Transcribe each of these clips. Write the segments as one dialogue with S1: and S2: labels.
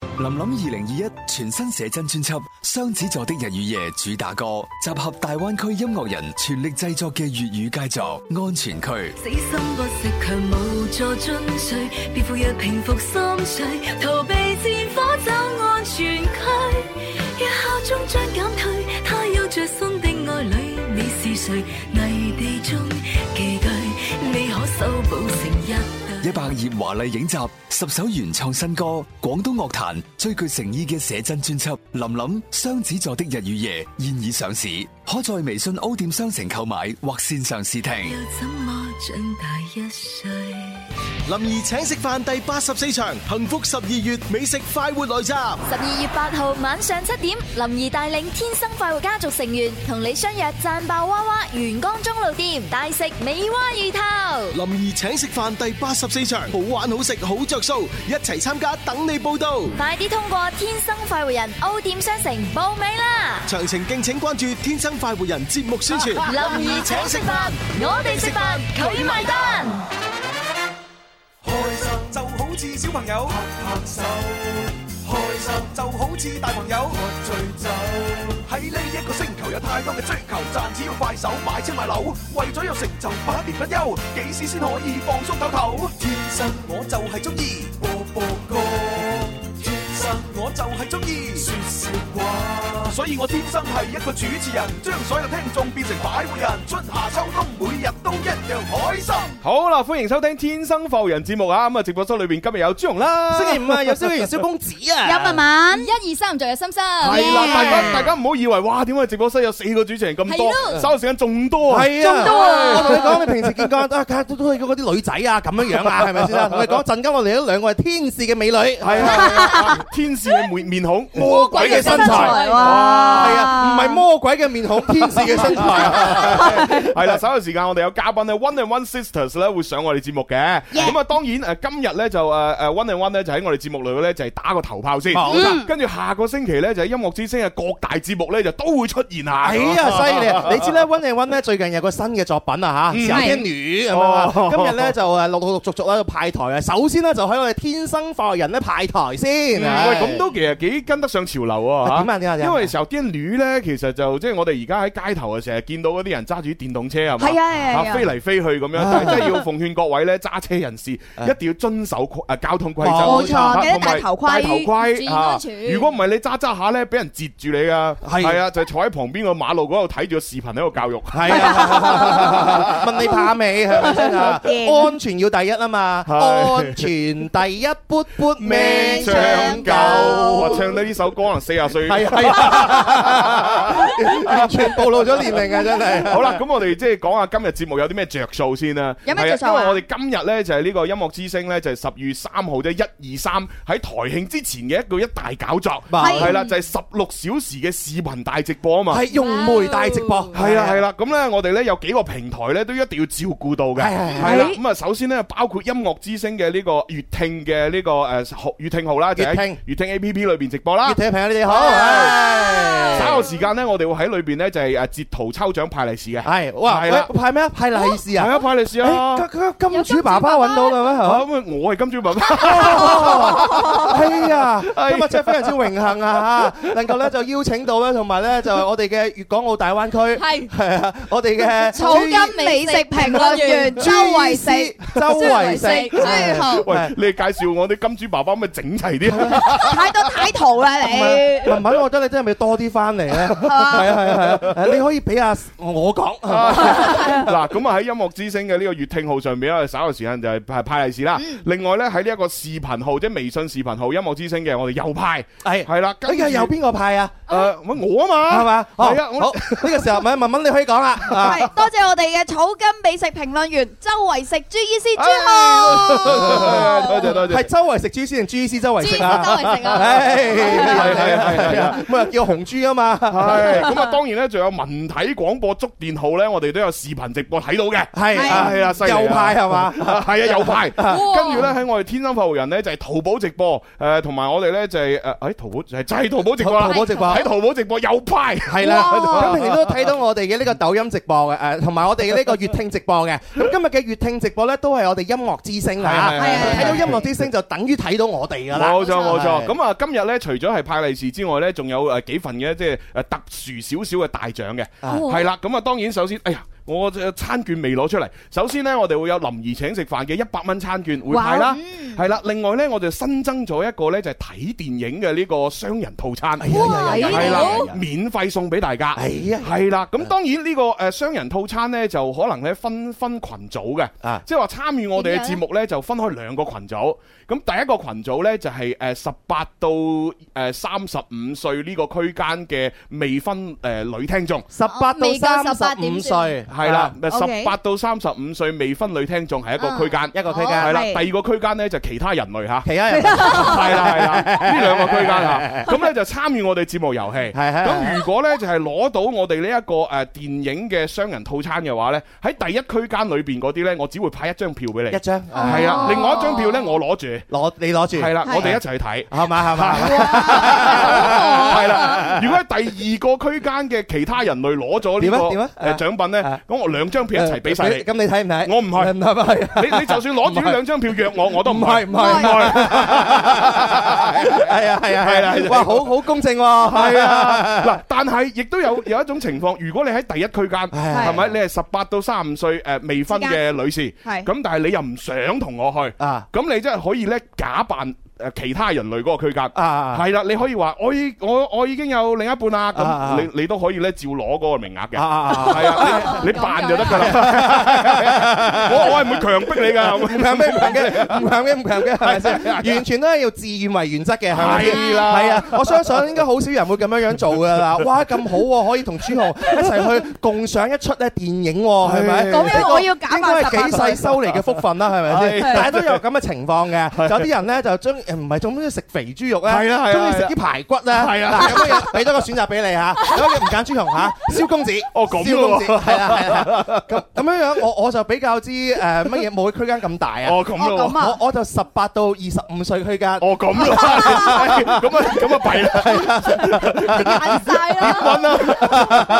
S1: 林林二零二一全新寫真專輯《雙子座的日與夜》主打歌，集合大灣區音樂人全力製作嘅粵語佳作《安全區》。
S2: 死心不息，強無助進退，別赴若平復心緒，逃避戰火找安全區。若效忠將減退，他有着新的愛侶，你是誰？泥地中寄居，你可修補成一對。
S1: 一百頁華麗影集，十首原創新歌，廣東樂壇最具誠意嘅寫真專輯《林林雙子座的日與夜》現已上市，可在微信 O 店商城購買或線上試聽。
S2: 又怎麼長大一歲？
S3: 林兒請食飯第八十四場，幸福十二月美食快活來襲。
S4: 十二月八號晚上七點，林兒帶領天生快活家族成員同你相約讚爆娃娃元江中路店，大食美蛙魚頭。
S3: 林兒請食飯第八十四場，好玩好食好着數，一齊參加等你報到。
S4: 快啲通過天生快活人 O 店商城報名啦！
S3: 詳情敬請關注天生快活人節目宣傳。
S4: 林兒請食飯，我哋食飯，佢埋單。
S5: 開心就好似小朋友拍拍手，開心就好似大朋友喝醉酒。喺呢一個星球有太多嘅追求，賺錢要快手買車買樓，為咗有成就百變不休，幾時先可以放鬆透透？天生我就係中意播播歌，天生我就係中意説笑話，所以我天生係一個主持人，將所有聽眾變成擺渡人，春夏秋冬每日都一樣開心。
S6: 好啦，歡迎收聽《天生浮人》節目啊！咁啊，直播室裏邊今日有朱紅啦，
S7: 星期 五啊有蕭敬元蕭公子啊，
S8: 有文文，
S9: 一二三，仲有心心，
S6: 係啦，大家大家唔好以為哇，點解直播室有四個主持人咁多，稍後時間仲多啊，
S7: 係啊，仲多啊！我同你講，你平時見過 啊，都都係嗰啲女仔啊咁樣樣啊，係咪先 啊？同你講，陣間我哋都兩個係天使嘅美女，
S6: 係啊，天使嘅面面孔，
S7: 魔鬼嘅身材，哇，係啊，唔係魔鬼嘅面孔，天使嘅身啊 材，
S6: 係啦，稍後時間我哋有嘉賓咧，One and One Sisters 咧會上我哋節目嘅，咁啊當然誒今日咧就誒誒 One and One 咧就喺我哋節目裏咧就係打個頭炮先，
S7: 嗯
S6: 跟住下個星期咧就喺音樂之聲嘅各大節目咧就都會出現下。
S7: 係啊，犀利！你知咧，One and One 咧最近有個新嘅作品啊嚇，小天女咁樣啊，今日咧就誒陸陸續續喺度派台啊。首先咧就喺我哋天生快活人咧派台先。啊哎
S6: 喂，咁都其實幾跟得上潮流啊！
S7: 點啊點啊點！
S6: 因為時候啲女咧其實就即係我哋而家喺街頭啊，成日見到嗰啲人揸住啲電動車係嘛，
S8: 係啊係
S6: 啊，飛嚟飛去咁樣，但係真係要奉勸各位咧揸車人士
S7: 啊
S6: 一定要遵守誒交通規則，
S8: 冇錯，記得戴頭盔，
S6: 戴頭盔
S9: 安全。
S6: 如果唔係你揸揸下咧，俾人截住你噶，係啊，就坐喺旁邊個馬路嗰度睇住個視頻喺度教育。
S7: 係 啊，問你怕未係咪先啊？安全要第一啊嘛，安全第一，撥撥命長久。
S6: 我唱得呢首歌可能四十歲，
S7: 係啊係 啊，完全暴露咗年齡啊！真係。
S6: 好啦，咁我哋即係講下今日節目有啲咩着數先啦。啊
S8: 有咩著數啊
S6: 因為我哋今日咧就係呢個音樂之聲咧就係十月三號即係一二三喺台慶之前嘅一個一大搞作，
S7: 係
S6: 係啦，就係十六小時嘅視頻大直播啊嘛。
S7: 係融媒大直播，
S6: 係啊係啦，咁咧我哋咧有幾個平台咧都一定要照顧到嘅，
S7: 係係
S6: 係啦。咁啊首先咧包括音樂之聲嘅呢個粵聽嘅呢個誒號粵聽號啦，就
S7: 粵
S6: 喺
S7: 聽
S6: 粵聽 A P P 裏邊直播啦
S7: 粵。聽朋友你哋好，
S6: 稍後時間咧，我哋會喺裏邊咧就係誒呃截圖抽獎派利是嘅。
S7: 係哇，
S6: 係啦
S7: 喂派咩啊？派利是
S6: 係
S7: 啊！
S6: 啊，派利是啊！
S7: 誒金金金主爸爸揾到啦咩？係嘛？
S6: 啊咁啊我係金主爸 爸，
S7: 哎呀，今日真係非常之榮幸 啊！嚇，能夠咧就邀請到咧，同埋咧就係我哋嘅粵港澳大灣區，
S9: 係
S7: 係啊，我哋嘅
S8: 草根美食評論員周圍食，
S7: 周圍食，
S8: 最好
S7: 哦
S6: 喂，你介紹我啲金主爸爸咪整 齊啲。
S8: 太多睇圖啦你。
S7: 文文，我覺得你真係咪多啲翻嚟咧？係啊係啊係啊！你可以俾阿我講，
S6: 嗱，咁啊喺音樂之聲嘅呢個粵聽號上邊咧，稍後時間就係派派利是啦。
S7: 嗯
S6: 另外咧喺呢一個視頻號，即係微信視頻號音樂之聲嘅，我哋又派
S7: 係
S6: 係啦。
S7: 哎呀，有邊個派啊？
S6: 誒喂我啊
S7: 係
S6: 嘛，
S7: 嘛？哦
S6: 係啊我
S7: 好，呢個時候咪文文你可以講啦。啊
S8: 係，多謝我哋嘅草根美食評論員周圍食 G E C 朱
S6: Ờ, 哎
S8: 浩。
S6: 多謝多謝
S7: 係。周圍食豬先定豬絲周圍食啊？
S9: 豬絲周圍食 啊
S7: 唉
S6: 係係係係啊
S7: 咁啊叫紅豬啊嘛，
S6: 係咁啊！當然咧，仲有文體廣播觸電號咧，我哋都有視頻直播睇到嘅。
S7: 係
S6: 啊係啊犀利啊
S7: 右派係嘛？
S6: 係啊，有排。跟住咧喺我哋天生服務人咧就係淘寶直播，誒同埋我哋咧就係誒喺淘寶就係就係淘寶直播啦，
S7: 淘寶直播
S6: 喺淘寶直播有派。
S7: 係啦，咁平時都睇到我哋嘅呢個抖音直播嘅，誒同埋我哋嘅呢個粵聽直播嘅。咁今日嘅粵聽直播咧，都係我哋音樂之聲
S6: 係
S7: 啊！
S6: 係
S8: 係係
S7: 睇到音樂之聲就等於睇到我哋㗎啦。
S6: 冇錯冇錯，咁啊今日日咧，除咗係派利是之外咧，仲有誒幾份嘅即係誒特殊少少嘅大獎嘅，係啦。咁啊，當然首先，哎呀，我嘅餐券未攞出嚟。首先呢，我哋會有林兒請食飯嘅一百蚊餐券會派啦，
S7: 嗯
S6: 係啦。另外呢，我哋新增咗一個呢，就係睇電影嘅呢個雙人套餐，係啦，免費送俾大家。
S7: 哎呀
S6: 係啦，咁當然呢個誒雙人套餐呢，就可能咧分分群組嘅，
S7: 啊
S6: 即係話參與我哋嘅節目呢，就分開兩個群組。咁第一個群組呢，就係誒十八到誒三十五歲呢個區間嘅未婚呃誒女聽眾。
S7: 十八到
S9: 未夠
S7: 三
S9: 18
S7: 十五
S9: 點
S7: 歲
S9: 算，
S6: 係
S7: 啊
S6: 啦，啊十
S8: OK
S6: 八到三十五歲未婚女聽眾係一個區間，
S7: 一個區
S8: 啊
S6: 係
S7: 間，
S6: 啦。
S8: 係
S6: 第二個區間呢，就其他人類嚇，
S7: 其他人
S6: 係啦係啦，呢兩個區間 嚇。咁呢，就參與我哋節目遊戲。
S7: 係係係
S6: 咁如果呢，就係攞到我哋呢一個誒電影嘅雙人套餐嘅話呢，喺第一區間裏邊嗰啲呢，我只會 派一張票俾你
S7: 一。張，
S6: 係
S7: 啊，
S6: 啊，另外一張票呢，我攞住。
S7: 攞你攞住，
S6: 係啦，
S8: 係
S6: 我哋一齊 去睇。
S7: 係嘛係嘛，
S6: 系啦，如果喺第二個區間嘅其他人類攞咗呢
S7: 點啊
S6: 個
S7: 點啊
S6: 诶奖品咧，
S7: 啊
S6: 咁我兩張票一齊俾晒你。
S7: 咁你睇唔睇？
S6: 我唔
S7: 唔
S6: 去
S7: 係唔係
S6: 你你就算攞住呢兩張票約我，我都唔
S7: 唔係
S6: 去。
S7: 唔係唔係， 係啊係啊
S6: 係啦係啦
S7: 哇好好公正 喎，
S6: 係啊，嗱，但係亦都有有一種情況，如果你喺第一區間，
S7: 唉
S6: 係咪你係十八到三十五歲诶未婚嘅女士，
S8: 係
S6: 咁但係你又唔想同我去，
S7: 啊
S6: 咁你真係可以咧假扮诶其他人類嗰個區間。
S7: 啊
S6: 係啦，你可以話我已我我已經有另一半啦，
S7: 啊
S6: 咁你你都可以咧照攞嗰個名額嘅
S7: 啊。啊！
S6: 系啊，你你扮就得噶啦。我我系唔會強迫
S7: 唔
S6: 你 噶。
S7: 強嘅，唔強嘅，唔強嘅，唔強嘅，係咪先？完全都係要自願為原則嘅，係咪先？
S6: 係啦
S7: 係啊，我相信應該好少人會咁樣樣做㗎 啦。哇，咁好喎，可以同朱紅一齊去共賞一出咧電影喎，係咪？
S6: 係
S8: 咁樣我要假扮
S7: 應該係幾
S8: 18
S7: 世修嚟嘅福分啦，係咪先？
S6: 係
S7: 但係都有咁嘅情況嘅，有啲人咧就中唔係中意食肥豬肉咧，
S6: 係啊係啊
S7: 中意食啲排骨咧，
S6: 係啊
S7: 嗱咁樣俾多個選擇俾你嚇，如果你唔揀朱紅嚇，蕭公子，
S6: 哦咁
S7: 蕭公子
S6: 咯喎
S7: 係啦係啦，咁咁樣樣 我我就比較之誒乜嘢冇佢區間咁大啊。
S6: 哦咁咯喎，
S8: 啊
S7: 我我就十八到二十五歲區間，
S6: 哦咁咯 喎，咁啊咁啊弊啦。
S8: 扮晒啦，
S6: 分啦，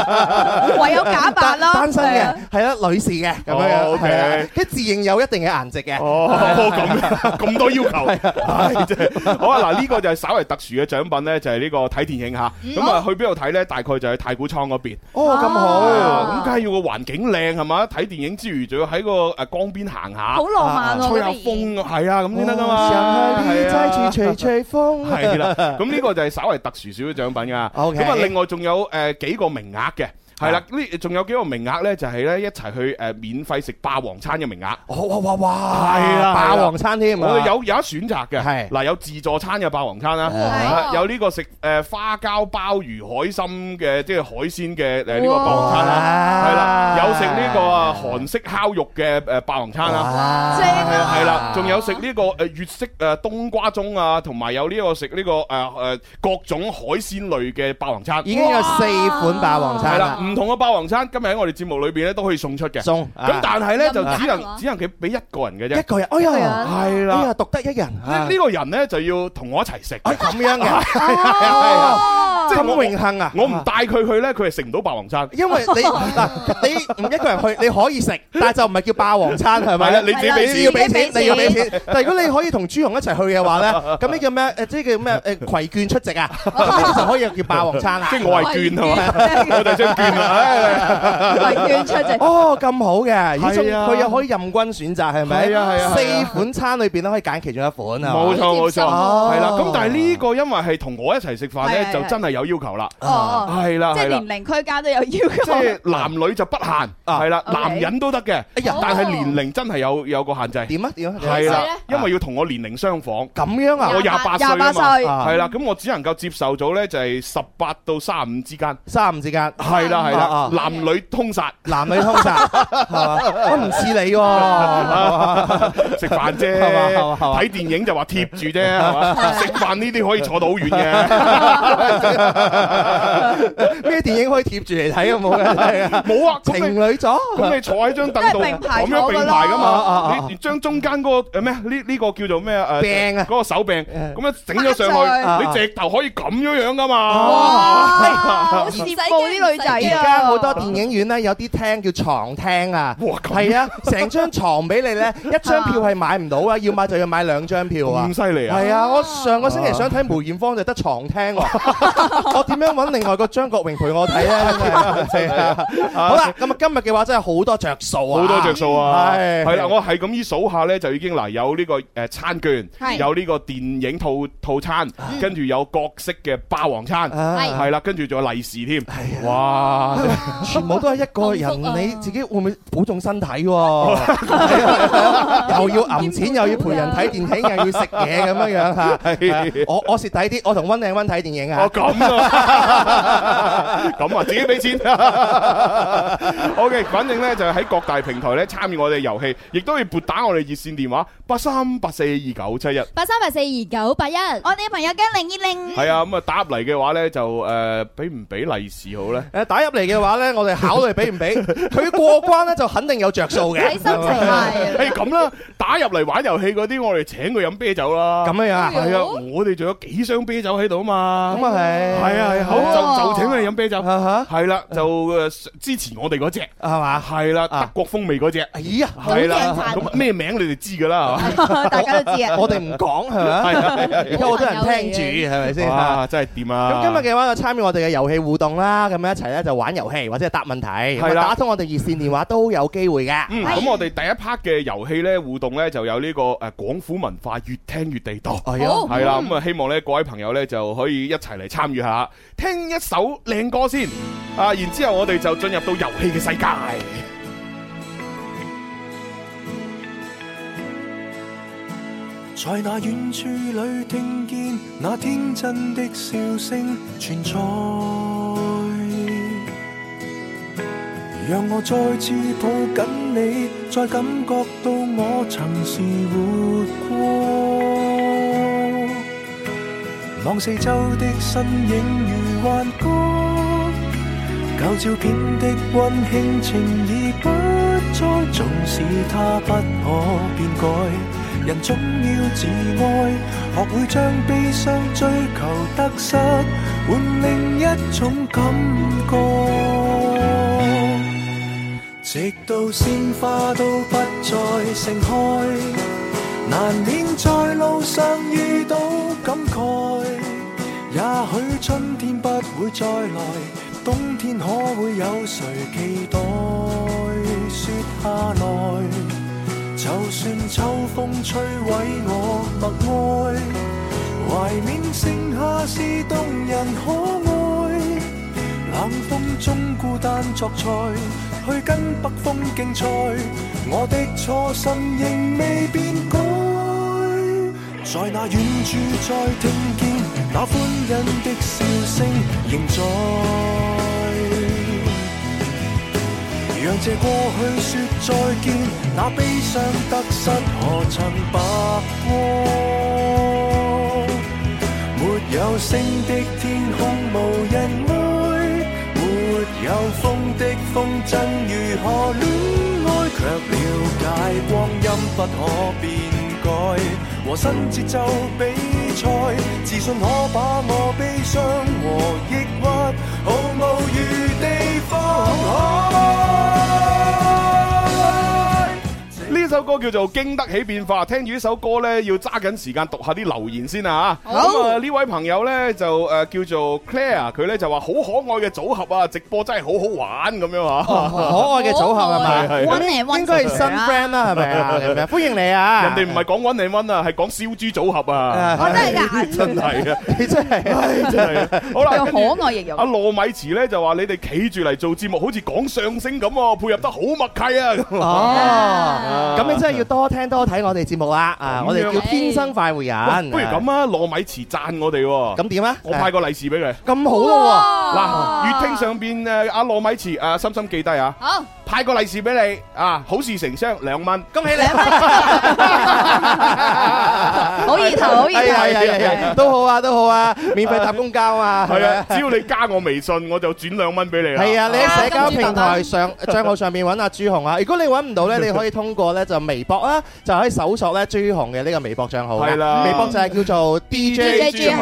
S8: 唯有假扮啦，
S7: 單身
S8: 係啊
S7: 嘅，係啦，女士嘅咁樣
S6: 哦
S7: 樣，
S6: ，OK
S7: 係啦，跟住自認有一定嘅顏值 嘅，
S6: 哦咁咁多要求，唉真係好啊嗱，呢個就係稍為特殊嘅獎品咧，就係呢個睇電影吓。咁啊去邊度睇咧？大概就喺太古倉嗰邊。哦
S7: 哦咁好，
S6: 咁梗係要個環境靚係嘛？睇電影之餘，仲要喺個诶江邊行下
S8: 好，浪漫
S6: 吹
S8: 喎，
S6: 下
S8: 嗰啲
S6: 風，係啊咁先得噶嘛。
S7: 哦
S6: 係啊
S7: 揸住隨隨風，
S6: 系啦，咁呢個就係稍為特殊少少獎品噶。
S7: OK
S6: 咁啊，另外仲有诶几个名額嘅，係啦，呢仲有幾個名額咧，就係咧一齊去诶免費食霸王餐嘅名額。
S7: 哦 哇哇哇，
S6: 係啦
S7: 霸王餐添啊，
S6: 我哋有有得選擇嘅，
S7: 係哦
S6: 嗱有自助餐嘅霸王餐啦，啊有呢個食誒花膠鮑魚海參嘅即係海鮮嘅呃誒呢個霸王餐啦，
S7: 哇
S6: 係啦，有食呢個啊韓式烤肉嘅誒霸王餐啦。
S7: 啊，
S8: 正
S6: 係啊
S8: 啊，
S6: 係啦，仲有食呢個誒粵式誒冬瓜盅啊，同埋有呢個食呢個誒誒各種海鮮類嘅霸王餐，
S7: 已經有四款霸王
S6: 係
S7: 餐
S6: 啦，
S7: 啦，
S6: 唔同嘅霸王餐，今日喺我哋節目裏邊咧都可以送出嘅。
S7: 送
S6: 咁
S7: 啊
S6: 但係咧就
S9: 任揀
S6: 只
S9: 係
S6: 能
S9: 嘛
S6: 只能佢俾一個人嘅
S7: 一
S6: 啫，
S7: 個人，哎呀，
S6: 係
S7: 哎
S6: 啦
S7: 呀，，獨得一人，
S6: 呢呢個人咧就要同我一齊食。
S7: 哎咁樣嘅，
S6: 即
S7: 咁
S6: 係我
S7: 榮幸啊，
S6: 我唔帶佢去咧，佢係食唔到霸王
S8: 哎
S6: 餐。
S7: 因為你嗱，你唔一個人去，你可以食，但係就唔係叫霸王餐係咪
S6: 係啊你自己俾錢
S7: 你要俾錢，
S9: 自
S7: 你
S9: 己
S7: 要
S9: 俾
S7: 俾
S9: 錢
S7: 錢。但係如果你可以同朱紅一齊去嘅話咧，咁呢叫咩？誒，即係叫咩？誒，攜眷出席啊，咁呢就可以叫霸王餐啦。
S6: 即係我係券係
S8: 啊
S6: 嘛，
S8: Ờ,
S6: 我就將券啦。唉
S8: 圍圈出席，
S7: 哦，咁好嘅，咦仲
S6: 係啊
S7: 佢又可以任君選擇係咪？
S6: 係啊係啊係啊
S7: 四款餐裏邊都可以揀其中一款啊。
S6: 冇錯冇錯，
S7: 哦
S6: 係啦。咁但係呢個因為係同我一齊食飯
S8: 係
S6: 咧，
S8: 係
S6: 就真係有要求啦。
S8: 哦，
S6: 係啦
S8: 哦即係
S6: 係啦
S8: 年，齡區間都有要
S6: 即
S8: 求，
S6: 係男女就不限，係啦，
S8: OK 哦
S6: 男人都得嘅。
S7: 哎呀
S6: 但係年齡真係有有個限制。
S7: 點啊點啊？
S6: 係
S9: 女仔
S6: 啦
S9: 呢，
S6: 因為要同我年齡相仿。
S7: 咁樣啊
S6: 我？廿八歲啊
S8: 廿
S6: 嘛，
S8: 八歲，
S7: 啊
S6: 係啦，咁我只能夠接受咗咧，就係十八到三五之間。
S7: 三五之間。
S8: 哦
S6: 係啦係
S7: 啊
S6: 啦
S7: 啊，
S6: 男女通殺。
S7: 男女通 殺，係嘛？我唔似你喎，
S6: 食飯啫，
S7: 啊係嘛係嘛係嘛
S6: 睇電影就話貼住啫，係嘛？食飯呢啲可以坐到好遠嘅，
S7: 咩電影可以貼住嚟睇啊？冇嘅，係啊
S6: 冇啊，咁
S7: 情
S6: 你
S7: 侶咗，
S6: 咁你坐喺張凳度
S8: 都係並排
S6: 咁樣
S8: 坐㗎
S6: 並
S8: 啦
S6: 排噶
S7: 啊啊啊
S6: 嘛？你將中間嗰個誒呃咩呢呢個叫做咩誒
S7: 柄啊
S6: 嗰個手柄
S7: 誒
S6: 咁樣整咗
S8: 抹
S6: 上
S7: 上
S6: 去，
S7: 去
S6: 你直頭可以咁樣樣噶嘛？
S8: 哇！好
S2: 唔使
S8: 羨慕
S2: 驚
S8: 啲女仔
S7: 而
S8: 啊！
S7: 家好多電影院咧有啲廳叫床廳啊，
S6: 哇咁
S7: 係啊，成張床俾你咧，一張票係買唔到 啊，要買就要買兩張票啊
S6: 咁。犀利啊！
S7: 係啊，我上個星期想睇梅艷芳就得床廳喎， 我點樣揾另外個張國榮陪我睇啊？真係係啊好啦，咁啊今日嘅話真係好多着數啊，
S6: 好多着數啊！
S7: 係
S6: 係啦，我係咁依數下咧，就已經嗱有呢個誒餐券，
S8: 係
S6: 有呢個電影套套餐，跟住有各式嘅霸王餐，
S7: 啊
S4: 係
S6: 係啦，跟住仲有利是添，哇！
S7: 全部都係一個
S4: 幸福
S7: 人，
S4: 啊
S7: 你自己會唔會保重身體 喎？係啊又要揞錢，又要陪人睇電影，又要食嘢咁樣樣嚇。
S6: 係
S7: 我我蝕底啲，我同温靚温睇電影啊
S6: 哦，。咁啊，咁啊，自己俾錢。OK，反正咧就喺各大平台咧參與我哋遊戲，亦都要撥打我哋熱線電話八三八四二九七一。
S4: 八三八四二九八一，
S8: 我哋嘅朋友驚零二零，
S6: 係啊，咁啊打入嚟嘅話咧就誒俾唔俾利是好咧？
S7: 誒打入嚟嘅話咧，我哋考慮俾唔俾 佢過關咧，就肯定有着數嘅。
S4: 睇心情啊！
S6: 誒哎咁啦，打入嚟玩遊戲嗰啲，我哋請佢飲啤酒啦。
S7: 咁樣樣啊，
S6: 係啊，我哋仲有幾箱啤酒喺度啊嘛。
S7: 咁啊係。
S6: 係啊，係啊好就就請佢哋飲啤酒。
S7: 啊
S6: 係啦，就誒支持我哋嗰只，
S7: 嚇係嘛？
S6: 係啦，
S7: 啊
S6: 德國風味嗰只。
S7: 哎呀，
S6: 係啦
S8: 好正，
S6: 咁咩名你哋知㗎啦，係嘛？
S8: 大家都知啊。
S7: 我哋唔講係咪？
S6: 係啊 係啊
S7: 有好多人聽住係咪先
S6: 哇，真係掂啊！
S7: 咁今日嘅話就參與我哋嘅遊戲互動啦，咁樣一齊咧就玩遊戲或者係答問題，
S6: 係
S7: 咁
S6: 啦
S7: 打通我哋熱線電話都有機會嘅。
S6: 嗯，咁我哋第一 part 嘅遊戲咧互動咧就有呢個誒廣府文化越聽越地道，
S7: 係啊，
S6: 係啦，咁啊希望咧各位朋友咧就可以一齊嚟參與下，聽一首靚歌先啊，然之後我哋就進入到遊戲嘅世界。
S5: 在那遠處裏聽見那天真的笑聲存在，讓我再次抱緊你，再感覺到我曾是活過。望四周的身影如幻覺，舊照片的溫馨情已不再，縱使它不可變改，人總要自愛，學會將悲傷追求得失，換另一種感覺。直到鮮花都不再盛開。難免在路上遇到感慨，也許春天不會再來，冬天可會有誰期待？雪下來，就算秋風摧毀我默哀，懷緬盛夏是動人可愛。冷風中孤單作菜，去跟北風競賽，我的初心仍未變改。在那遠處再聽見那歡欣的笑聲仍在，讓這過去說再見，那悲傷得失何曾白過？沒有星的天空無人愛，沒有風的風箏如何戀愛，卻了解光陰不可變改。和新節奏比賽，自信可把我悲傷和抑鬱毫無餘地放開。
S6: 呢首歌叫做《經得起變化》，聽住呢首歌呢，要揸緊時間讀下啲留言先啊！咁啊，呢位朋友呢，就誒、呃叫做 Claire，佢呢就話好可愛嘅組合啊，直播真係好好玩咁樣啊！
S7: 可愛嘅組合係咪？
S6: 係
S8: 溫嚟溫
S7: 應該係新 friend 啦，係咪啊？係咪啊歡迎你啊！
S6: 人哋唔係講温你温啊，係講燒豬組合 啊！
S8: 我真係㗎，
S6: 真係啊，
S7: 你真係
S6: 真係啊！好啦，跟住
S8: 用可愛形
S6: 阿
S8: 容。
S6: 糯米糍呢，就話你哋企住嚟做節目，好似講相聲咁喎，配合得好默契啊！
S8: Ờ.
S7: 哦，咁咁你真係要多聽多睇我哋節目啦！啊，
S6: 咁
S7: 我哋
S6: 樣
S7: 叫天生快活人。
S6: 喂不如咁啊，糯米糍讚我哋喎，
S7: 咁點啊？
S6: 我派個利是俾佢。
S7: 咁好
S6: Ờ.
S7: 咯
S6: 嗱，月聽上邊誒阿糯米糍誒深深記低啊，
S8: 好，
S6: 派個利是俾你啊，好事成雙兩蚊。
S7: 喎，恭喜你！
S8: 好意頭，好意
S7: 係啊
S8: 頭。
S7: 係啊係啊都好啊都好啊，免費搭公交啊，
S6: 係啊，只要你加我微信，我就轉兩蚊俾你啦。
S7: 係啊，你喺社交平
S8: 啊
S7: 台 上帳號上面揾阿朱紅啊。如果你揾唔到咧，你可以通過咧就微博啦，就可以搜索咧朱紅嘅呢個微博帳號㗎。
S6: 係啦
S7: 微博就係叫做 DJ
S8: 朱紅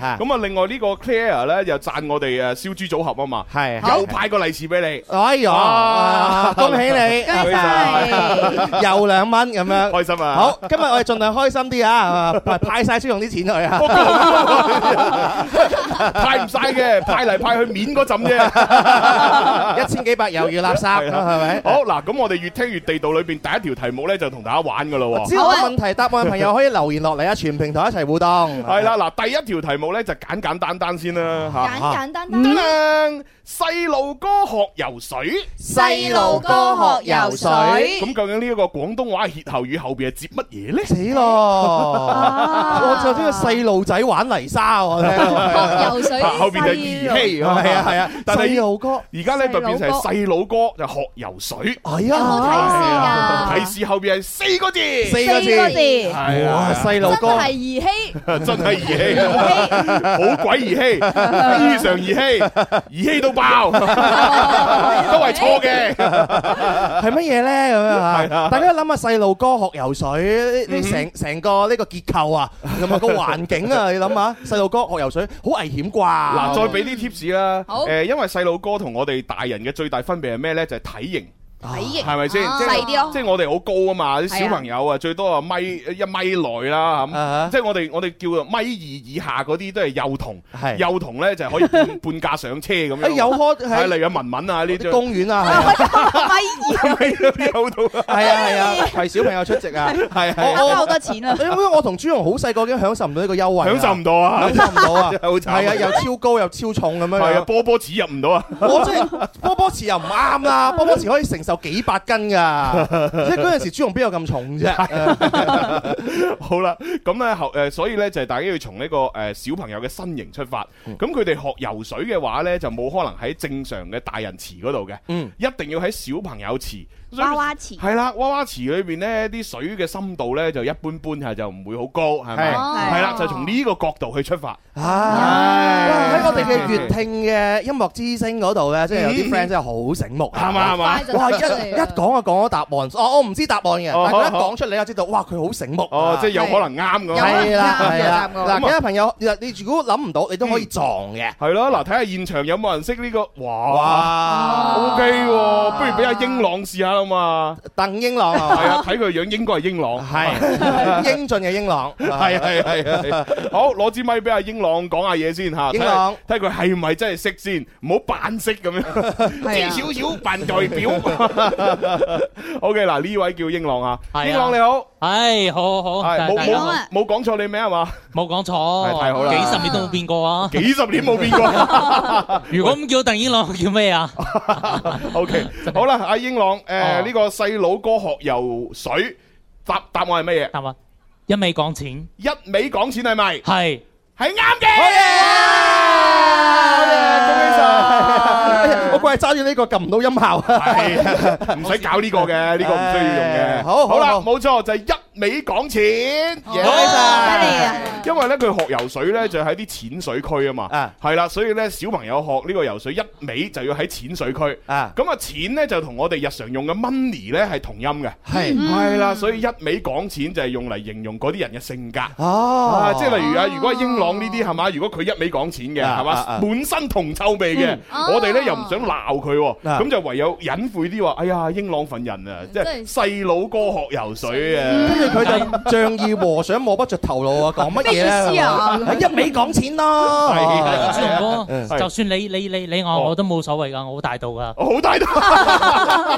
S7: 嚇。
S6: 咁啊，另外呢個 Claire 咧又讚我哋誒燒豬組合啊嘛，
S7: 係
S6: 又派個利是俾你，
S7: 哎呀
S6: 啊！
S7: 恭喜你，
S8: 恭喜晒
S7: 又兩蚊咁樣，
S6: 開心啊！
S7: 好，今日我哋盡量開心啲 啊，派派晒朱紅啲錢去啊！
S6: 啊派唔晒嘅，派嚟派去面嗰陣 啫。
S7: 一千幾百猶如 垃圾，係咪？
S6: 好嗱，咁我哋越聽越地道裏邊第一條題目咧，就同大家玩噶咯。
S7: 知道問題答案嘅朋友可以留言落嚟啊，全平台一齊互動。
S6: 係啦，嗱，第一條題目咧就簡簡單單先啦
S8: 簡
S6: 吓。
S8: 簡單單。
S6: 噔，細路哥學游水，
S8: 細路哥學游水。
S6: 咁究竟呢一個廣東話歇後語後邊係接乜嘢咧？
S7: 死咯！我就知個細路仔玩泥沙喎，我聽
S4: 學游水，
S6: 啊後邊就係兒戲，
S7: 係啊係啊，
S6: 但係
S7: 細路哥，
S6: 而家咧就變成係細佬哥就學游水，
S7: 哎
S4: 好提
S7: 呀，
S4: 示
S7: 啊
S4: 㗎，
S6: 提示後邊係四個字，
S7: 四個
S8: 四個
S7: 字，
S8: 字，
S6: 係
S7: 哇，
S6: 啊，
S7: 細路
S4: 真
S7: 哥
S4: 係。兒戲，
S6: 真係兒戲，啊好鬼兒戲，非常兒戲，兒戲到爆，
S8: 哦
S6: 都係錯嘅。
S7: 係乜嘢咧咁樣
S6: 啊
S7: 嚇？大家諗下細路哥學游水，
S6: 嗯
S7: 你成成個呢個結構啊，同埋個環境 啊，你諗下細路哥學游水好危險
S6: 嗱，
S7: 啩？
S6: 再俾啲 tips 啦，
S8: 好
S6: 誒，因為細路哥同我哋大人嘅最大分別係咩咧？就係體型。
S8: 體型啊
S6: 係咪先？即
S8: 細啲
S6: 係
S8: 咯
S6: 即係我哋好高啊嘛，啲
S8: 係啊
S6: 小朋友啊，最多啊米一米內啦，
S7: 啊哈
S6: 咁即係我哋我哋叫做米二以下嗰啲都係幼童，
S7: 係
S6: 幼童咧就係可以 半半價上車咁
S7: 誒
S6: 樣。
S7: 有開
S6: 係例
S7: 喺
S6: 如有文文啊呢
S7: 啲
S6: 張，
S7: 公園 啊，
S8: 米二，
S6: 幼童
S7: 係啊係啊係 啊，係小朋友出席啊。
S6: 係係
S7: 我
S8: 慳咗好多錢啊！
S7: 因為我同朱紅好細個已經享受唔到呢個優惠啊，
S6: 享受唔 到啊，
S7: 享受唔到啊，
S6: 真係 好慘啊
S7: 係啊，又超高又超重咁樣
S6: 係啊
S7: 樣。
S6: 波波子入唔到啊，
S7: 我真係波波池又唔啱 啦，波波池可以承受幾百斤㗎，即係嗰陣時朱紅邊有咁重 啫？
S6: 啊好啦，咁咧後誒，所以咧就係大家要從呢個誒小朋友嘅身形出發，
S7: 嗯
S6: 咁佢哋學游水嘅話咧就冇可能喺正常嘅大人池嗰度嘅，
S7: 嗯
S6: 一定要喺小朋友池。所以
S8: 娃娃池，
S6: 系啦，娃娃池裏边呢啲水嘅深度呢就一般般，係就唔會好高，係咪？
S7: 係
S6: 係啦，就從呢個角度去出發。
S7: 唉，喺我哋嘅粵聽嘅音樂之星嗰度咧，即係有啲 friend 真係好醒目啊！
S6: 啱啊啱啊！
S4: 快就
S7: 哇！一
S4: 答
S7: 一
S4: 出嚟啦
S7: 講就講咗答案，我我唔知答案嘅，
S6: 哦
S7: 但係佢一
S6: 好好
S7: 講出嚟，我知道，哇！佢好醒目啊。
S6: 哦，即係有可能啱咁啊。
S7: 係啦
S8: 有
S7: 係啦，
S8: 有答
S7: 嗱，
S8: 案
S7: 其他朋友，你你如果諗唔到，你都可以撞嘅。
S6: 係咯，嗱，睇下現場有冇人識呢個？嗯哇
S7: 哇！
S6: ，OK 喎，不如俾阿英朗試下啦嘛。
S7: 鄧英朗
S6: 係
S7: 啊，
S6: 啊，睇佢樣應該係英朗。
S7: 係 英俊嘅英朗，
S6: 係係係係。好，攞支咪俾阿英朗講下嘢先吓。
S7: 英朗
S6: 睇下睇下佢係咪真係識先，唔好扮識咁樣。
S8: 係啊
S6: 知少少扮代表。OK，嗱呢位叫英朗啊，
S9: 係啊
S6: 英朗你好。
S9: 唉，好好好，
S6: 係
S9: 大
S6: 冇
S9: 大家好
S6: 冇冇講錯你名係嘛？
S9: 冇講
S6: 係太好啦
S9: 錯，幾十年都冇變過啊！
S6: 幾十年冇變過。
S9: 如果咁叫鄧英朗，叫咩啊？
S6: O K，好啦，阿英朗，
S9: 哦
S6: 誒呢個細佬哥學游水，答答案係乜嘢？
S9: 答案一味講錢，
S6: 一味講錢係咪？
S9: 係
S6: 係啱嘅。好嘢恭 喜晒
S7: 我怪揸住呢個撳唔到音 效。
S6: 係唔使搞呢個嘅，呢個唔需要用嘅。
S7: 唉好
S6: 好啦，
S7: 好好
S6: 冇錯，就係一味講錢。
S7: 恭喜
S8: 犀利
S7: 晒！
S8: 啊！
S6: 因為咧佢學游水咧就喺啲淺水區啊嘛
S7: 啊，
S6: 係啦，所以咧小朋友學呢個游水一味就要喺淺水區。
S7: 啊，
S6: 咁啊，錢咧就同我哋日常用嘅 money 咧係同音嘅，
S7: 係
S6: 係啦，所以一味講錢就係用嚟形容嗰啲人嘅性格。啊，
S7: 哦，
S6: 即係例如啊，如果英朗呢啲係嘛，如果佢一味講錢嘅
S7: 啊
S6: 係
S7: 啊啊嗯
S6: 嘛，滿身銅臭味嘅，我哋咧又唔想鬧佢喎，
S7: 啊
S6: 咁就唯有隱晦啲話，哎呀，英朗份人啊，即係
S4: 真係
S6: 細佬哥學游水啊，
S7: 住佢就仗義和尚摸不着頭腦啊，講乜嘢咧？
S8: 咩意思啊
S7: 係嘛一味講錢咯。
S6: 係
S9: 朱紅
S6: 係
S9: 哥，就算你你你你
S6: 哦
S9: 我我都冇所謂㗎，我好大度㗎。
S6: 好大膽。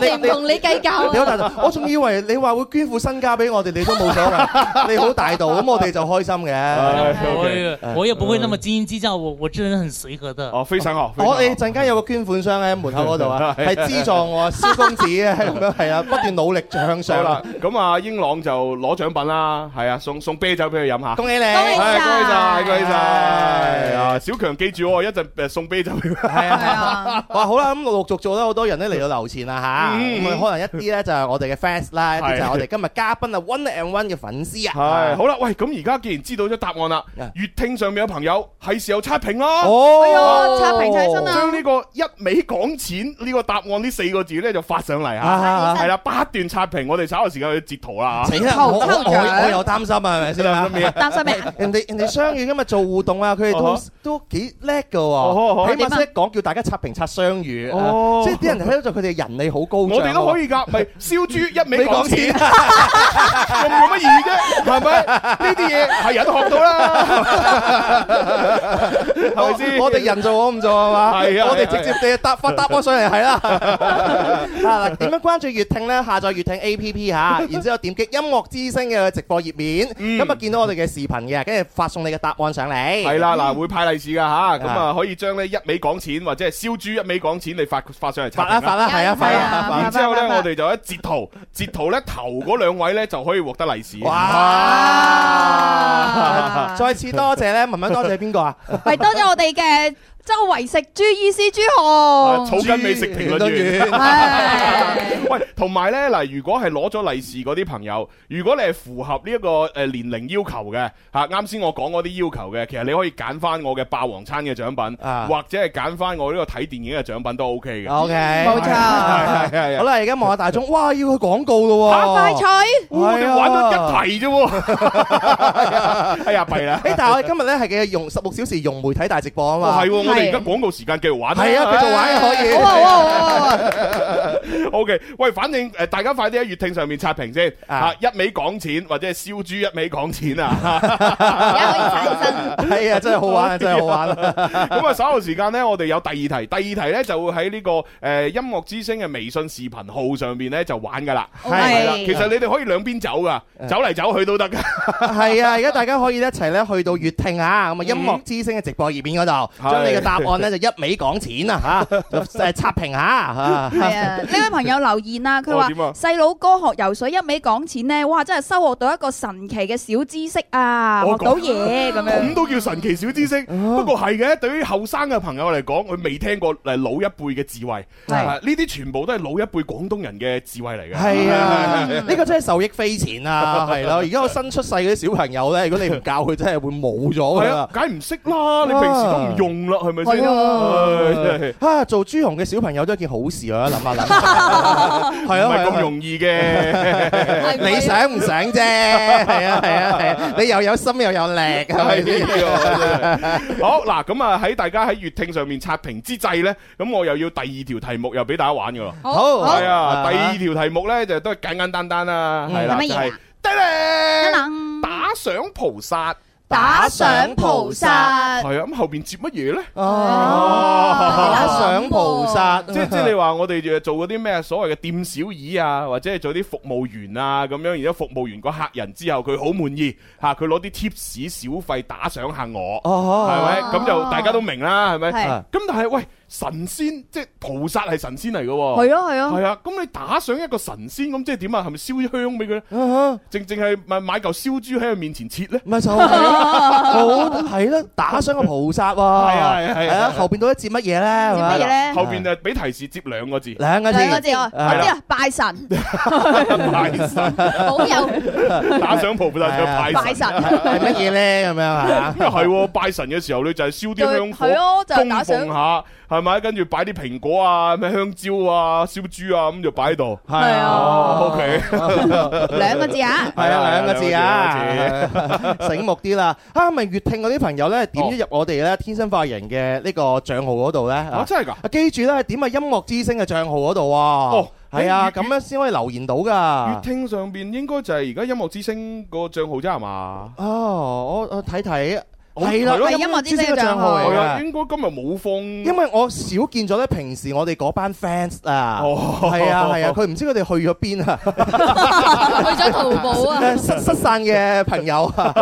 S7: 你
S8: 你唔同你計較啊
S7: 你好 大度，我仲以為你話會捐付身家俾我哋，你都冇所謂。你好大度，咁我哋就開心 嘅。
S6: 唉
S9: 我
S6: OK
S9: 也我也不会那么斤斤计较，我我这人很随和的。
S6: 哦，非常好。非常好
S7: 我哋陣間有個捐款箱喺門口嗰度 啊，係資助我蕭公子啊，咁樣係啊，不斷努力向
S6: 好
S7: 上
S6: 啦
S7: 啦。，
S6: 咁啊，英朗就攞獎品啦，係啊，送送啤酒俾佢飲下。
S7: 恭喜你！
S8: 恭喜
S6: 唉恭喜晒，恭喜晒！
S7: 唉
S6: 啊，小強記住喎，一陣誒送啤酒俾佢。
S7: 係
S8: 係
S7: 啊。
S8: 啊，
S7: 哇，好啦，咁陸陸續續咧，好多人咧嚟到留前啦吓，
S6: 嗯
S7: 咁啊可能一啲咧就係我哋嘅 fans 啦，一啲就係
S6: 係
S7: 我哋今日嘉賓啊 One and One 嘅粉絲啊，
S6: 係，好啦，喂，咁而家既然知道咗答案啦
S7: 啊，
S6: 粵聽上面嘅朋友係時候刷屏啦。
S8: 哎
S7: 哦
S8: 呦，刷屏睇真
S6: 將
S8: 啊，
S6: 呢個一味講錢呢個答案呢四個字咧就發上嚟啊！
S7: 啊
S6: 係啦，不斷刷屏，我哋稍後時間去截圖啦
S7: 死啦，我
S8: 頭
S7: 我
S8: 抽
S7: 我
S8: 獎
S7: 我又擔心啊，係咪先啊？
S8: 擔心咩？
S7: 人哋人哋相遇今日做互動啊，佢哋
S6: 哦
S7: 都都幾叻噶
S6: 哦哦
S7: 喎，起
S8: 點
S7: 碼
S8: 啊
S7: 識講叫大家刷屏刷雙語，
S6: 哦
S7: 啊即係啲人睇到就佢哋人氣好高漲喎。
S6: 我哋都可以㗎，咪燒豬一
S7: 你
S6: 味講
S7: 講
S6: 錢
S7: 錢。。
S6: 咁冇乜意義啫，係咪？呢啲嘢係人都學 到啦，係咪先？
S7: 我哋人做我唔做係嘛？
S6: 係啊
S7: 我哋直接地答發答我上嚟係 啦。啊嗱，點樣關注粵聽咧？下載粵聽 A P P 嚇，然之後點擊音樂之聲嘅直播頁面，
S6: 嗯
S7: 咁啊見到我哋嘅視頻嘅，跟住發送你嘅答案上嚟。
S6: 係啦，嗱會派利是㗎吓，咁啊
S7: 啊
S6: 可以將呢一味講錢或者係燒豬一味講錢，你發發上嚟刷
S7: 發
S6: 屏
S7: 啦發啦，係啊發
S8: 係
S7: 啦
S8: 啊
S7: 發啦
S6: 然之後咧，
S8: 發發發
S6: 我哋就一截圖， 截圖咧頭嗰兩位咧就可以獲得利是。
S7: 哇！
S8: 哇
S7: 再次多謝咧，文文多謝邊個 啊？
S8: 喂，多謝我哋嘅周圍食朱醫師朱
S6: 啊
S8: 紅
S6: 草，根美食評論員。
S8: 係
S6: 喂，同埋咧嗱，如果係攞咗利是嗰啲朋友，如果你係符合呢一個誒年齡要求嘅嚇，啱先我講嗰啲要求嘅，其實你可以揀翻我嘅霸王餐嘅獎品，
S7: 啊哦
S6: 或者係揀翻我呢個睇電影嘅獎品都 OK 嘅。哦
S7: O K，
S8: 冇錯
S6: 係係係
S7: 好啦，而家望下大鐘，哇，要去廣告咯
S8: 打快
S7: 喎！
S8: 取，
S6: 哦我哋玩咗一題啫喎，哎呀弊啦！
S7: 誒，但係我哋今日咧係嘅用十六小時用媒體大直播啊
S6: 哦
S7: 嘛
S6: 係。喎，我哋而家廣告時間繼續玩。
S7: 係啊，繼續玩可以。
S8: 哇哇哇哇！
S6: O K，喂，反正誒大家快啲喺粵聽上面刷屏先，
S7: 啊
S6: 啊一味講錢或者係燒豬一味講錢啊！
S4: 而家可以產生。
S7: 係啊，真係好玩啊，真係好 玩啊！
S6: 咁啊，稍後時間呢，我哋有第二題，第二題呢就會喺呢、個誒、呃音樂之聲嘅微信視頻號上邊呢就玩噶啦。係啦，其實你哋可以兩邊走噶，走嚟走去都得噶。
S7: 係啊，而家大家可以一齊咧去到粵聽啊，咁啊音樂之聲嘅直播頁面嗰度，將你嘅答案咧就一味講錢 啊嚇，就誒刷屏下嚇。
S8: 係啊，呢位朋友留言啊，佢
S6: 哦
S8: 話
S6: 點啊
S8: 細佬哥學游水一味講錢呢，哇！真係收穫到一個神奇嘅小知識啊，學
S6: 我
S8: 到嘢咁
S6: 咁
S8: 樣。
S6: 都叫神奇小知識，
S4: 哦
S6: 不過係嘅。對於後生嘅朋友嚟講，佢未聽過誒老一輩嘅智慧，
S7: 係
S6: 啊呢啲全部都係老一輩廣東人嘅智慧嚟嘅。
S7: 係啊，呢個真係受益匪 淺啊，係咯！而家我新出世嗰啲小朋友咧，如果你唔教佢，真係會冇咗㗎
S6: 係啊
S7: 啦，。
S6: 梗係唔識啦，你平時都唔用啦，係咪先？
S8: 係啊
S6: 唉真 係
S7: 啊，做朱紅嘅小朋友都係一件好事啊！諗 下諗下，係
S6: 唔
S7: 啊，
S6: 係
S7: 係啊
S6: 咁容易嘅。
S7: 你想唔想啫？係啊係啊係啊！你又有心又有力，係咪
S6: 系
S7: 先
S6: 呢個好嗱，咁啊喺大家喺月聽上面刷屏之際呢，咁我又要第二條題目又俾大家玩噶咯。
S7: 好
S6: 係
S7: Ờ.
S6: 啊，第二條題目呢，就都係簡簡單單啦，
S7: 嗯
S6: 係啦，
S4: 係乜
S6: 就
S4: 嘢
S6: 係得咧
S8: 嗯
S6: 打賞菩薩，
S8: 打賞菩
S6: 係
S8: 薩，
S6: 啊，咁後邊接乜嘢呢？
S8: 哦
S7: 打
S8: Ờ.
S7: 賞菩薩，
S6: 即 即係你話我哋做嗰啲咩所謂嘅店小二啊，或者係做啲服務員啊咁樣，然之後服務員個客人之後佢好滿意嚇，佢攞啲 tips 小費打賞下我，
S7: 哦
S6: 係咪？咁就大家都明啦，係咪？
S8: 係
S6: 咁但係喂，神仙即係菩薩係神仙嚟嘅喎。
S8: 係咯係咯，
S6: 係啊，咁你打賞一個神仙咁，即係點啊？係咪燒香俾佢咧？
S7: 啊
S6: 淨淨係買買嚿燒豬喺佢面前切咧？
S7: 咪就係咯，好係啦，打賞個菩薩喎，係
S6: 啊係啊係啊
S7: 係啊，後邊到底接乜嘢咧？
S8: 接
S7: 係
S8: 乜
S7: 咪
S8: 嘢咧？
S6: 後邊就俾提示接兩個字，
S7: 兩個字，
S8: 兩個字，我
S7: 係啦
S8: 知啊，拜神，
S6: 拜神
S8: 好有
S6: 打賞菩薩就拜
S8: 拜
S6: 神。
S8: 神，
S7: 係乜嘢咧？咁樣啊
S6: 咁？又係喎，拜神嘅時候你就係燒啲香
S8: 對係
S6: 火
S8: 咯就係
S6: 供
S8: 打賞
S6: 奉下，係咪？跟住擺啲蘋果啊、咩香蕉啊、燒豬啊，咁就擺喺度。
S7: 係
S8: 係啊
S6: 哦，OK，
S7: 啊
S6: à,
S8: 兩個字啊，
S7: 係啊，兩個字
S6: 兩
S7: 啊， 醒目啲啦！啊，咪粵聽嗰啲朋友咧，點咗入我哋咧天生化人嘅呢個帳號嗰度咧？
S6: 啊
S7: 啊，
S6: 真係㗎！
S7: 記住咧，點啊音樂之星嘅帳號嗰度啊！
S6: 哦，
S7: 係啊，咁樣先可以留言到噶
S6: 粵。聽上邊應該就係而家音樂之星個帳號啫係嘛？
S7: 哦，我我睇睇，
S6: 好
S7: 係啦，
S6: 係咯
S8: 係音樂之星嘅
S7: 音樂之星嘅
S8: 帳
S7: 帳
S8: 號嗯
S7: 號嚟
S6: 係啊，
S7: 嘅。
S6: 應該今日冇放，
S7: 因為我少見咗咧，平時我哋嗰班 fans 啊，
S6: 哦
S7: 係啊係啊，佢唔知佢哋去咗邊 啊，
S10: 去咗淘寶啊！
S7: 失失散嘅朋友啊，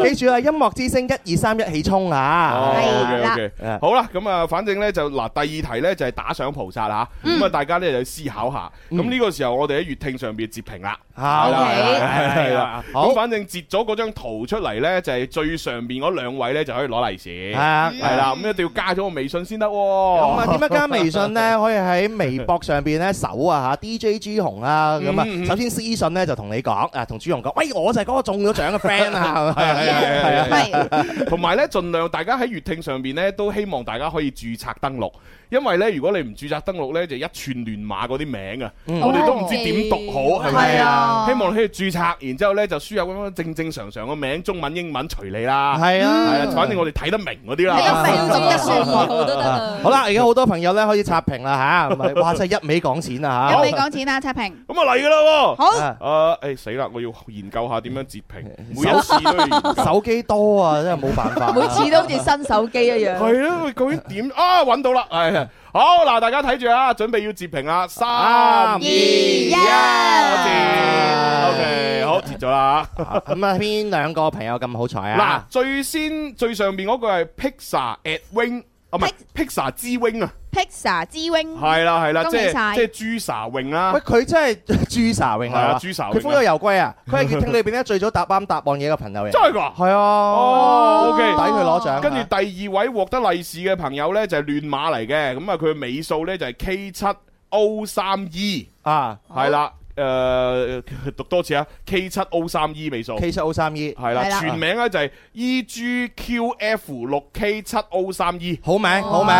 S7: 記住啦，音樂之星一二三一起衝啊！
S6: 哦
S8: 啦
S6: OK，OK
S7: 誒
S6: 好啦，咁啊，反正呢，就嗱，第二題呢，就係打賞菩薩吓，咁啊，大家呢，就思考下，咁呢個時候我哋喺粵聽上邊截屏啦，
S7: 啊
S6: 係啦
S10: OK
S6: 係啦，
S7: 好
S6: 哎咁反正截咗嗰張圖出嚟呢，就係最上邊嗰兩位呢，就可以攞利是，
S7: 係啊
S6: 係啦，咁一定要加咗個微信先得喎，
S7: 咁啊，點樣加微信 咧？可以喺微博上邊咧搜啊嚇 DJ 朱紅啊咁
S6: 嗯嗯
S7: 啊。首先私信咧就同你講啊，同朱紅講，喂，我就係嗰個中咗獎嘅 friend 啊， 係咪
S6: 係啊係啊係啊
S8: 係
S6: 同埋咧，盡量大家喺粵聽上邊咧，都希望大家可以註冊登錄，因為咧，如果你唔註冊登錄咧，就一串亂碼嗰啲名啊，
S7: 嗯
S6: 我哋都唔知點讀好，係咪
S8: 係
S6: 啊？
S8: 啊
S6: 希望你可以註冊，然之後咧就輸入咁樣正正常常個名，中文、英文隨你啦，
S7: 係啊，
S6: 係啊，反正我哋睇得明嗰啲
S10: 你
S6: 啦
S10: 個。標準一算二號都得啦。
S7: 好啦，而家好多朋友咧可以刷屏啦 嚇，唔係哇，真係一味講錢啊嚇。
S8: 有未講錢啊？刷屏
S6: 咁啊嚟噶啦
S8: 好
S7: 啊
S6: 喎！啊，誒死啦！我要研究下點樣截 屏，每一次都要研究。
S7: 手機多啊，真係冇辦 法。
S8: 每次都好似新手機一 樣。
S6: 係啊，喂究竟點啊？揾到啦！係 好嗱，大家睇住啊，準備要截屏啦，三啊
S7: 二
S8: 一
S6: 我截，OK，好截咗 啦。
S7: 咁啊，邊兩個朋友咁好彩
S6: 嗱
S7: 啊？，
S6: 最先最上邊嗰個係 Pizza at Wing。啊，唔係 Pizza 之 wing 啊，
S8: Pizza 之 wing
S6: 係啊啦係啦，
S8: 恭
S6: 即
S8: 喜
S6: 係
S8: 晒
S6: 即係朱砂泳啦
S7: 喂，，佢真係朱砂榮
S6: 係啊
S7: 啊！
S6: 朱砂榮啊
S7: 佢封咗遊龜啊！佢係粵聽裏邊咧最早答啱答案嘅一個朋友嚟。
S6: 真係㗎。
S7: 係啊。
S6: 哦，OK
S7: 抵佢攞獎啊。
S6: 跟住第二位獲得利是嘅朋友咧就係亂馬嚟嘅，咁啊佢嘅尾數咧就係 K 七 O 三 E，
S7: 啊
S6: 係啦，誒 讀多次啊，K 七 O 三 E 尾數。
S7: ，K 七 O 三 E，
S6: 係啦，
S8: 係啦
S6: 全名咧就係 E G Q F 六 K 七 O 三 E，
S7: 好名好名。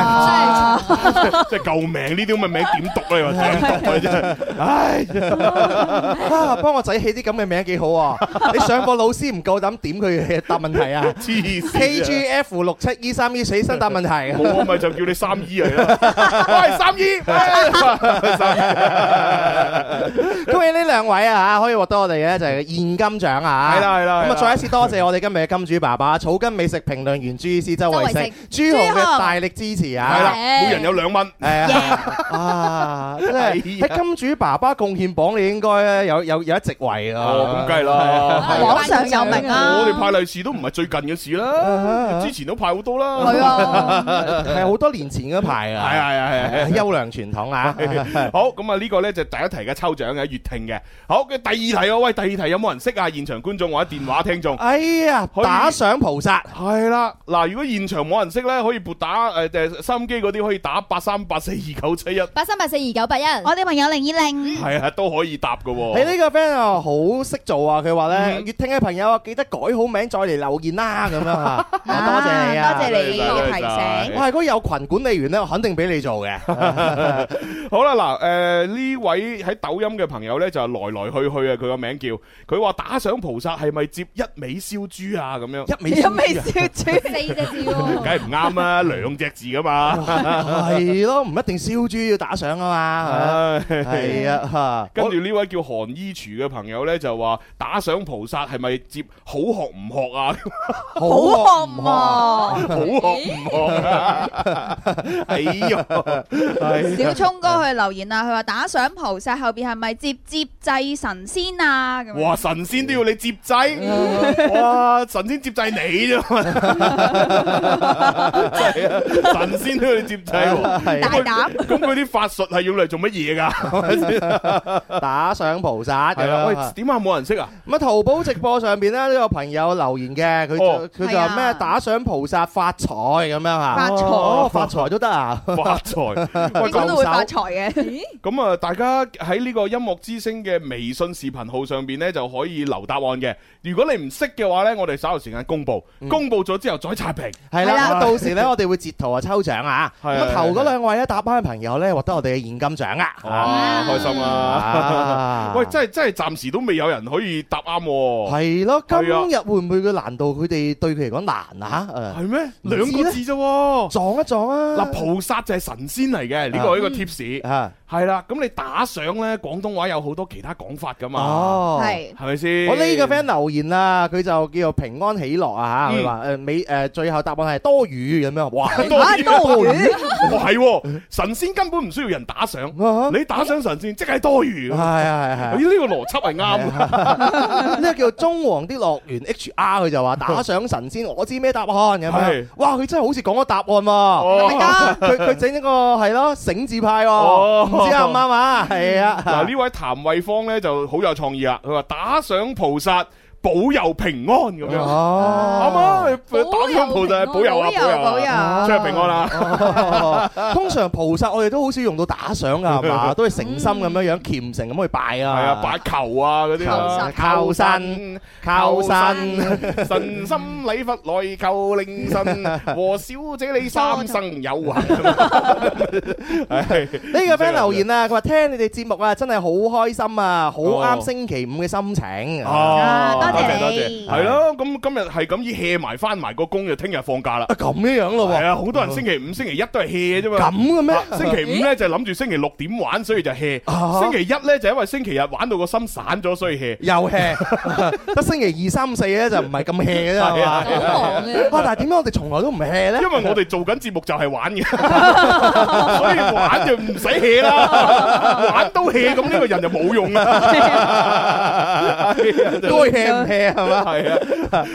S6: 即係救命！呢啲咁嘅名點讀咧？又點讀咧？真係，唉，
S7: 啊，幫我仔起啲咁嘅名幾好 啊！你上個老師唔夠膽點佢嘅答問題啊
S6: 黐線啊
S7: ！K G F 六七 E 三 E 死身答問題。
S6: 冇我咪就叫你三 E 嚟啦。喂，三 E，喂三 E，
S7: 恭喜呢兩位啊可以獲得我哋嘅就係現金獎啊！
S6: 係啦係啦係啦
S7: 咁啊，再一次多謝我哋今日嘅金主爸爸草根美食評論員朱醫師周
S10: 周
S7: 維
S10: 慧
S7: 食、朱紅嘅大力支持啊！
S6: 係啦， 每人有兩蚊。
S7: 係啊， 啊，真係喺金主爸爸貢獻榜，你應該咧有有有一席位啊！
S6: 哦，咁梗係啦。
S10: 係啊
S8: 網上有名啊！
S6: 我哋派利是都唔係最近嘅事啦，之前都派好多啦。
S8: 係啊，
S7: 係好多年前嗰排
S6: 係
S7: 啊，
S6: 啊係啊係啊係啊。
S7: 優良傳統 啊！
S6: 好，咁啊呢個呢就第一題嘅抽獎嘅粵聽嘅。好，嘅第二題啊，喂，第二題有冇人識啊？現場觀眾或者電話聽眾？
S7: 哎呀，
S6: 可以
S7: 打賞菩薩，
S6: 係啦，嗱，如果現場冇人識呢，可以撥打誒誒收音機嗰啲可以打八三八四二九七一，
S10: 八三八四二九八一，
S8: 我哋朋友零二零。
S6: 係啊，都可以答㗎
S7: 你呢
S6: 喎。
S7: 個 friend 啊好識做啊！佢話咧，
S6: 嗯
S7: 粵聽嘅朋友啊，記得改好名再嚟留言啦，咁樣 啊，啊多謝你啊！
S8: 多謝你嘅提醒。
S7: 哇！如果有群管理員咧，我肯定俾你做嘅。
S6: 好啦，嗱，誒呢位喺抖音嘅朋友呢，就係來來去去啊，佢個名叫佢話打賞菩薩係咪接一味燒豬啊？咁樣，
S7: 一味一味
S10: 四隻字
S6: 梗
S10: 喎。
S6: 係唔啱啦，兩隻字㗎嘛。
S7: 係咯，唔一定燒豬要打賞啊 嘛。
S6: 唉
S7: 係啊，
S6: 跟住呢位叫韓衣廚嘅朋友呢，就話打賞菩薩係咪接好學唔學 啊？
S7: 好
S8: 啊
S7: 惡唔惡？
S8: 哦，
S6: 好學唔學啊？ 哎呀，係
S8: 小啊聰哥去留言啊啦，佢話打賞菩薩後邊係咪接接濟神仙啊？咁樣
S6: 哇！神仙都要你接
S8: 嗯
S6: 濟，哇！神仙接濟你啫嘛，係啊！神仙都要你接濟喎，
S7: 係
S8: 大膽
S6: 咁佢啲法術係用嚟做乜嘢 㗎？
S7: 打賞菩薩
S6: 係
S7: 係
S6: 啦，
S7: 啦。
S6: 喂，
S7: 咁
S6: 點解冇人識啊？
S7: 啊，淘寶直播上邊咧都有朋友留言嘅，佢
S6: 哦
S7: 就佢就
S8: 係
S7: 話
S8: 啊
S7: 咩打賞菩薩發財咁樣嚇。
S8: 發財
S7: 哦，發財都得 啊！
S6: 發財，喂
S8: 你講
S6: 咁
S8: 到會發財嘅，
S6: 咁啊！大家喺呢個音樂之星嘅微信視頻號上邊呢，就可以留答案嘅。如果你唔識嘅話呢，我哋稍後時間公佈，
S7: 嗯
S6: 公佈咗之後再刷屏。
S7: 係
S8: 係
S7: 啦，
S8: 啦
S7: 咁到時咧我哋會截圖啊抽獎啊，咁
S6: 係係
S7: 啊
S6: 係
S7: 頭嗰兩位咧答啱嘅朋友咧獲得我哋嘅現金獎啊！
S6: 啊，開心啊！
S7: 啊
S6: 喂，真係真係暫時都未有人可以答啱喎。
S7: 係咯，今
S6: 係啊
S7: 日會唔會嘅難度佢哋對佢嚟講難啊？
S6: 係
S7: 誒
S6: 咩？
S7: 唔知
S6: 兩個
S7: 呢
S6: 字啫喎。
S7: 撞一撞啊！
S6: 嗱，菩薩就係神仙嚟嘅，呢個係一個 tips。
S7: 嗯啊，
S6: 系啦，咁你打賞咧，廣東話有好多其他講法噶嘛，
S7: 哦
S8: 係
S6: 係咪先？
S7: 我呢個 friend 留言啦，佢就叫做平安喜樂啊嚇，佢話誒美誒最後答案係多餘咁樣，哇！
S6: 嗯
S7: 哎
S6: 多餘
S8: 多餘
S6: 哇哦係喎，神仙根本唔需要人打賞，
S7: 啊
S6: 你打賞神仙即係多餘。
S7: 係
S6: 咦？
S7: 係係
S6: 呢個邏輯係啱嘅。
S7: 係，呢個叫中皇啲樂園 HR，佢就話打上神 仙，我知咩答案咁
S6: 係
S7: 樣。哇！佢真係好似講咗答案喎，
S6: 哦
S7: 佢佢整一個係咯醒字派喎，
S6: 哦
S7: 唔知啱唔啱啊？係
S6: 嗱，
S7: 啊，
S6: 呢位譚慧芳咧就好有創意啦，佢話打賞菩薩保佑平安咁樣。啱啊！
S7: 哦，
S6: 你打賞菩薩保佑啊，
S8: 保佑
S6: 保
S8: 保
S6: 佑
S8: 佑
S6: 啊，出入平安啦。
S7: 哦 通常菩薩我哋都好少用到打賞噶，係 嘛？都係誠心咁樣樣虔誠咁去拜啊。
S6: 系啊，擺球啊嗰啲啦，
S7: 求神靠山。
S6: 神心禮佛來求 令神，和小姐你三生有幸。係
S7: 呢個 friend 留言 啊，佢話聽你哋節目啊，真係好開心啊，好啱
S6: 哦
S7: 星期五嘅心情。
S6: 哦，
S8: 啊多謝你
S6: 係咯，咁今日係咁以 hea 埋翻埋個工，就聽日放假啦
S7: 啊。咁樣樣咯
S6: 係
S7: 喎，嗯
S6: 啊，好多人星期五、星期一都係 hea 啫嘛。啊
S7: 咁嘅咩？
S6: 星期五咧就諗住星期六點玩，所以就 hea。
S7: 啊
S6: 星期一咧就因為星期日玩到個心散咗，所以 hea。
S7: 又 hea，得 星期二、三、四咧就唔係咁 hea 嘅啫，係
S6: 係
S7: 嘛
S6: 啊？係
S10: 啊
S7: 啊，但係點解我哋從來都唔 hea 咧
S6: 因？為我哋做緊節目就係玩嘅，所以玩就唔使 hea 啦，玩都 hea 咁呢個人就冇用 啦。
S7: 該 hea 唔 hea 係嘛？
S6: 係啊，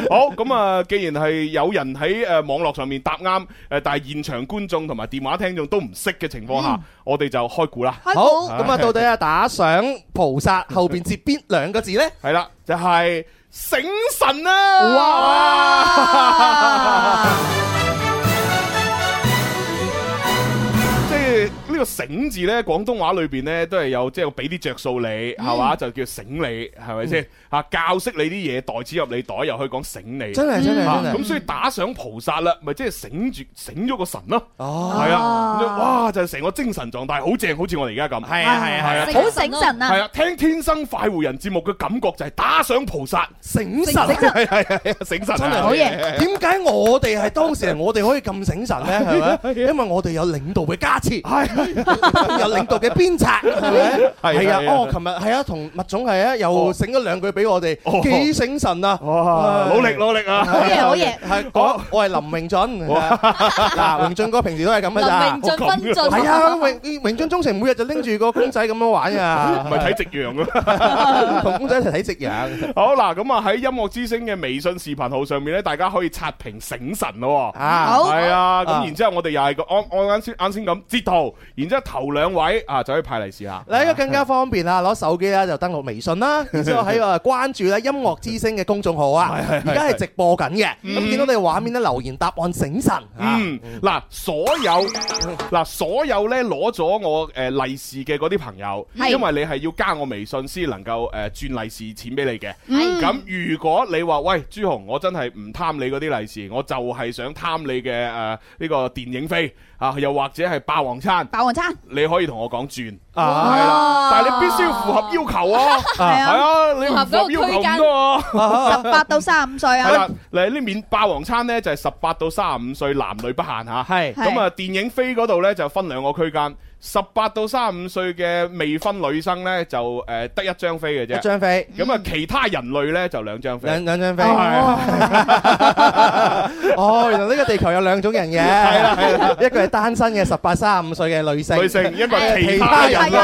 S6: 好咁啊！既然係有人喺誒網絡上面答啱，誒但係現場觀眾同埋電話聽眾都唔識嘅情況
S7: 嗯
S6: 下，我哋就開估啦。
S8: 開
S7: 好，
S8: 估
S7: 咁啊，到底啊打賞菩薩後邊接邊兩個字咧？
S6: 係啦，就係醒神啊啦！
S7: 哇！
S8: 啊
S6: 即係呢個醒字咧，廣東話裏邊咧都係有即係俾啲着數你，係嘛就叫醒你，係咪先？啊，教識你啲嘢，袋子入你袋，又可以講醒你。
S7: 真係真係
S6: 啊
S7: 真係
S6: 咁所以打賞菩薩啦，咪即係醒住醒咗個神咯，
S7: 哦，
S6: 係啊，咁就哇就係成個精神狀態好正，好似我哋而家咁。
S7: 係啊係啊係啊，
S8: 好醒神
S6: 係
S8: 啊！
S6: 啊，聽天生快活人節目嘅感覺就係打賞菩薩，
S7: 醒神。啊
S6: 係係係醒神啊，
S7: 真係
S8: 好 嘢
S7: 點解我哋係當時係我哋可以咁醒神咧？係 咪？因為我哋有領導嘅加持， 有領導嘅鞭 策，係咪？
S6: 係
S7: 係啊
S6: 係！啊
S7: 哦，琴日係啊，同麥總係啊，又醒咗兩句俾我哋，
S6: 哦
S7: 幾醒神啊！
S6: 哇，
S7: 唉
S6: 努力！努力啊！
S8: 好嘢好嘢，
S7: 係講我係林榮俊，係啊嗱，榮俊哥平時都係啊咁嘅咋
S10: 林。榮俊分俊，
S7: 係啊，榮榮俊忠誠每日就拎住個公仔咁樣玩
S6: 唔
S7: 啊，
S6: 係睇夕陽啊！
S7: 同公仔一齊睇夕陽。
S6: 好嗱，咁啊喺音樂之星嘅微信視頻號上面咧，大家可以刷屏醒神咯喎。
S7: 啊，
S6: 係啊，
S7: 啊
S6: 咁然之後我哋又係個按按啱先啱先咁截圖，然之後頭兩位啊就可以派利是啦。
S7: 嗱，呢個更加方便啦，攞手機啦就登錄微信 啦，然之後喺誒關注咧音樂之星嘅公眾號啊，而家係直播緊嘅，咁見到你畫面咧留言答案醒神啊，
S6: 嗯，嗱，所有嗱所有咧攞咗我誒利是嘅嗰啲朋友，
S8: 係
S6: 因為你係要加我微信先能夠誒轉利是錢俾你嘅。
S8: 嗯
S6: 咁如果你話喂朱紅，我真係唔貪你嗰啲利是，我就係想貪你嘅誒呢個電影飛啊，又或者係霸王餐，
S8: 霸王餐
S6: 你可以同我講轉。
S7: 啊
S6: 係啦，但係你必須要符合要求啊，哦係啊，你唔符合要求唔得啊。
S8: 十八到三十五歲
S6: 係
S8: 啊
S6: 啦，，嗱呢免霸王餐咧就係十八到三十五歲男女不限吓。
S7: 係
S6: 咁啊，電影飛嗰度咧就分兩個區間，十八到三十五歲嘅未婚女生咧就誒得一張飛嘅
S7: 一
S6: 啫。
S7: 張飛，
S6: 咁啊，其他人類咧就兩張飛。
S7: 兩兩張飛，
S6: 係
S7: 哦，原來呢個地球有兩種人嘅，係啦係啦，一個係單身嘅十八三十五歲嘅女性，
S6: 女性一個係啊
S7: 其
S6: 其
S7: 他
S6: 他
S7: 人
S6: 人類，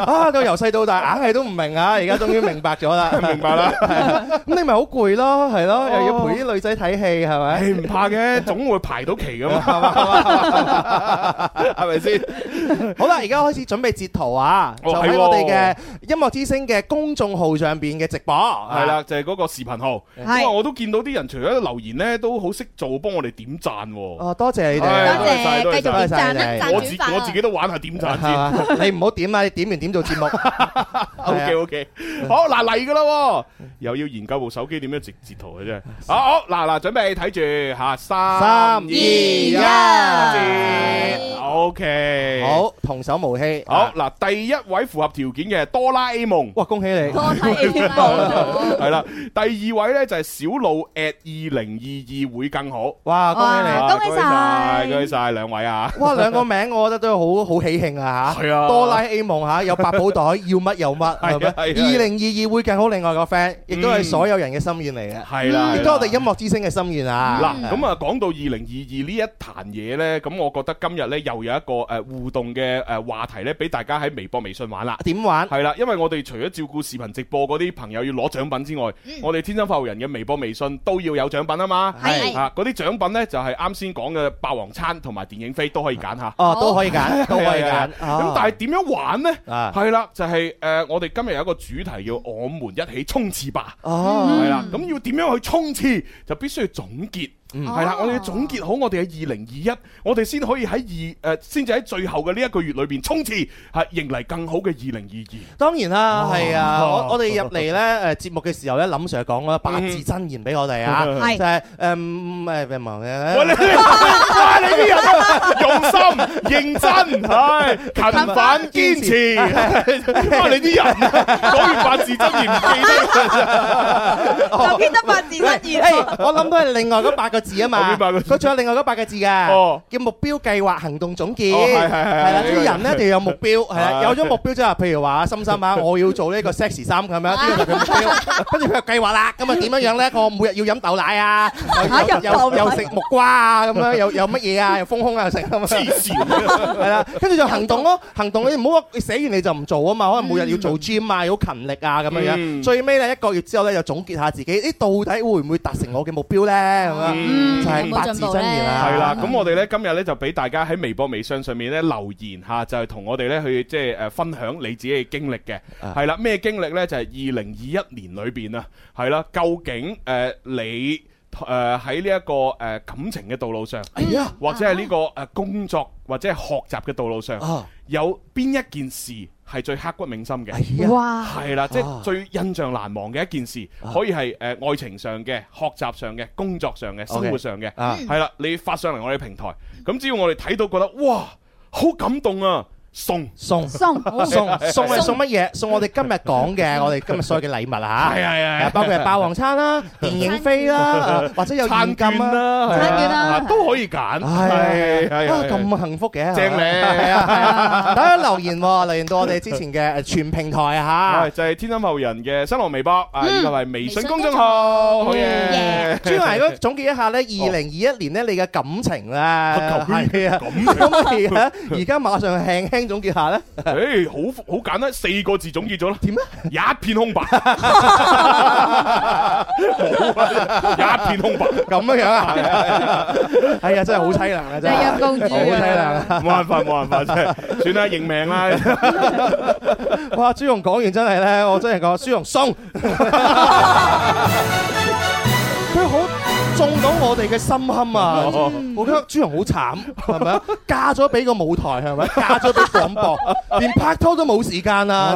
S7: 啊，到由細到大硬係都唔明啊，而家終於 明白咗啦，
S6: 明白啦。
S7: 咁你咪好攰咯，係咯，又要陪啲女仔睇戲係咪？
S6: 唉，唔怕嘅，總會排到期噶 嘛，係咪先？
S7: 好啦，而家開始準備截圖啊，就
S6: 哦
S7: 喺
S6: 係
S7: 我哋
S6: 喎
S7: 嘅音樂之星嘅公眾號上邊嘅直播，
S6: 係
S7: 係，
S6: 啦，啊就係嗰個視頻號。咁啊，我都見到啲人除咗留言咧，都好識做，幫我哋點讚喎。
S7: 哦，多謝你
S6: 係
S7: 哋，
S6: 多謝多謝
S10: 繼續點讚啦，
S7: 啊多謝
S10: 讚
S6: 我
S10: 轉
S6: 自
S10: 發啊
S6: 我自己都玩下點讚
S7: 係
S6: 先。
S7: 嘛你唔好點啊，你點完點做節目，
S6: OK OK，好嗱嚟噶啦喎，又要研究部手機點樣截截圖嘅啫。好好嗱嗱，準備睇住吓，三
S7: 嗯三二一
S6: 開始，OK，
S7: 好，童叟無欺。
S6: 好嗱，第一位符合條件嘅哆啦 A 夢，
S7: 哇，恭喜你！
S8: 啊
S6: 係啦，第二位咧就係小路 at 二零二二會更好。
S7: 哇，恭喜你！
S6: 啊
S8: 恭喜晒
S6: 恭喜晒兩位啊！
S7: 哇，兩個名我覺得都好好喜慶啊嚇！
S6: 係啊
S7: 哆啦 A 夢嚇有八寶袋，要乜有乜，係咪？
S6: 係啊係啊
S7: 二零二二會更好，另外個 friend 亦都係所有人嘅心願嚟嘅，
S6: 係啦，
S7: 亦嗯都係我哋音樂之星嘅心願啊！
S6: 嗱，咁啊，講到二零二二呢一壇嘢呢，咁我覺得今日呢又有一個誒互動嘅誒話題呢，俾大家喺微博、微信玩啦。
S7: 點玩？
S6: 係啦，因為我哋除咗照顧視頻直播嗰啲朋友要攞獎品之外，
S7: 嗯
S6: 我哋天生發育人嘅微博、微信都要有獎品啊嘛。
S7: 係
S6: 啊，嗰啲獎品呢，就係啱先講嘅霸王餐同埋電影飛都可以揀下。
S7: 哦，都可以揀，都可以
S6: 係啊
S7: 揀。哦
S6: 咁但係點樣玩呢？
S7: 啊
S6: 係啦，就係誒，我哋今日有一個主題叫我們一起衝刺吧。
S7: 哦，
S6: 系啦，咁要點樣去衝刺，就必須要總結。係啦，我哋要總結好我哋嘅二零二一，我哋先可以喺二誒，先至喺最後嘅呢一個月裏邊衝刺，係迎嚟更好嘅二零二
S7: 當然啦，係啊！
S6: 哦
S7: 我我哋入嚟咧誒節目嘅時候咧，林 Sir 講咗八字真言俾我哋啊，
S8: 係
S7: 就係誒唔誒唔忙
S6: 二。哇！
S7: 嘅。
S6: 你 哇！你啲人用心、認真， 係勤奮、堅持。哇！你啲人講完八字真言唔記得。
S8: 就偏得八字
S7: 喂
S8: 失言。
S7: 誒我諗到係另外嗰八個字啊
S6: 我
S7: 嘛，
S6: 邊八個字
S7: 佢仲有另外嗰八個字
S6: 哦
S7: 嘅，叫目標計劃行動總結，
S6: 哦係係係
S7: 係啦，
S6: 呢個啊
S7: 啲人咧就要有目 標，係啦，
S6: 係
S7: 有咗目標之後，譬如話心心啊，我要做呢個 sexy 衫咁樣，呢個就佢目標，跟住佢就計劃啦，咁啊點樣樣咧？我每日要飲豆奶啊，又
S8: 飲
S7: 又
S8: 豆奶
S7: 又食木瓜啊，咁樣又又乜嘢啊，又豐胸啊，又食咁啊。
S6: 黐 線
S7: 係啦，跟住就行動咯，行動你唔好話你寫完你就唔做啊嘛，可能每日要做 gym 啊，要勤力啊咁樣
S6: 嗯
S7: 樣。最尾咧一個月之後咧，又總結下自己，誒到底會唔會達成我嘅目標咧？咁樣
S6: 嗯
S7: 就係八字真言啦。
S6: 係啦，咁我哋咧今日咧就俾大家喺微博、微信上面咧留言吓，就係同我哋咧去即係誒分享你自己嘅經歷嘅，
S7: 啊
S6: 係啦，咩經歷咧就係二零二一年裏邊啊，係啦，究竟誒你誒喺呢一個誒感情嘅道路上，
S7: 哎呀
S6: 或者係呢個誒工作或者係學習嘅道路上，
S7: 啊，
S6: 有邊一件事係最刻骨銘心嘅
S7: 哎？呀，
S8: 哇！
S6: 係啦，即係
S7: 啊
S6: 最印象難忘嘅一件事，
S7: 啊
S6: 可以係誒愛情上嘅、學習上嘅、工作上嘅、生活上嘅。
S7: 啊
S6: 系啦，你發上嚟我哋平台，咁只要我哋睇到覺得哇，好感動啊，送
S7: 送
S8: 送
S7: 送送係送乜嘢？送我哋今日講嘅，我哋今日所有嘅禮物啊
S6: 係係係
S7: 包括係霸王 餐啦、電影飛啦，啊或者有現
S6: 餐
S7: 金
S6: 券
S7: 啦。
S6: 啦，係
S10: 餐券啦
S6: 啊都可以揀，
S7: 係
S6: 係
S7: 啊，
S6: 係
S7: 咁幸福嘅，
S6: 正咧
S7: 係啊係啊 大家留言喎，留言到我哋之前嘅全平台啊
S6: 係就係天生後人嘅新浪微博啊，以及係微信公眾號，好嘢
S7: 嚇。。朱華， 如果總結一下咧，二零二一年咧，你嘅感情咧，係啊，可唔可以啊而家馬上輕輕總結下咧？
S6: 誒，哎好好簡單，四個字總結咗啦。
S7: 點
S6: 啊？一片 空白，冇啊，一片空白，
S7: 咁樣樣啊？ 係啊，真係好凄涼啊！真係
S10: 你陰公豬啊
S7: 好凄涼啊！
S6: 冇辦法，冇辦法，真係算啦，認命啦。
S7: 哇！朱紅講完真係 咧，我真係講朱紅 鬆，佢好中到我哋嘅心坎啊！我覺得朱紅好慘，係咪啊？嫁咗俾個舞台係咪？嫁咗俾廣播， 連拍拖都冇時間啦！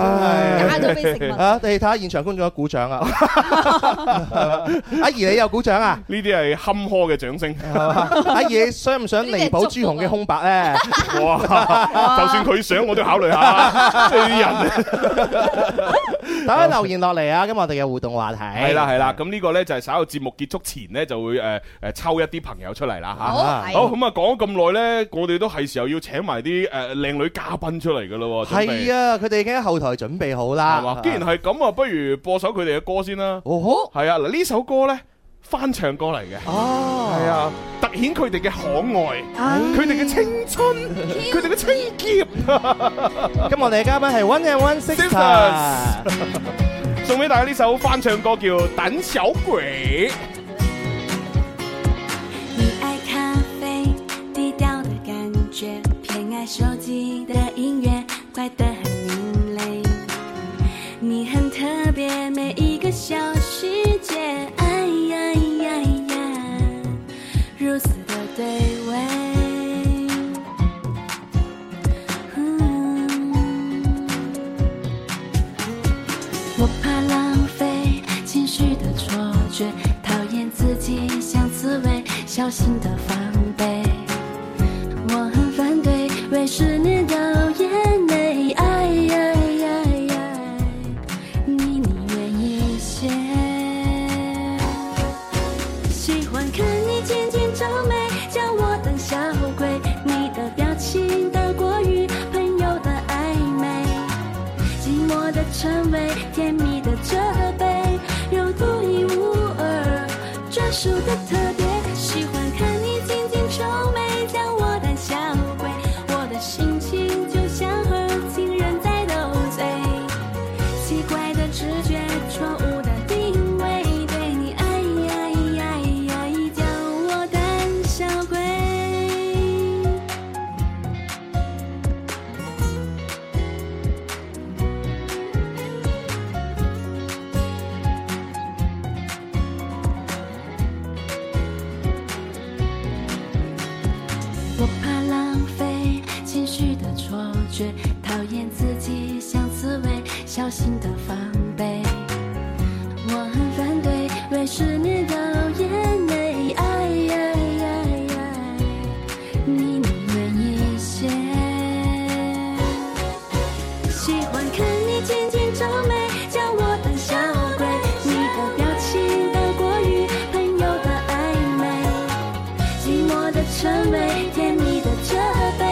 S7: 真係
S10: 嫁咗俾食物。
S7: 啊！你睇下現場觀眾嘅鼓掌 啊！阿怡你有鼓掌啊？
S6: 呢啲係坎坷嘅掌聲。
S7: 係嘛阿怡你想唔想彌補朱紅嘅空白 咧？
S6: 哇！就算佢想，我都考慮 下。即係啲人
S7: 大家留言落嚟啊！今日我哋嘅互動話題
S6: 係啦係啦，咁呢個呢，就係稍後節目結束前呢，就會誒誒抽一啲朋友出嚟啦嚇。
S10: 好，
S6: 好咁啊，講咗咁耐呢，我哋都係時候要請埋啲誒靚女嘉賓出嚟噶咯喎。準備
S7: 係，啊，佢哋已經喺後台準備好啦。
S6: 係嘛？既然係咁啊，不如播首佢哋嘅歌先啦。
S7: 哦吼，
S6: 係啊，嗱呢首歌呢，翻唱歌嚟嘅，
S7: 哦，
S6: 係，啊，突顯佢哋嘅可愛，
S8: 啊
S6: 佢哋嘅青 春，佢哋嘅青澀。
S7: 今日我哋嘅嘉賓係 One and One Sisters，
S6: 送俾大家呢首翻唱歌叫《膽小鬼》。
S2: 你爱咖啡低调的感觉，偏爱手机的音乐，快得很另类。你很特别，每一个小细节，哎呀呀呀，如此的对味。嗯
S11: 小心的防备。我很反对为十年掉眼泪，哎呀呀呀，你宁愿一些。喜欢看你渐渐皱眉，叫我等小鬼，你的表情大过于朋友的暧昧。寂寞的称谓，甜蜜的责备，有独一无二、专属的特别。喜欢看你紧紧皱眉，将我胆小鬼，我的心情就像和情人在斗嘴。奇怪的直觉，错误的定位，对你哎呀呀哎呀，叫我胆小鬼。我怕浪费情绪的错觉，讨厌自己像刺猬，小心的防备。我很反对为失恋掉眼泪，哎呀呀呀，你宁愿一些。喜欢看你紧紧皱眉，叫我胆小鬼，你的表情大过于朋友的暧昧。寂寞的称谓，甜蜜的责备，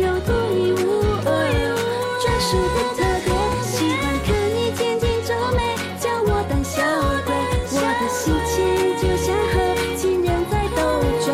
S11: 有独一无二、专属的特别。喜欢看你紧紧皱眉，叫我胆小鬼，我的心情就像和情人在斗嘴，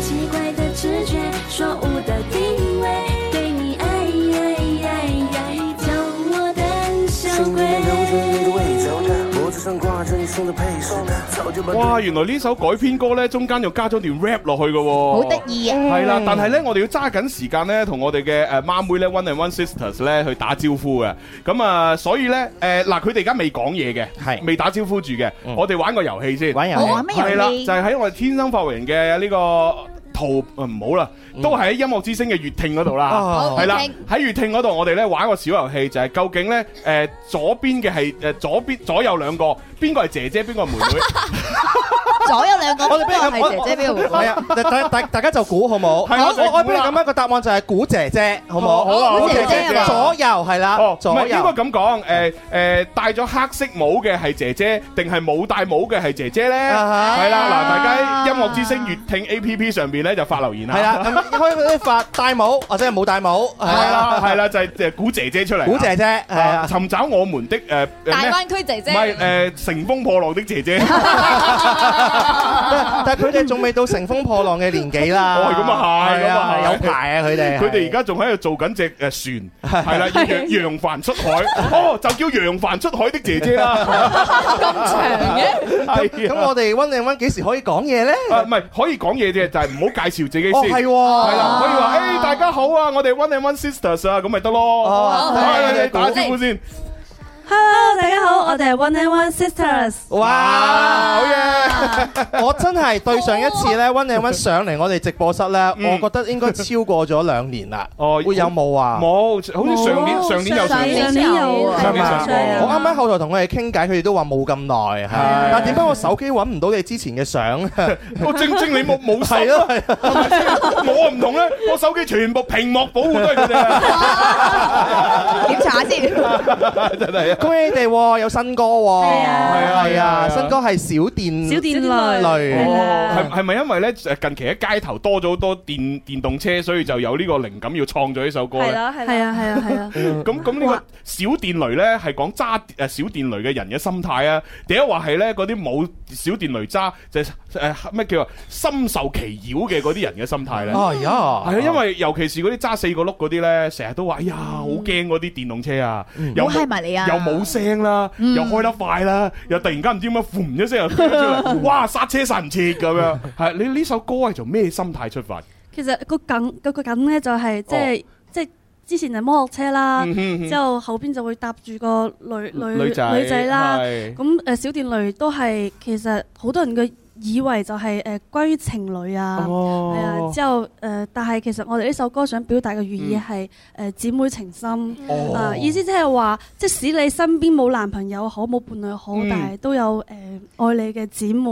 S11: 奇怪的直觉，错误的定位，对你爱爱爱爱，叫我胆小
S12: 生命
S11: 鬼。
S12: 的流转，你的位置，脖子上挂着一生的配饰，早就把
S6: 哇！原來呢首改編歌呢，中間又加咗段 rap 落去嘅喎，
S12: 好得意啊
S6: 係啦，但係呢，我哋要揸緊時間呢，同我哋嘅誒媽妹呢 One and One Sisters 呢去打招呼嘅。咁啊，所以呢，誒嗱，佢哋而家未講嘢嘅，係未打招呼住嘅。
S12: 嗯
S6: 我哋玩個遊戲先，玩
S8: 遊戲好玩咩遊戲
S6: 係啦，就係喺我哋天生發圍人嘅呢個。圖呃唔好啦，都係喺音樂之星嘅月聽嗰度啦
S8: 哦，
S6: 係啦
S8: 月聽，
S6: 喺月聽嗰度，我哋咧玩一個小遊戲，就係究竟咧誒左邊嘅係誒左邊左右兩個，邊個係姐姐，邊個係妹 妹。
S8: 左右兩個，
S7: 我哋不如咁
S8: 邊個係姐姐，邊個妹妹
S7: 係啊，大大大大家就估好冇？
S8: 係啊
S7: 我
S8: 就係
S7: 我我
S8: 估
S7: 俾你
S8: 啦
S7: 咁一個答案就係估姐姐，好冇？
S6: 好啊好啊
S7: 估姐
S6: 好啊
S7: 姐左右係啦，
S6: 唔
S7: 左
S6: 係應
S7: 右。
S6: 該咁講，誒誒戴咗黑色帽嘅係姐姐，定係冇戴帽嘅係姐姐咧？
S7: 哈
S6: 係啦，嗱，大家喺音樂之星粵聽 A P P 上邊咧就發留言啦。
S7: 係啦，咁可以發戴帽或者係冇戴帽，係
S6: 係啦，係啦，就係誒估姐姐出嚟啊，
S7: 估姐姐係啊
S6: 尋找我們的誒誒咩
S4: 大灣區姐姐
S6: 唔係誒乘風破浪的姐姐。
S7: 但但係佢哋仲未到乘風破浪嘅年紀啦。
S6: 哦，咁啊係，
S7: 係
S6: 咁啊係
S7: 有排啊佢哋。
S6: 佢哋而家仲喺度做緊只誒船，係啦，要揚揚帆出海，哦，就叫揚帆出海的姐姐啦。
S7: 咁
S6: 係啊
S7: 咁我哋温定温幾時可以講嘢咧？
S6: 啊，唔係可以講嘢嘅，就係唔好介紹自己先。
S7: 哦係喎
S6: 係啦，可以話誒大家好啊，我哋 One and One Sisters 啊，咁咪得咯。
S8: 好
S6: 係
S8: 係
S6: 你打招呼先。
S8: Hello，大家好，我哋係 One and One Sisters。
S7: 哇！好 嘢！我真係對上一次咧，温定温上嚟我哋直播室咧，我覺得應該超過咗兩年啦。
S6: 哦，
S7: 會有冇啊？
S6: 冇，好似上年上年有
S8: 上年有
S7: 係咪啊
S8: 上年有
S7: 我啱啱後台同佢哋傾偈，佢哋都話冇咁耐，係但係點解我手機揾唔到你之前嘅 相？
S6: 我正正你冇冇手
S7: 係咯，係
S6: 我唔同咧，我手機全部屏幕保護都係佢哋啊。
S8: 檢查下先。
S6: 真係啊！
S7: 恭喜你哋喎，有新歌喎，係啊
S6: 係
S7: 係
S6: 啊
S7: 啊，新歌係小電
S8: 小電類係
S7: 類
S8: 啦
S6: 係係咪因為咧近期喺街頭多咗好多電電動車，所以就有呢個靈感要創作呢首歌咧？
S8: 係啊係啊係啊。
S6: 咁咁呢個小電雷咧，係講揸誒小電雷嘅人嘅心態啊。第一話係咧嗰啲冇小電雷揸，就係誒咩叫啊深受其擾嘅嗰啲人嘅心態咧。
S7: 哎呀
S6: 係啊，因為尤其是嗰啲揸四個轆嗰啲咧，成日都話：哎呀，好驚嗰啲電動車啊！又
S8: 好嗨埋你啊
S6: 又冇聲啦，
S8: 嗯
S6: 又開得快啦，又突然間唔知點解嘣一聲又飛咗出嚟，哇！剎車剎唔切咁樣。係你呢首歌係從咩心態出發？
S13: 其實個梗個個梗咧就係即係即係之前就摩托車啦，
S6: 嗯哼哼
S13: 之後後邊就會搭住個女女
S6: 女仔
S13: 女仔啦。呃
S6: 係
S13: 咁誒小電雷都係其實好多人嘅以為就係誒關於情侶啊，
S6: 哦
S13: 係啊，之後誒，但係其實我哋呢首歌想表達嘅寓意係誒姊妹情深，
S14: 哦
S13: 啊意思即係話，即使你身邊冇男朋友好，冇伴侶好
S14: 嗯，
S13: 但係都有誒愛你嘅姊妹，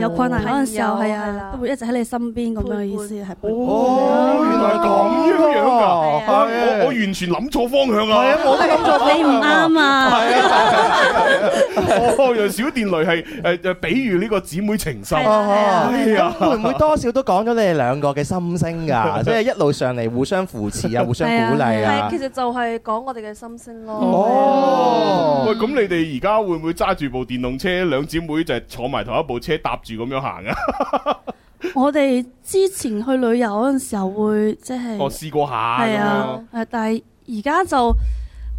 S13: 有困難嗰陣時候
S14: 朋
S13: 係
S8: à.
S14: 友係啦
S13: 啊，都會一直喺你身邊咁樣嘅意思係陪伴。
S6: 哦咁樣樣噶，
S13: 係啊
S6: 啊我我完全諗錯方向啊！
S13: 係啊我都諗錯方向啊你唔啱啊
S6: 係啊！ 哦，原來小電雷係誒誒，比喻呢個姊妹情深。
S13: 啊
S7: 咁會唔會多少都講咗你哋兩個嘅心聲 㗎？即係一路上嚟互相扶持啊，互相鼓勵
S15: 係
S7: 啊
S15: 其。實就係講我哋嘅心聲咯。
S6: 哦，喂，咁你哋而家會唔會揸住部電動車，兩姊妹就係坐埋同一部車搭住咁樣行啊？
S13: 我哋之前去旅遊嗰陣時候會即係，
S6: 我哦試過下咁
S13: 係啊
S6: 樣。，
S13: 誒，但係而家就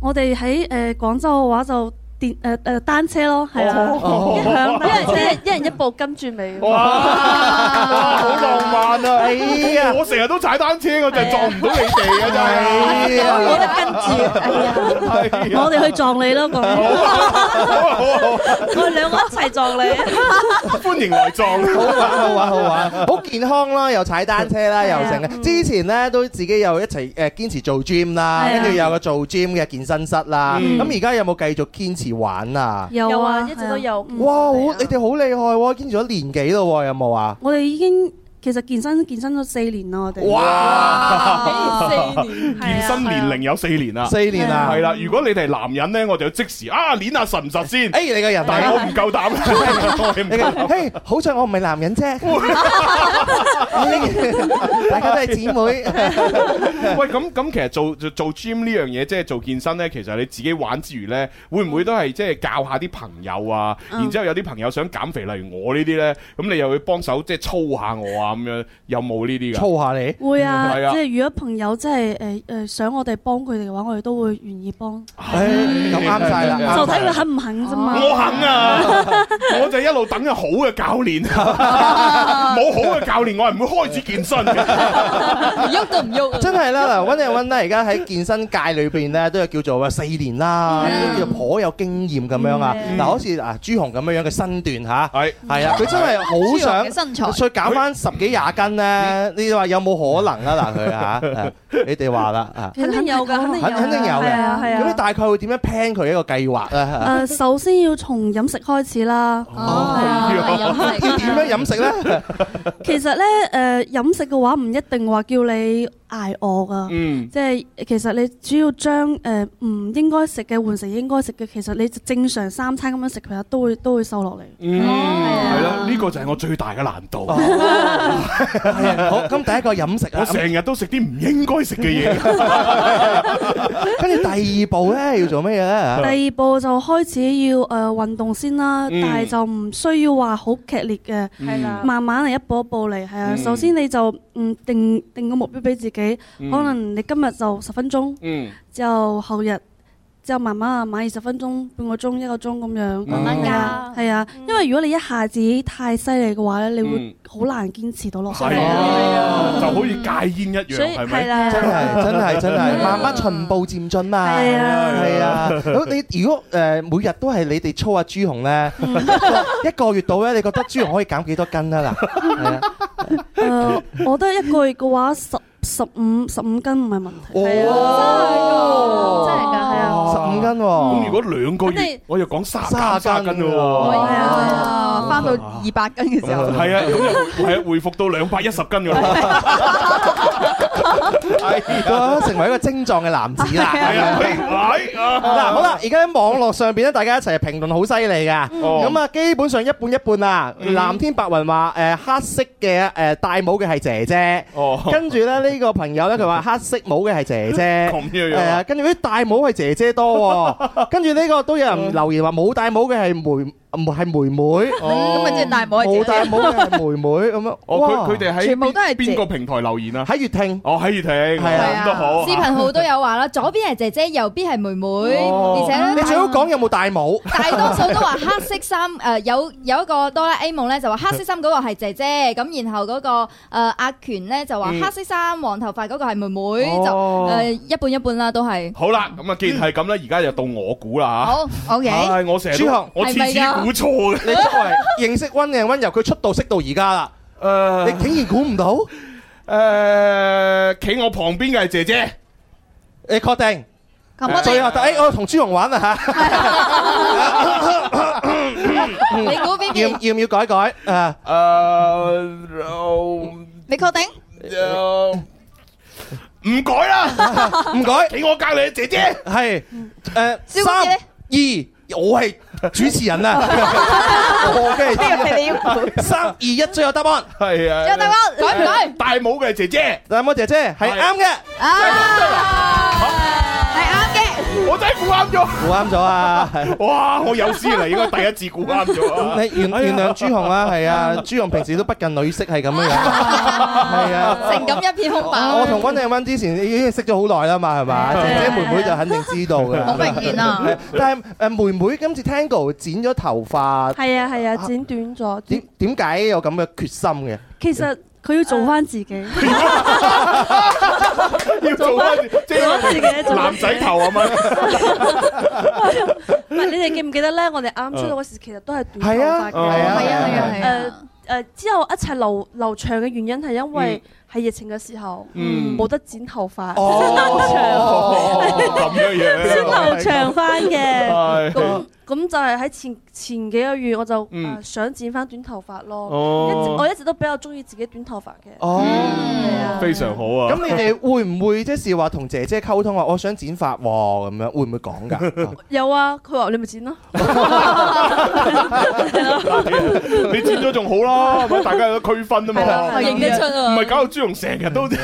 S13: 我哋喺誒廣州嘅話就電誒誒單車咯，係啊，
S15: 哦
S13: 一
S15: 一
S13: 兩
S15: 人
S13: 單
S15: 一人
S13: 車。
S15: 一人一步跟住尾。
S6: 好浪漫啊！
S15: 哎呀
S6: 我成日都踩單車，我就係撞唔到你哋 啊！真係，
S13: 我得跟住，
S6: 係啊
S13: 哎我哋去撞你咯，咁我哋兩個一齊撞你。 啊
S6: 歡迎來撞，
S7: 好玩好玩好玩，好健康啦，又踩單車啦，又成啦。之前咧都自己又一齊誒堅持做 gym 啦，
S13: 係啊
S7: 跟住有個做 gym 嘅健身室啦。
S13: 嗯
S7: 咁而家有冇繼續堅持玩啊？
S13: 有啊，
S15: 一直都有
S7: 哇！好你哋好厲害喎，堅持咗年幾咯喎，有冇啊？
S13: 我哋已經其實健身健身咗四年啦，我哋。
S6: 哇！
S13: 四啊
S6: 年健身年齡有四年啦，
S7: 四年啊
S6: 係啦。如果你哋係男人咧，我就即時啊，捻下實唔實先？
S7: 哎你個人
S6: 但係我唔夠膽，
S13: 哎
S6: 我係唔
S7: 你
S6: 夠
S7: 嘅
S6: 膽。
S7: 嘿，好彩我唔係男 人啫， 大家都係姊妹。
S6: 喂，咁咁其實做做做 gym 呢樣嘢，即係做健身咧，其實你自己玩之餘咧，會唔會都係即係教下啲朋友啊？
S13: 嗯
S6: 然之後有啲朋友想減肥，例如我呢啲咧，咁你又會幫手即係操下我啊咁樣，有冇呢啲㗎？
S7: 操下你
S13: 會啊，
S6: 係啊
S13: 即。係如果朋友真係誒誒想我哋幫佢哋嘅話，我哋都會願意幫，
S7: 咁啱晒啦，
S13: 就睇佢肯唔肯啫嘛。
S8: à.
S6: 我肯 啊！我就一路等緊好嘅教練，冇好嘅教練，我係唔會開始健身 嘅。
S7: 喐都唔喐，真係啦！嗱，温人温咧，而家喺健身界裏邊咧，都有叫做話四年啦，叫做頗有經驗咁樣啊。嗱，好似啊朱紅咁樣樣嘅身段嚇，
S6: 係
S7: 係啊，佢真係好想
S15: 朱紅嘅身材
S8: 哦
S7: 再減翻十幾廿斤咧，你話有冇可能啊？嗱，佢嚇，啊你哋話啦啊，
S13: 肯定有㗎，肯定
S7: 肯肯定有嘅。
S13: 係啊係
S7: 咁你
S13: 啊。
S7: 大概會點樣 plan 佢一個計劃 啊咧？
S13: 誒，呃首先要從飲食開始啦。啊
S7: 要點樣飲食咧？
S13: 其實咧，誒、飲食嘅話唔一定話叫你捱餓噶，
S6: 嗯
S13: 即係其實你主要將誒唔應該食嘅換成應該食嘅，其實你正常三餐咁樣食，其實都會都會瘦落嚟。
S6: 嗯，係啦，呢個就係我最大嘅難度。
S7: 啊好，咁第一個飲食啊
S6: 我成日都食啲唔應該食嘅嘢。
S7: 跟住第二步咧要做咩嘢咧？
S13: 第二步就開始要誒、呃、運動先啦，
S7: 嗯
S13: 但係就唔需要話好劇烈嘅，
S7: 係啦
S13: 慢慢嚟，一步一步嚟，係啊。
S7: 嗯
S13: 首先你就嗯定定個目標俾自己，
S14: 嗯
S13: 可能你今日就十分鐘，
S6: 嗯
S13: 之後後日之後慢慢啊，慢二十分鐘、半個鐘、一個鐘咁樣，
S14: 慢慢
S13: 係啊係啊，
S9: 嗯
S13: 因為如果你一下子太犀利嘅話咧，你
S6: 嗯
S13: 會好難堅持到落去。
S6: 係啊，就好似戒煙一樣，係咪？
S7: 真係真係真 係，慢慢循步漸進嘛。係啊係啊。咁你如果誒每日都係你哋操下朱紅咧，一個一個月到咧，你覺得朱紅可以減幾多斤啊？嗱，係啊，
S13: 誒，我覺得一個月嘅話十十五十五斤唔係問題。
S7: 係
S13: 啊，真係㗎，真係㗎，係啊。
S7: 哦十五斤喎。
S6: 咁如果兩個
S13: 咁
S6: 月
S13: 你，
S6: 我又講三三十斤咯喎。
S15: 啊，翻到二百斤嘅時候，
S6: 係啊，咁又係啊，回復到兩百一十斤㗎啦。
S7: 我成為一個精壯嘅男子啦。
S6: 係啊，喂喂啊
S7: 嗱，好啦，而家喺網絡上邊咧，大家一齊評論好犀利噶。
S6: 哦
S7: 咁啊，基本上一半一半啦。
S6: 嗯
S7: 藍天白雲話誒黑色嘅誒戴帽嘅係姐姐
S6: 哦，
S7: 跟住咧呢個朋友咧佢話黑色帽嘅係姐姐，
S6: 咁樣樣
S7: 係啊，跟住啲戴帽係姐姐 多喎，跟住呢個都有人留言話冇戴帽嘅係妹。係妹妹，
S6: Ờ,
S15: 咁咪即係戴帽係姐姐
S7: 冇戴帽嘅係妹妹咁樣。
S6: 哦，
S7: 哇
S6: 佢佢哋喺
S15: 全部都係
S6: 邊邊
S15: 直
S6: 個平台留言啊？
S7: 喺月聽。
S6: 哦，喺月聽，咁都好。
S10: 視頻號都有話啦，左邊係姐姐，右邊係妹妹，而且咧
S7: 你最好講有冇戴帽。
S10: 大多數都話黑色衫，誒、有有一個哆啦 A 夢咧就話黑色衫嗰個係姐姐，咁然後嗰、個誒阿權咧就話
S6: 嗯
S10: 黑色衫黃頭髮嗰個係妹妹，就誒、
S6: 哦
S10: 一半一半啦，都係。
S6: 好啦，咁啊，既然係咁咧，而家就到我估啦吓。
S10: 好，OK
S6: 唉我成日都
S10: 朱紅
S6: 我次次
S10: 係咪㗎
S6: 估錯 嘅
S7: 你作為認識溫靚溫柔，佢出道識到而家啦，
S6: 誒，
S7: 你竟然估唔到？
S6: 誒，企我旁邊嘅係姐姐，
S7: 你確定？
S6: 咁我哋
S7: 最後，誒，我同朱紅玩 啦嚇。
S10: 你估邊邊
S7: 要要唔要改 改？誒
S6: 誒，
S10: 你確定？
S6: 唔改啦，
S7: 唔改。
S6: 企我隔離嘅姐姐，
S7: 係誒三二，我係主持人 啊！我嘅
S6: 呢個係你要
S7: 係三二一，最後答案
S6: 係啊
S7: 最後答案
S10: 改唔改？
S6: 戴帽嘅係 姐姐，
S7: 大帽姐姐係啱嘅。
S6: 我真係估啱咗。
S7: 估啱咗啊！
S6: 哇！我有史以嚟應該第一次估啱 咗啊。
S7: 你原原諒朱紅啦，係啊，朱紅平時都不近女色係咁樣樣，係啊。
S10: 情感一片空白。
S7: 我同温靚温之前已經識咗好耐啦嘛，係嘛？姐姐妹妹就肯定知道㗎啦。
S13: 好明顯啊
S7: 係！但係誒妹妹今次 Tango 剪咗頭髮，
S13: 係啊係啊，剪短咗。
S7: 點點解有咁嘅決心嘅？
S13: 其實佢要做翻自己。
S6: 要做翻即
S13: 做翻自己，做
S6: 係
S13: 返
S6: 男
S13: 自己
S6: 仔頭啊嘛。
S13: 唔係你哋記唔記得咧？我哋啱出道嗰時其實都係短頭
S7: 係
S13: 髮
S7: 啊
S13: 嘅，
S7: 係啊係啊係啊係
S13: 啊。誒誒，之後一齊留留長嘅原因係因為喺疫情嘅時候
S6: 嗯
S13: 冇得剪頭髮，
S6: 咁樣 樣，
S13: 先留長翻 嘅。
S6: 係
S13: 咁咁就係喺前前幾個月我就
S6: 嗯
S13: 誒想剪翻短頭髮咯。一
S6: 哦
S13: 直我一直都比較中意自己短頭髮嘅。
S6: 非常好
S7: 哦
S6: 啊。
S7: 咁你哋會唔會即是話同姐姐溝通話，我想剪髮喎咁樣，會唔會講㗎？
S13: 有啊，佢話你咪剪咯。
S6: 你剪咗仲好 啦，係咪大家有得區分啊嘛
S7: 係啦，
S13: 認得出
S6: 唔
S13: 啊
S6: 係搞到朱紅成日都
S7: 又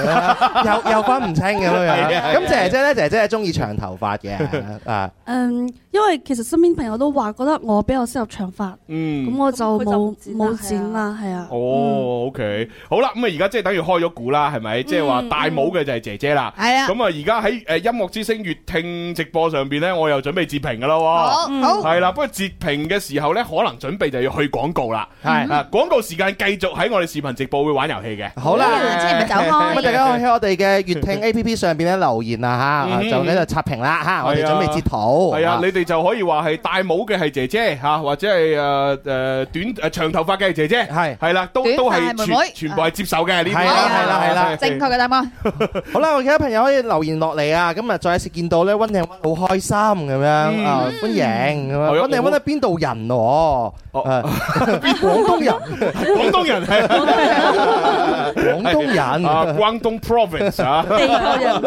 S7: 又分唔清咁樣
S6: 係啊係啊
S7: 樣。咁姐姐咧，姐姐係中意長頭髮嘅啊。
S13: 嗯，因為其實身邊朋友都話覺得我比較適合長髮，
S6: 嗯
S13: 咁我就冇冇剪啦，係啊。
S6: 哦，OK，好啦，咁啊，而家即係等於開咗股啦，係咪？即係話
S13: 嗯
S6: 戴帽嘅就係姐姐啦。
S13: 係啊
S6: 咁啊，而家喺誒音樂之星粵聽直播上邊咧，我又準備截屏噶啦喎。
S11: 好
S6: 嗯
S11: 好
S6: 係啦，不過截屏嘅時候咧，可能準備就要去廣告啦。
S13: 嗯
S7: 係
S6: 啊，廣告時間繼續喺我哋視頻直播會玩遊戲嘅。
S7: 好啦，咁啊，大家可以喺
S6: 開。
S7: 我哋嘅粵聽 A P P 上邊咧留言啊
S6: 嗯啊
S7: 嚇，就喺度刷屏啦嚇，我哋準備截圖。
S6: 係啊，你哋就可以話係戴帽嘅係姐姐吓，或者係誒誒短誒長頭髮嘅係姐姐，係係啦，都
S7: 短髮
S6: 都係
S7: 係妹妹
S6: 全全部係接受嘅呢啲。
S7: 係啦係啦係啦
S6: 係
S10: 嘅答案。
S7: 好啦，我而家朋友可以留言落嚟啊！咁啊，再一次見到咧，温靚温好開心咁樣
S6: 嗯
S7: 啊，歡迎咁樣。
S6: 啊
S7: 温靚温係邊度人喎？哦， 廣東人，
S6: 廣東人係
S7: 廣東人
S6: 啊，廣東 province 啊，
S7: 地球人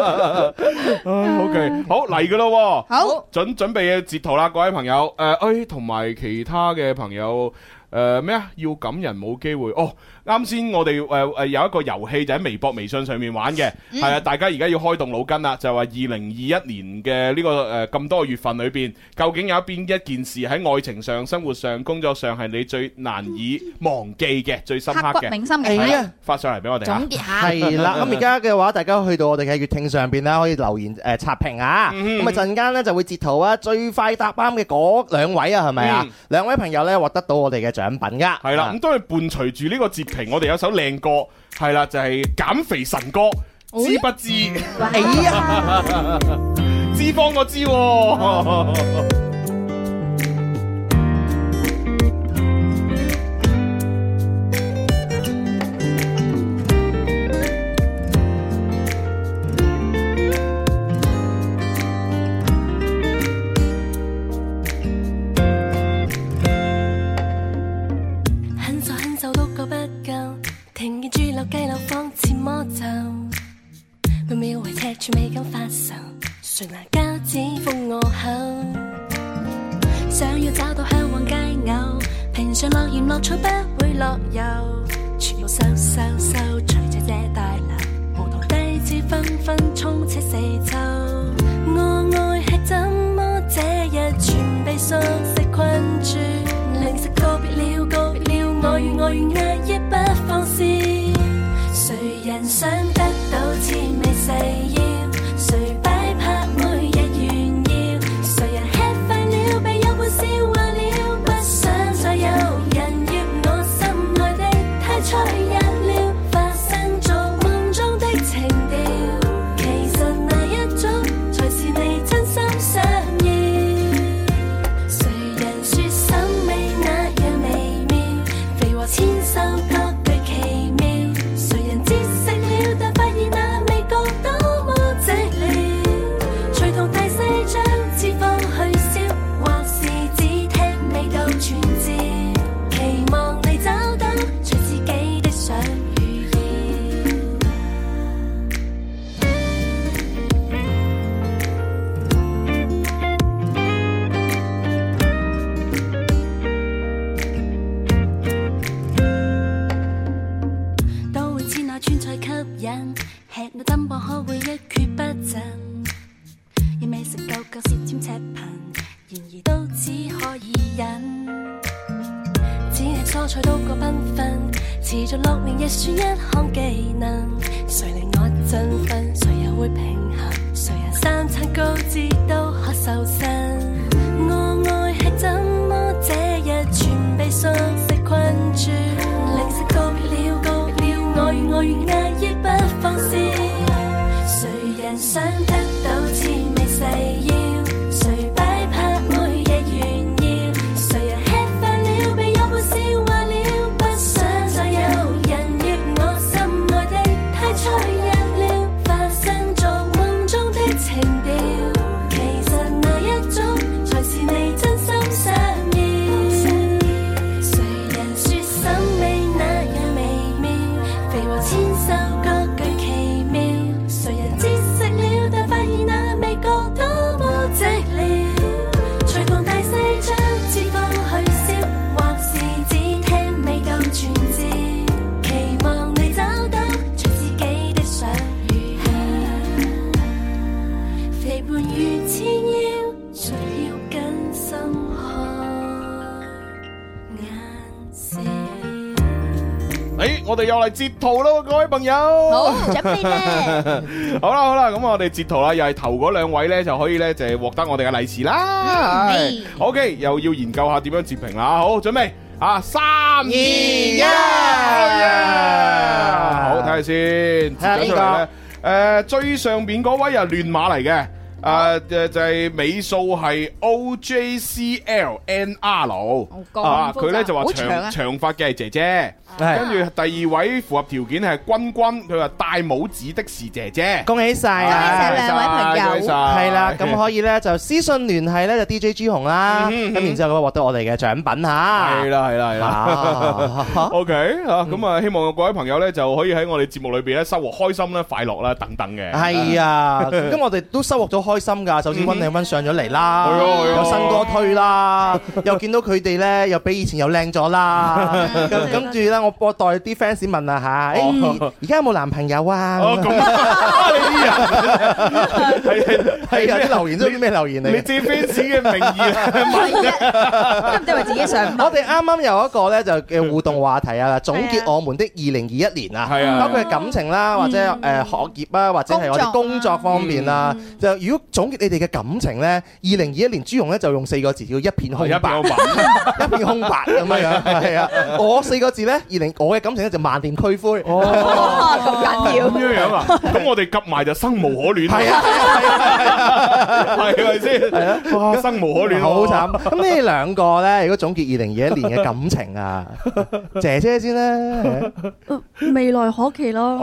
S6: 唉，OK，好嚟噶咯，
S10: 好，
S6: 準準備要截圖啦，各位朋友，誒，誒，同埋其他嘅朋友。誒咩啊？要感人冇機會哦！啱先我哋誒誒有一個遊戲就喺微博、微信上面玩嘅，
S11: 嗯
S6: 係啊！大家而家要開動腦筋啦，就係話二零二一年嘅呢個誒咁多月份裏邊，究竟有邊一件事喺愛情上、生活上、工作上係你最難以忘記嘅、最深刻
S10: 刻骨
S6: 嘅、
S10: 銘心嘅
S6: 係啊發上嚟俾我哋啊
S10: 總結下
S7: 係啦，哎 咁而家嘅話，大家去到我哋嘅粵聽上邊啦，可以留言誒刷屏啊。
S6: 嗯
S7: 咁啊陣間咧就會截圖啊，最快答啱嘅嗰兩位啊，係咪啊
S6: 嗯？
S7: 兩位朋友咧獲得到我哋嘅獎品噶。
S6: 係啦，咁都係伴隨住呢個截屏，我哋有首靚歌，係啦，就係、減肥神歌，知不知？
S7: 哎呀，
S6: 脂肪我知喎。
S11: 很久很久都覺不夠，聽見豬柳雞柳坊似魔咒，每秒為赤柱美感發愁，誰拿膠紙封我口？想要找到香港佳偶，平常樂言樂趣不會落油，全部收收收，隨住這大流，無糖低脂紛紛充斥四周，我愛吃怎麼這日全被素食困住？零食告別了，告別了，愛與愛與壓抑不放肆。誰人想得到滋味誓要？誰擺拍每日炫耀？誰人吃快了被有伴笑話了？不想再有人要我心愛的他吸引，吃了登磅可會一蹶不振，亦未食夠夠舌尖赤貧，然而都只可以忍。只吃蔬菜都過繽紛，持續六年亦算一項技能。誰令我振奮？誰又會平衡？誰人三餐高脂都可瘦身？我愛吃怎麼這日全被素食困住？零食告別了，告別了，我越愛越壓抑不放肆。誰人想得到滋味誓要？誰擺拍每日炫耀？誰人吃飯了被有伴笑話了？不想再有人虐我心愛的，太脆弱了，化身做夢中的情調。其實那一種才是你真心想要。誰人說審美那樣微妙，肥和纖瘦各具奇妙。誰人知識了，但發現那味覺多麼寂寥。隨同大西將脂肪去燒，或是只聽未夠傳召。期望你找到隨自己的想與向，肥胖如千腰，誰要跟心看眼線？
S6: 诶，我哋又嚟截圖咯，各位朋友。好
S4: 準備
S6: 咩？ 好啦好啦，咁我哋截圖啦，又係頭嗰兩位咧就可以咧就係獲得我哋嘅利是啦。
S4: 嗯
S6: 係 OK，又要研究下點樣截屏啦。好，準備啊，三二一，好睇下先，截咗出嚟咧。诶，最上邊嗰位啊，亂碼嚟嘅。诶誒就係尾數係 O J C L N R
S5: 哦咁
S6: 啊，
S5: 複雜
S6: 佢咧就話
S5: 好長
S6: 長
S5: 啊
S6: 長髮嘅係姐姐，
S7: 係
S6: 跟住第二位符合條件係君君，佢話戴帽子的是姐姐。
S7: 恭喜晒啊！
S6: 恭喜晒啊兩位朋友恭喜晒
S7: 係啦，咁可以咧就私信聯繫咧就 DJ 朱紅啦，咁然之後佢獲得我哋嘅獎品嚇。
S6: 嗯係啦係啦係啦
S7: 啊
S6: ，OK 啊，咁啊，希望各位朋友咧就可以喺我哋節目裏邊咧收穫開心啦、快樂啦等等嘅。
S7: 係 啊，咁我哋都收穫咗開心㗎。首先温靚温上咗嚟啦
S6: 係啊係，啊
S7: 有新歌推啦，又見到佢哋咧又比以前又靚咗啦。咁跟住咧，我我代啲 fans à 問啦嚇，誒而而家有冇男朋友啊？係啊，啲留言都唔知咩留言嚟嘅。
S6: 你借 fans 嘅名義
S7: 都
S8: 唔知係咪自己想
S7: 我哋啱啱有一個咧就嘅互動話題啊，總結我們的二零二一年
S6: 係
S7: 啊
S6: 啊，
S7: 包括係感情啦，或者誒學業啊，或者係我哋工作方面啊。就如果總結你哋嘅感情咧，二零二一年朱容咧就用四個字叫一片空
S6: 一片
S7: 白
S6: 空白，
S7: 一片空白咁 樣樣係啊。我四個字咧，二零我嘅感情咧就萬念俱灰。哦，
S8: 咁緊要
S6: 咁樣樣啊？咁我哋夾埋就生無可戀。係
S7: 啊，
S6: 係咪先？係啊，哇，生無可戀喎，
S7: 好慘！咁你哋兩個咧，如果總結二零二一年嘅感情 啊，姐姐先啦。
S13: 未來可期咯。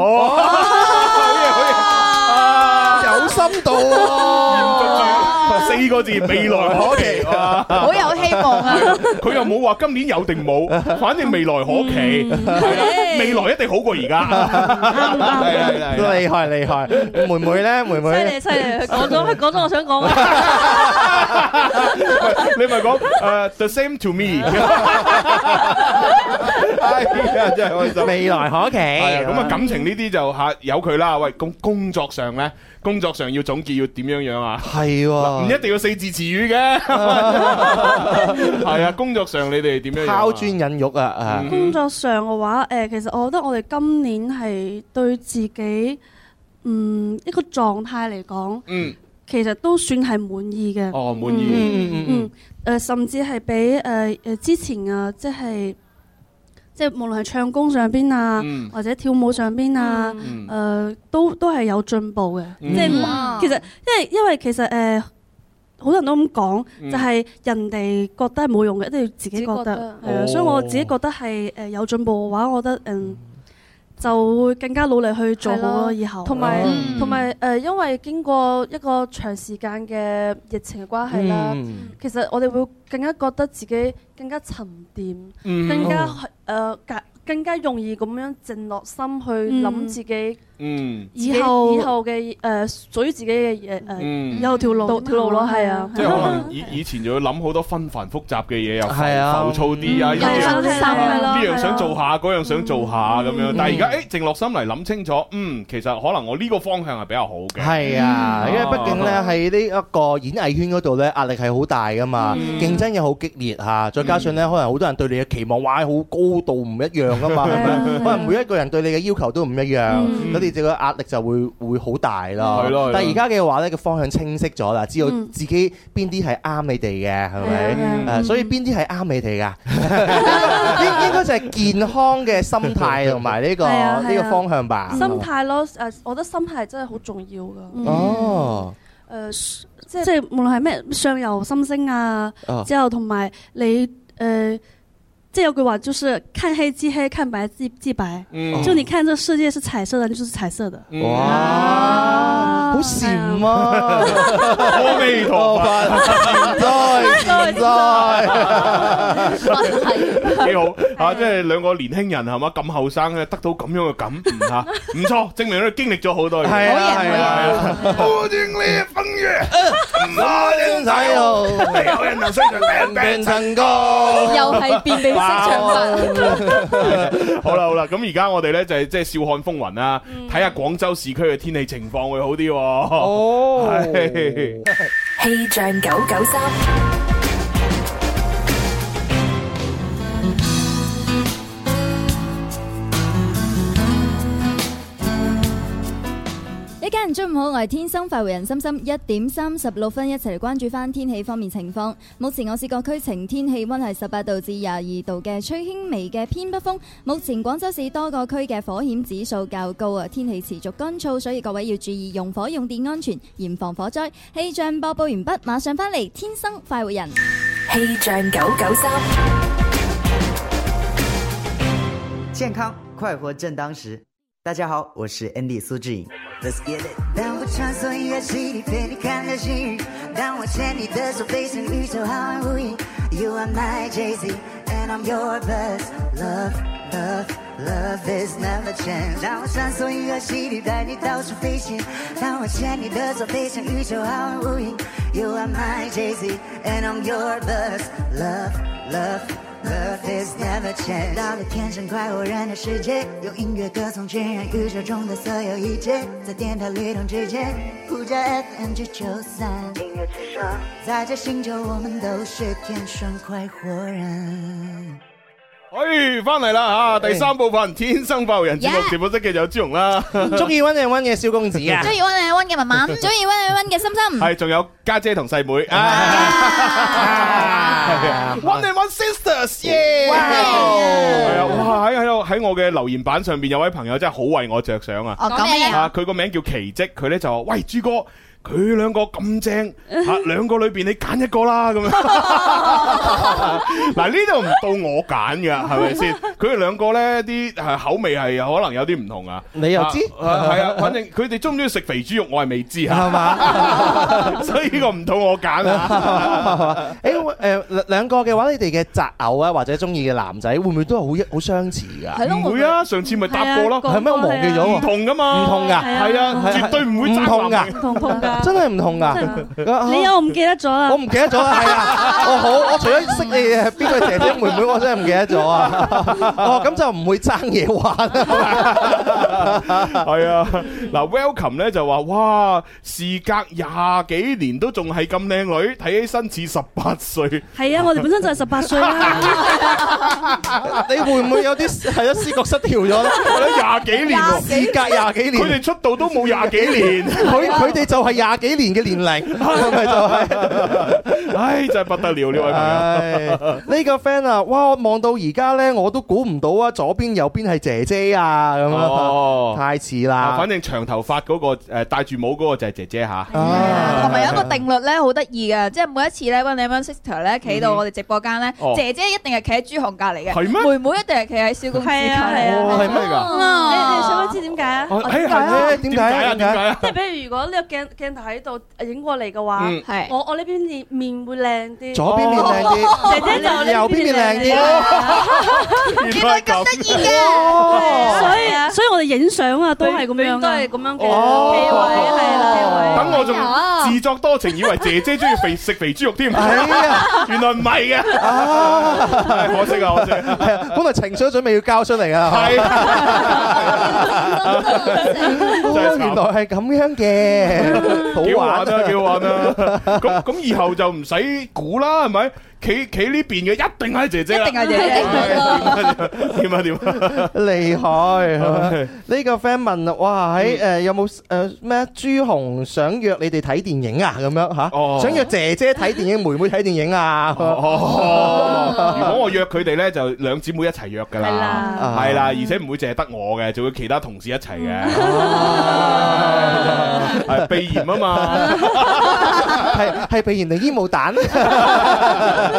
S7: 有深度喎，
S6: 四個字未來可期，好
S8: 有希望啊！
S6: 佢又冇話今年有定冇，反正未來可期，係啦未來一定好過而家。
S7: 厲
S6: 係係 係係
S7: 害厲害，妹妹咧，妹
S15: 犀利
S7: 妹
S15: 犀利，佢講咗佢講咗我想講嘅，
S6: 你咪講誒 the same to me。哎呀，真係開心！
S7: 未來可期
S6: 係啊，咁啊感情呢啲就嚇有佢啦。喂，咁工作上咧，工作上要總結要點樣樣啊？
S7: 係
S6: 唔
S7: 喎，
S6: 一定要四字詞語嘅，係啊，工作上你哋點樣樣啊？
S7: 拋磚引玉啊啊！
S13: 工作上嘅話，誒、其實我覺得我哋今年係對自己，嗯，一個狀態嚟講，
S6: 嗯，
S13: 其實都算係滿意嘅。
S6: 哦滿意
S13: 嗯
S6: 嗯嗯
S13: 嗯，誒、甚至係比誒誒之前啊，即係。即係無論係唱功上邊啊，
S14: 嗯
S13: 或者跳舞上邊啊，誒、
S14: 嗯
S13: 都都係有進步嘅。
S14: 嗯
S13: 即係
S14: 嗯
S13: 其實，因為因為其實誒，呃好、多人都咁講，
S14: 嗯
S13: 就係、人哋覺得係冇用嘅，一定要自己覺
S14: 自己覺得
S13: 得係啊。
S14: 哦
S13: 所以我自己覺得係誒有進步嘅話，我覺得嗯就會更加努力去做好咯。以後
S15: 同
S14: 哦
S15: 埋
S13: 嗯
S15: 同埋誒，因為經過一個長時間嘅疫情嘅關係啦
S13: 嗯，
S15: 其實我哋會更加覺得自己更加沉澱，
S13: 嗯
S15: 更加呃
S13: 哦
S15: 誒更加容易咁樣靜落心去諗自己
S6: 嗯，
S15: 以
S13: 以
S15: 後
S13: 後
S15: 以後嘅誒屬於自己嘅嘢誒，
S6: 嗯
S15: 有條路條路咯，係啊，
S6: 即係可能以以前就要諗好多紛繁複雜嘅嘢，又
S7: 係啊
S6: 浮浮躁啲啊，
S7: 嗯
S6: 呢樣
S7: 又分心係咯
S6: 呢樣
S7: 係
S6: 想
S7: 啊
S6: 做下，嗰樣想做下咁樣。
S7: 嗯
S6: 但係而家誒靜落心嚟諗清楚，嗯，其實可能我呢個方向係比較好嘅。嗯哦
S7: 係啊，因為畢竟咧喺呢一個演藝圈嗰度咧，壓力係好大噶嘛，
S6: 嗯
S7: 競爭又好激烈嚇，再加上咧可能好多人對你嘅期望哇好高度唔一樣噶 嘛，係咪？
S6: 嗯
S7: 可能每一個人對你嘅要求都唔一樣，咁你哋個壓力就會會好大咯。
S6: 嗯係咯係咯
S7: 但係而家嘅話咧，個方向清晰咗啦，知道
S6: 嗯
S7: 自己邊啲係啱你哋嘅，係
S6: 係 啊
S7: 咪？誒，所以邊啲係啱你哋㗎？ 應應該就係健康嘅心態同埋呢個
S15: 係啊
S7: 呢
S15: 係
S7: 個
S15: 啊
S7: 方向
S13: 嗯
S7: 吧。
S15: 心態咯，誒，我覺得心態真係好重要㗎。呃
S7: 哦。
S15: 誒，
S13: 即係無論係咩上游心聲啊
S7: 啊，
S13: 之後同埋你誒、呃即係有句話就是看黑即黑，看白即即白。
S7: 嗯
S13: 就你看這世界是彩色的，那就是彩色的。
S7: 哇，
S6: 啊
S7: 好禪啊！
S6: 阿彌陀
S7: 佛，
S6: 現在現在，幾好啊！即係兩個年輕人係嘛，咁後生咧，得到咁樣嘅感悟 嚇，唔錯，證明佢哋經歷咗好多嘢。
S7: 係啊 Ừ。好嘢係啊
S6: 係啊我經歷風雨，我經
S7: 睇路，
S6: 有人能識人病病
S7: 成功，
S6: 又
S10: 係便秘式唱
S6: 好啦好啦，咁而家我哋咧就係即係笑看風雲啦，睇下廣州市區嘅天氣情況會好啲喎。
S7: 哦
S6: 係
S16: 氣象九九三，
S4: 一家人中午好，我係天生快活人心心，一點三十六分一齊嚟關注翻天氣方面情況。目前我市各區晴天，氣温係十八度至廿二度嘅，吹輕微嘅偏北風。目前廣州市多個區嘅火險指數較高啊，天氣持續乾燥，所以各位要 注意用火用電安全，嚴防火災。氣象播報完畢，馬上翻嚟，天生快活人。
S16: 氣象九九三。
S17: 健康快活正当时。大家好，我是 Andy 苏志颖。Let's get it。
S12: 当我穿梭音乐季里陪你看流星雨，当我牵你的手飞向宇宙浩瀚无垠。You are my Jay Z and I'm your Buzz. Love, love, love is never change。当我穿梭音乐季里带你到处飞行，当我牵你的手飞向宇宙浩瀚无垠。You are my Jay Z and I'm your Buzz. Love, love。Love is never change。到了天生快活人的世界，用音乐歌颂浸染宇宙中的所有一切，在电台律动之间，呼叫 FM 九九三。音乐之声，在这星球，我们都是天生快活人。
S6: 哎，翻嚟啦吓，第三部分《天生快活人》節目
S4: Yeah
S6: 直播室嘅就有朱容啦，
S7: 中意温定温嘅蕭公子啊
S4: 中，意温嘅温嘅文文，中意温嘅温嘅心心。
S6: 係仲有家姐同細妹啊。One
S7: 啊
S6: and one sisters，耶！係啊，哇！喺喺度喺我嘅留言板上邊有位朋友真係好為我着想啊！
S5: 哦講咩啊
S6: 啊，佢個名叫奇蹟，佢咧就話：喂，朱哥，佢兩個咁 正，嚇兩個裏邊你揀一個啦咁樣。 嗱，呢度唔到我揀㗎，係咪先？佢哋兩個咧啲係口味係可能有啲唔同啊。
S7: 你又知
S6: 啊係啊，反正佢哋中唔中意食肥豬肉，我係未知 嚇。
S7: 係嘛？
S6: 所以呢個唔到我揀啊。
S7: 誒誒兩個嘅話，你哋嘅擇偶啊，或者中意嘅男仔，會唔會都係好一好相似㗎？
S6: 係咯唔會啊我覺得上次咪答過咯係啊
S7: 係咩？我忘記咗喎，
S6: 唔同㗎嘛
S7: 唔同㗎，
S6: 係啊
S7: 係
S6: 絕對唔會
S7: 唔
S6: 爭
S7: 同
S6: 男
S7: 㗎，
S6: 女
S7: 唔同㗎，真係唔同㗎。
S13: 你又唔記得咗啊？
S7: 我唔記得咗啦，係 啊！我好，我除咗識你係邊個姐姐妹妹，我真係唔記得咗啊！ 哦，咁就唔會爭嘢玩
S6: 系啊，嗱，Welcome 咧就話：哇，事隔廿幾年都仲係咁靚女，睇起身似十八歲。
S13: 係啊，我哋本身就係十八歲啦。
S7: 你會唔會有啲係咯思覺失調咗咧？
S6: 係咯，廿幾年喎，
S7: 事隔廿幾年，
S6: 佢哋出道都冇廿幾 年，
S7: 佢佢哋就係廿幾年嘅 年齡，係咪就係？
S6: 唉，真係不得了呢位
S7: 啊
S6: 朋友。
S7: 呢個 friend 啊，哇！我望到而家咧，我都估唔到啊，左邊右邊係姐姐啊，咁
S6: 哦
S7: 樣太似啦
S6: 啊。反正長頭髮嗰個誒戴住帽嗰個就係姐姐吓。Ờ,
S8: 同埋有一個定律咧，好得意嘅，即係每一次咧 One and One Sister 咧企到我哋直播間咧
S6: 哦，
S8: 姐姐一定係企喺朱紅隔離嘅，
S6: 係咩
S8: 妹妹一定係企喺蕭公子隔
S13: 係啊係
S8: 離。
S13: 啊
S6: 哦，係咩㗎？
S13: 你哋想唔想知點解啊？
S6: 哦哎係點解啊點解啊點解啊
S13: 即係比如如果呢個鏡鏡頭喺度影過嚟嘅話
S6: 嗯係，
S13: 我我呢邊面面會靚啲，
S7: 左邊面靚啲
S13: 姐姐就呢
S7: 右邊面靚啲
S13: 靚啲
S7: 哦原來咁得意嘅
S8: dạ,
S13: 所以所以我哋影相啊，都係咁樣，
S15: 你都係
S13: 咁樣
S15: 嘅哦企位係啦企位
S6: 等我仲
S13: 哎呀
S6: 自作多情，以為姐姐中意肥食肥豬肉添，
S7: 哎呀
S6: 原來唔係嘅，唉可惜啊，可惜啊。
S7: 係啊本來情緒準備要交出嚟啊，
S6: 係
S7: 哦原來係咁樣嘅，好
S6: 幾好玩
S7: 玩
S6: 啊，幾好玩啊！咁咁以後就唔使估啦，係咪？企企呢邊嘅一定係姐姐啦，
S7: 一定係姐姐
S6: 點啊點啊！
S7: 厲害！呢個 friend 問：哇喺誒有冇誒咩朱紅想約你哋睇電影啊？咁樣嚇，想約姐姐睇電影，妹妹睇電影啊？
S6: Ờ. 哦，如果我約佢哋咧，就兩姊妹一齊約㗎
S7: 係
S6: 啦
S7: 啦，
S6: 係啦，而且唔會淨係得我嘅，仲會其他同事一齊嘅， 係鼻炎啊嘛，
S7: 係係鼻炎定煙霧彈？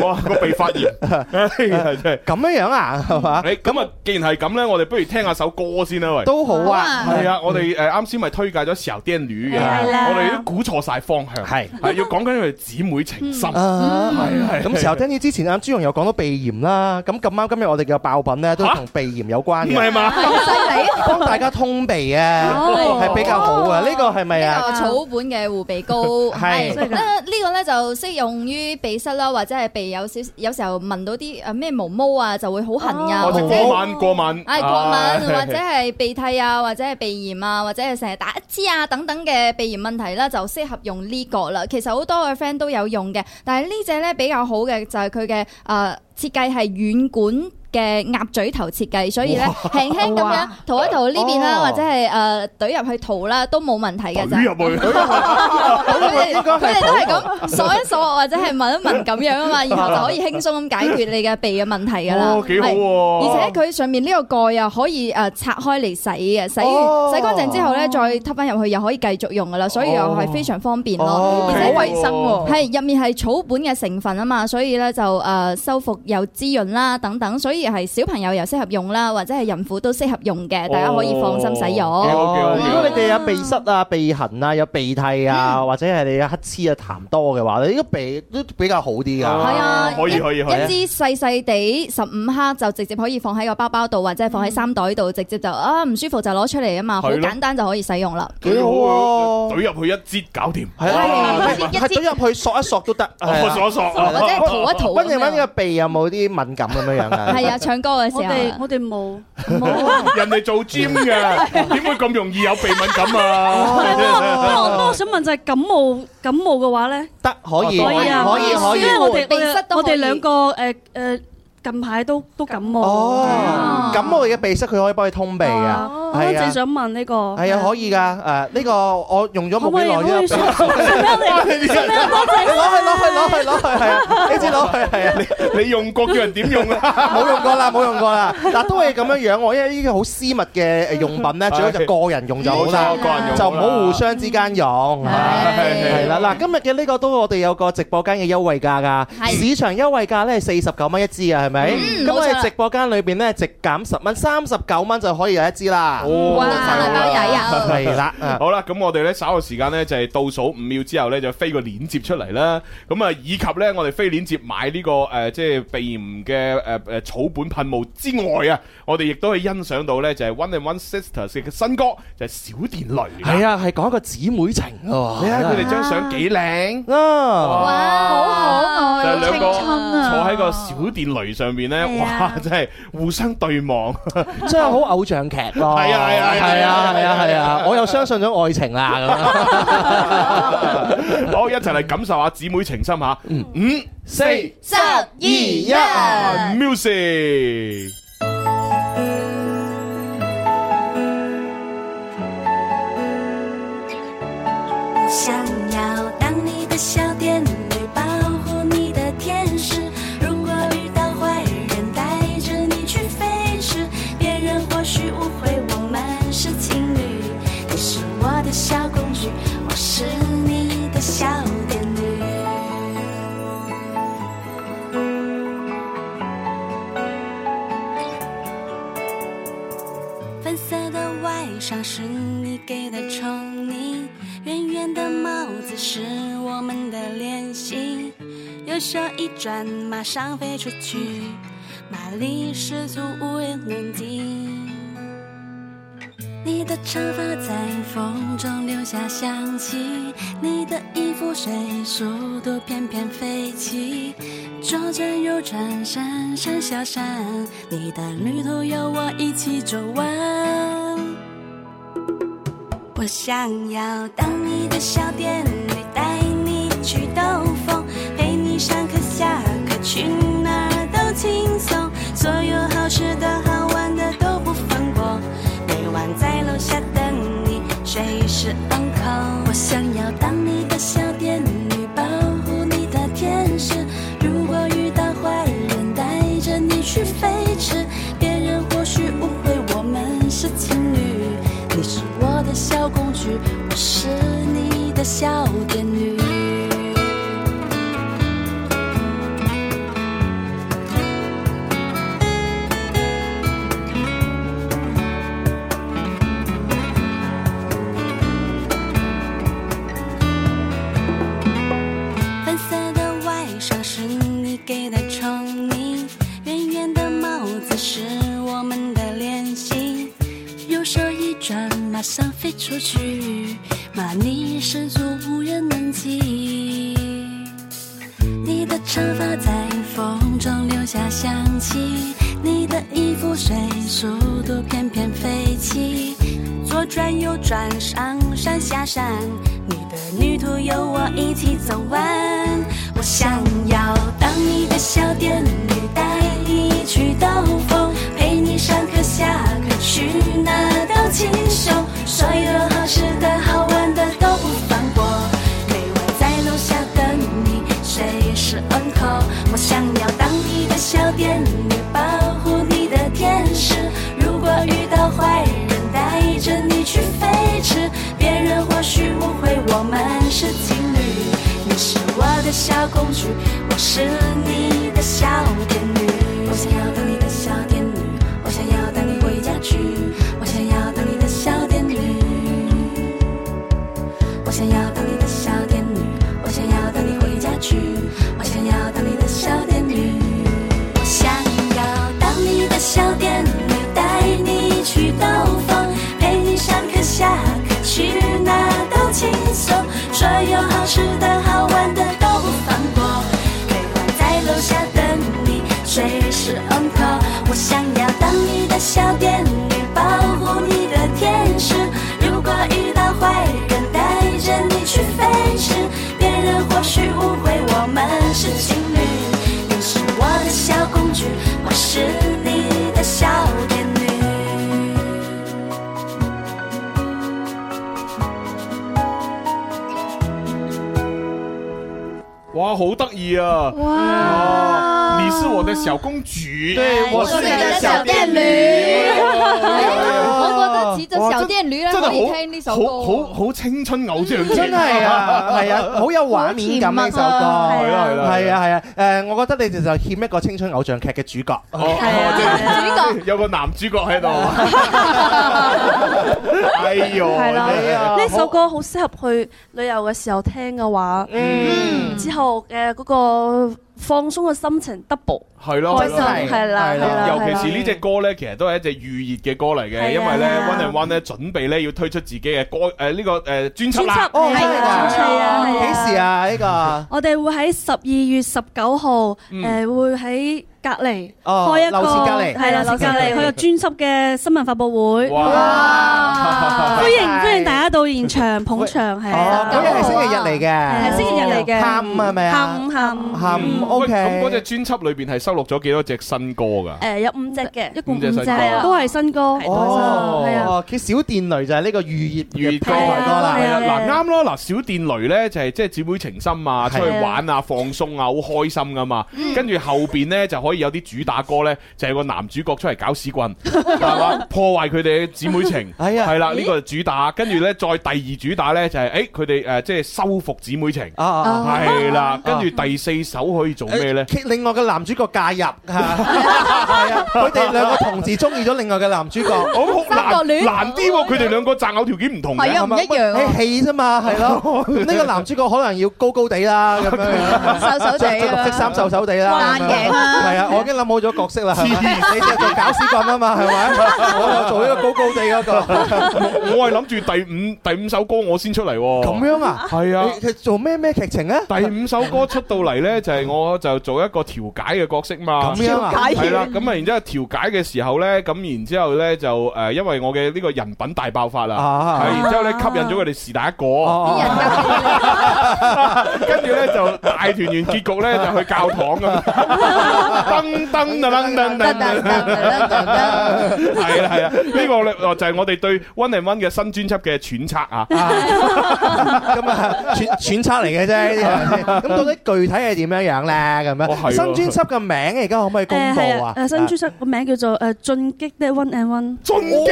S6: 哇個鼻 發炎，唉真係
S7: 咁樣樣啊，係嘛？
S6: 誒咁啊，既然係咁咧，我哋不如聽下首歌先啦，喂，
S7: 都好啊好啊
S6: 係啊，我哋誒啱先咪推介咗《時候啲女》嘅，
S7: 係啦
S6: 我哋都估錯晒方向，係係要講緊佢哋姊妹情深，係
S7: 啊，
S6: 係
S7: 咁時候聽啲之前阿朱容又講到鼻炎啦，咁咁啱今日我哋嘅爆品咧都同鼻炎有關嘅，
S6: 唔係嘛
S4: 犀利
S7: 幫大家通鼻啊，
S4: 哦
S7: 係比較好啊，呢個係咪
S4: 呢個
S7: 啊？
S4: 草本嘅護鼻膏，
S7: 係
S4: 係呢呢個咧就適用於鼻塞啦，或者係鼻有少有時候聞到啲誒咩毛毛啊，就會好痕啊，
S6: 我
S4: 或
S6: 哋
S4: 者
S6: 過敏過敏，
S4: 係過敏，
S6: 唉
S4: 或者係鼻涕啊，或者係鼻炎啊，或者係成日打一支啊等等嘅鼻炎問題啦，就適
S8: 哦
S4: 合用呢個啦。其實好多嘅 friend 都有用嘅，但係呢只咧比較好嘅就係佢嘅誒設計係軟管。嘅鴨嘴頭設計，所以咧
S10: 哇
S4: 輕輕咁樣塗一塗呢邊啦，
S7: 哦
S4: 或者係誒懟入去塗啦，都冇問題嘅咋。
S6: 懟入去
S7: 應
S4: 佢哋
S7: 該係
S4: 佢哋都係咁
S7: 塗
S4: 鎖一鎖或者係聞一聞咁樣啊 嘛，然後就可以輕鬆咁解決你嘅鼻嘅問題㗎啦。
S6: 哦幾好喎
S4: 係而且佢上面呢個蓋啊，可以誒拆開嚟洗嘅，洗
S6: 哦
S4: 完洗乾淨之後咧，再吸翻入去又可以繼續用噶啦，所以又係非常方便
S6: 哦
S4: 咯，而且
S6: 好衛生喎
S4: 係入面係草本嘅成分啊嘛，所以咧就誒修復又滋潤啦等等，所以係小朋友又適合用啦，或者係孕婦都適合用嘅，大家可以放心使用。
S7: 如果你哋有鼻塞啊、鼻痕啊、有鼻涕啊，或者係你有乞嗤啊、痰多嘅話，你呢個鼻都比較好啲㗎。係
S4: 啊
S7: 可以可
S4: 一支細細地十五克就直接可以放喺個包包度，或者係放喺衫袋度，直接就啊唔舒服就攞出嚟啊嘛，好
S6: 係咯
S4: 簡單就可以使用啦。
S6: 幾好啊！懟入去一截搞掂，
S7: 係啊，係懟入去索一索都得，係啊
S6: 索一索或者係
S4: 塗一塗
S7: 温温個鼻有冇啲敏感咁樣樣㗎？
S4: 係啊，唱歌嘅時
S13: 我哋
S4: 候。
S13: 我哋冇，
S6: 人哋做 gym 嘅，點會咁容易有鼻敏感
S7: 哦
S13: 不過不過
S6: 啊
S13: 我？想問就係感冒感冒嘅話咧，
S7: 得可以
S13: 可以啊，
S7: 可以可以
S13: 因為我哋我
S4: 鼻塞
S13: 哋
S4: 都
S13: 我
S4: 可以
S13: 哋兩個誒誒近排都都感冒，
S7: 哦，感冒嘅鼻塞佢可以幫你通鼻啊，
S13: 我
S7: 係
S13: 正
S7: 啊。
S13: 想問呢個
S7: 係啊，可以㗎。誒，呢個我用咗冇幾耐啫。 攞去攞去攞去攞去，係啊，你先攞去係啊。
S6: 你用過叫人點用啊？
S7: 冇用過啦，冇用過啦。嗱，都係咁樣樣喎，因為呢啲好私密嘅誒用品咧，最好就個人用就好啦
S6: 冇錯個人用，
S7: 就唔好互相之間用。係啦，嗱，今日嘅呢個都我哋有個直播間嘅優惠價㗎，市場優惠價咧係四十九蚊一支啊，係咪？
S4: 嗯
S7: 咁我
S4: 冇錯
S7: 哋
S4: 啦
S7: 直播間裏邊咧直減十蚊，三十九蚊就可以有一支啦。
S6: 哇生
S7: 哦
S4: 禮包仔啊
S7: 係啦，啊
S6: 哦好啦，咁我哋咧稍後時間咧就係倒數五秒之後咧就飛個鏈接出嚟啦。咁啊，以及咧我哋飛鏈接買呢個誒即係鼻炎嘅誒誒草本噴霧之外啊，我哋亦都可以欣賞到咧就係 One and One Sisters 嘅新歌就係小電雷。
S7: 係啊，係講一個姊妹情啊！
S6: 你睇下佢哋張相幾靚。
S7: 啊！
S6: 就係兩個
S7: 好
S6: 坐
S7: 青春啊
S6: 喺個小電雷上面咧，
S7: 係啊
S6: 哇！真係互相對望，
S7: 真係好偶像劇咯，
S6: 係啊係啊
S7: 係啊係啊係啊！我又相信咗愛情啦咁樣。
S6: 好一齊嚟感受下姊妹情深嚇。五、四、
S4: 三、
S6: 二、一，music。
S11: 想要当你的小电驴，保护你的天使。如果遇到坏人，带着你去飞驰。别人或许误会我们是情侣，你是我的小公举，我是你的小电驴。粉色的外裳是你给的宠溺，圆圆的帽子是我们的练习，右手一转马上飞出去，马力十足无人能敌。你的长发在风中留下香气，你的衣服随速度翩翩飞起，左转右转闪闪小闪，你的旅途有我一起走完。我想要当你的小电驴，带你去兜风，陪你上课下课，去哪儿都轻松，所有好吃的好玩的都不放过。每晚在楼下等你，随时 on call。我想要当你的小电驴，保护你的天使。如果遇到坏人，带着你去飞驰。别人或许误会我们是情侣，你是我的小公举，我是你的小电驴。粉色的外裳是你给的宠溺，圆圆的帽子是我们的联系。右手一转，马上飞出去，骂你失足无人能及。你的长发在风中留下香气，你的衣服随速度翩翩飞起，左转右转，上山下山，你的旅途有我一起走完。我想要当你的小电驴，带你去兜风，陪你上课下课，去哪都轻松，所有好吃的好玩的都不放过。每晚在楼下等你，随时 on call。我想要当你的小电驴，保护你的天使。如果遇到坏人，带着你去飞驰。别人或许误会我们是情侣，你是我的小公举，我是你的小电驴。我想要当你的小电驴，我想要带你回家去，我想要当你的小电驴，我想要当你的小电驴，我想要带你回家去，我想要当你的小电驴，我想要当你的小电驴，带你去兜风，陪你上课下课，去哪都轻松，所有好吃的好玩的都不放过。在楼下等你，随时 on call。我想要当你的小电驴，保护你的天使。如果遇到坏人，带着你去飞驰。别人或许误会我们是情侣，你是我的小公举，我是你的小电驴。
S6: 哇，好得意啊！哇，你是我的小公主，
S7: 对我是你的小
S4: 電
S7: 驢
S4: 我覺得似隻小電驢咧，
S6: 真係
S4: 可以
S6: 好
S4: 聽呢首歌。
S6: 好好好青春偶像劇，
S7: 真係啊，係啊，好有畫面感呢首歌，
S6: 係啦係啦，
S7: 係啊係啊，誒，我覺得你哋就欠一個青春偶像劇嘅主角，
S6: 哦，哦，即係有個男主角喺度，哎呦，
S15: 係啦
S6: 真係，
S15: 呢首歌好適合去旅遊嘅時候聽嘅話，
S6: 嗯
S15: 之後嘅嗰個放鬆嘅心情 double。
S6: 係咯，
S15: 開心係啦係啊啦
S6: 尤其是呢只歌咧，其實都係一隻預熱嘅歌嚟
S15: 係啊
S6: 嘅，因為咧
S15: 係啊
S6: One and One 咧準備咧要推出自己嘅歌誒呢個誒專輯啦
S15: 專輯，哦係啊專輯啊係啊
S7: 幾時啊？呢個
S15: 我哋會喺十二月十九號，
S7: 嗯
S15: 誒會喺隔離
S7: 哦
S15: 開一個
S7: 樓市隔離
S15: 係啦，樓市隔離
S7: 樓市
S15: 開
S7: 隔離
S15: 個專輯嘅新聞發佈會。
S7: 哇
S15: 歡迎歡迎大家到現場捧場，係
S7: 哦，
S15: 啊
S7: 嗰日係星期日嚟嘅，
S15: 係星期日嚟嘅，
S7: 下午係咪啊？
S15: 下午下午
S7: 下午嗯 OK
S6: 喂咁嗰隻專輯裏邊係收錄咗幾多隻新歌㗎？
S15: 誒有五隻嘅，一共
S6: 五隻細歌
S15: 係啊都係新歌，
S7: 哦，
S15: 係啊。
S7: 哦，佢小電雷就係呢個預熱
S6: 粵歌
S7: 歌啦，
S6: 係啊，
S7: 係
S6: 嗱啱咯，嗱小電雷咧就係即係姊妹情深啊，出去玩啊，放鬆啊，好開心噶嘛。
S7: 嗯
S6: 跟住後邊咧就可以有啲主打歌咧，就係個男主角出嚟搞 屎棍，係嘛，破壞佢哋嘅姊妹情，
S7: 係啊
S6: 係啦，呢個係主打。跟住咧再第二主打咧就係誒佢哋誒即係修復姊妹情，
S7: 啊啊
S6: 係啦。跟
S7: 啊
S6: 住第四首可以做咩 咧？
S7: 誒另外嘅男主角介 入嚇，係啊，佢哋兩個同時中意咗另外嘅男主角，
S6: 我好
S7: 三角
S6: 男
S7: 戀
S6: 男難啲喎，佢哋兩個擇偶條件唔同嘅，
S7: 係啊唔一樣啊你戲啫嘛，係咯。咁呢個男主角可能要高高地啦，咁樣樣，
S8: 瘦瘦地啊
S7: 着綠色衫，瘦瘦地啦，
S8: 眼鏡啊
S7: 係啊，我已經諗好咗角色啦，係咪
S6: 黐線
S7: 你就做搞屎棍啊嘛，係咪？我就做呢個高高地嗰個。
S6: 我我係諗住第五第五首歌我先出嚟喎。
S7: 咁樣啊？
S6: 係啊。
S7: 你做咩咩劇情咧？
S6: 第五首歌出到嚟呢，就係我就做一個調解嘅角色嘛。
S7: 咁樣啊調解
S6: 係啦，咁啊，然之後調解嘅時候呢，咁然之後呢，就誒，因為我嘅呢個人品大爆發啦，
S7: 啊
S6: 係然之後呢，吸引咗佢哋是但一個， 跟住呢，就大團圓結局呢，就去教堂 咁，噔噔噔噔噔噔噔，係啦係啦，呢個呢就係我哋對 One and One 嘅新專輯嘅揣測啊。
S7: 咁啊，揣揣測嚟嘅啫，呢啲係咪先？咁到底具體係點樣樣咧？咁
S6: 係
S7: 樣
S6: 喎
S7: 新專輯嘅名而家可唔可以公
S13: 係
S7: 佈啊？
S13: 誒新專輯個名叫做誒進擊的 One and One。
S6: 進擊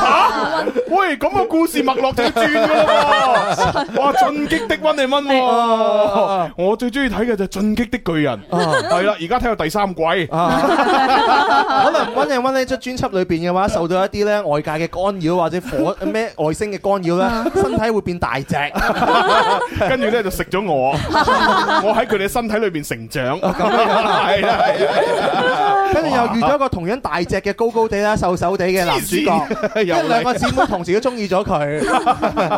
S6: 吓，喂，咁個故事脈絡就要轉噶啦 喎！哇，進擊的温利温喎，我最中意睇嘅就係進擊的巨人，
S7: 啊
S6: 係啦，而家睇到第三季，
S7: 可能啊温人温呢出專輯裏邊 嘅話，受到一啲咧外界嘅干擾或者火咩外星嘅干擾
S6: 啊
S7: 咧，身體會變大隻。
S6: 跟住咧就食咗 我，我喺佢哋身體裏邊成長，
S7: 啊
S6: 係啦 係啦，
S7: 跟住又遇咗一個同樣大隻嘅高高地啦、瘦瘦地嘅男主角，
S6: 黐線 又嚟
S7: 一兩個姊妹同時都中意咗 佢。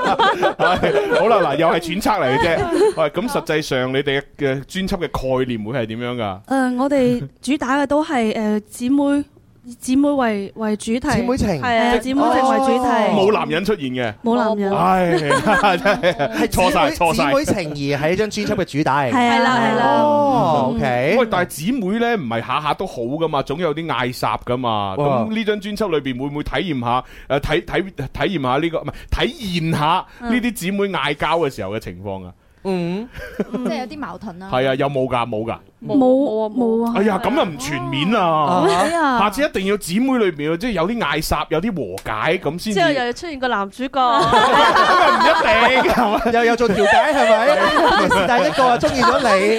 S6: 係好啦，嗱，又係揣測嚟嘅啫。喂，咁實際上你哋嘅專輯嘅概念會係點樣
S7: 哦
S6: 噶？
S13: 誒，我哋主打嘅都係誒姊妹姊妹為為主題，
S6: 姊妹情
S13: 係啊，姊妹情為主題，
S6: 冇男人出現嘅，
S13: 冇男人
S6: 唉，係錯晒錯
S7: 哦
S6: 晒，
S7: 姊妹情誼係一張專輯嘅主 打嚟。
S13: 係啦係啦
S7: 哦，OK。
S6: 喂，但係姊妹咧唔係下下都好噶嘛，總有啲嗌霎噶嘛。
S7: 哇
S6: 咁呢張專輯裏邊會唔會體驗下呃誒體體體驗下呢個唔係體驗下
S13: 嗯
S6: 呢啲姊妹嗌交嘅時候嘅情況啊？
S7: 嗯，
S10: 即係有啲矛盾啦。
S6: 係啊，有冇㗎？冇㗎。
S13: 冇冇啊冇啊！
S6: 哎呀，咁又唔全面啊！
S13: 係啊
S6: 下次一定要姊妹裏邊即係有啲嗌霎，有啲和解咁先至。
S13: 之後又要出現個 男主角，
S7: 又又做調解係咪？是但一個啊中意 咗你，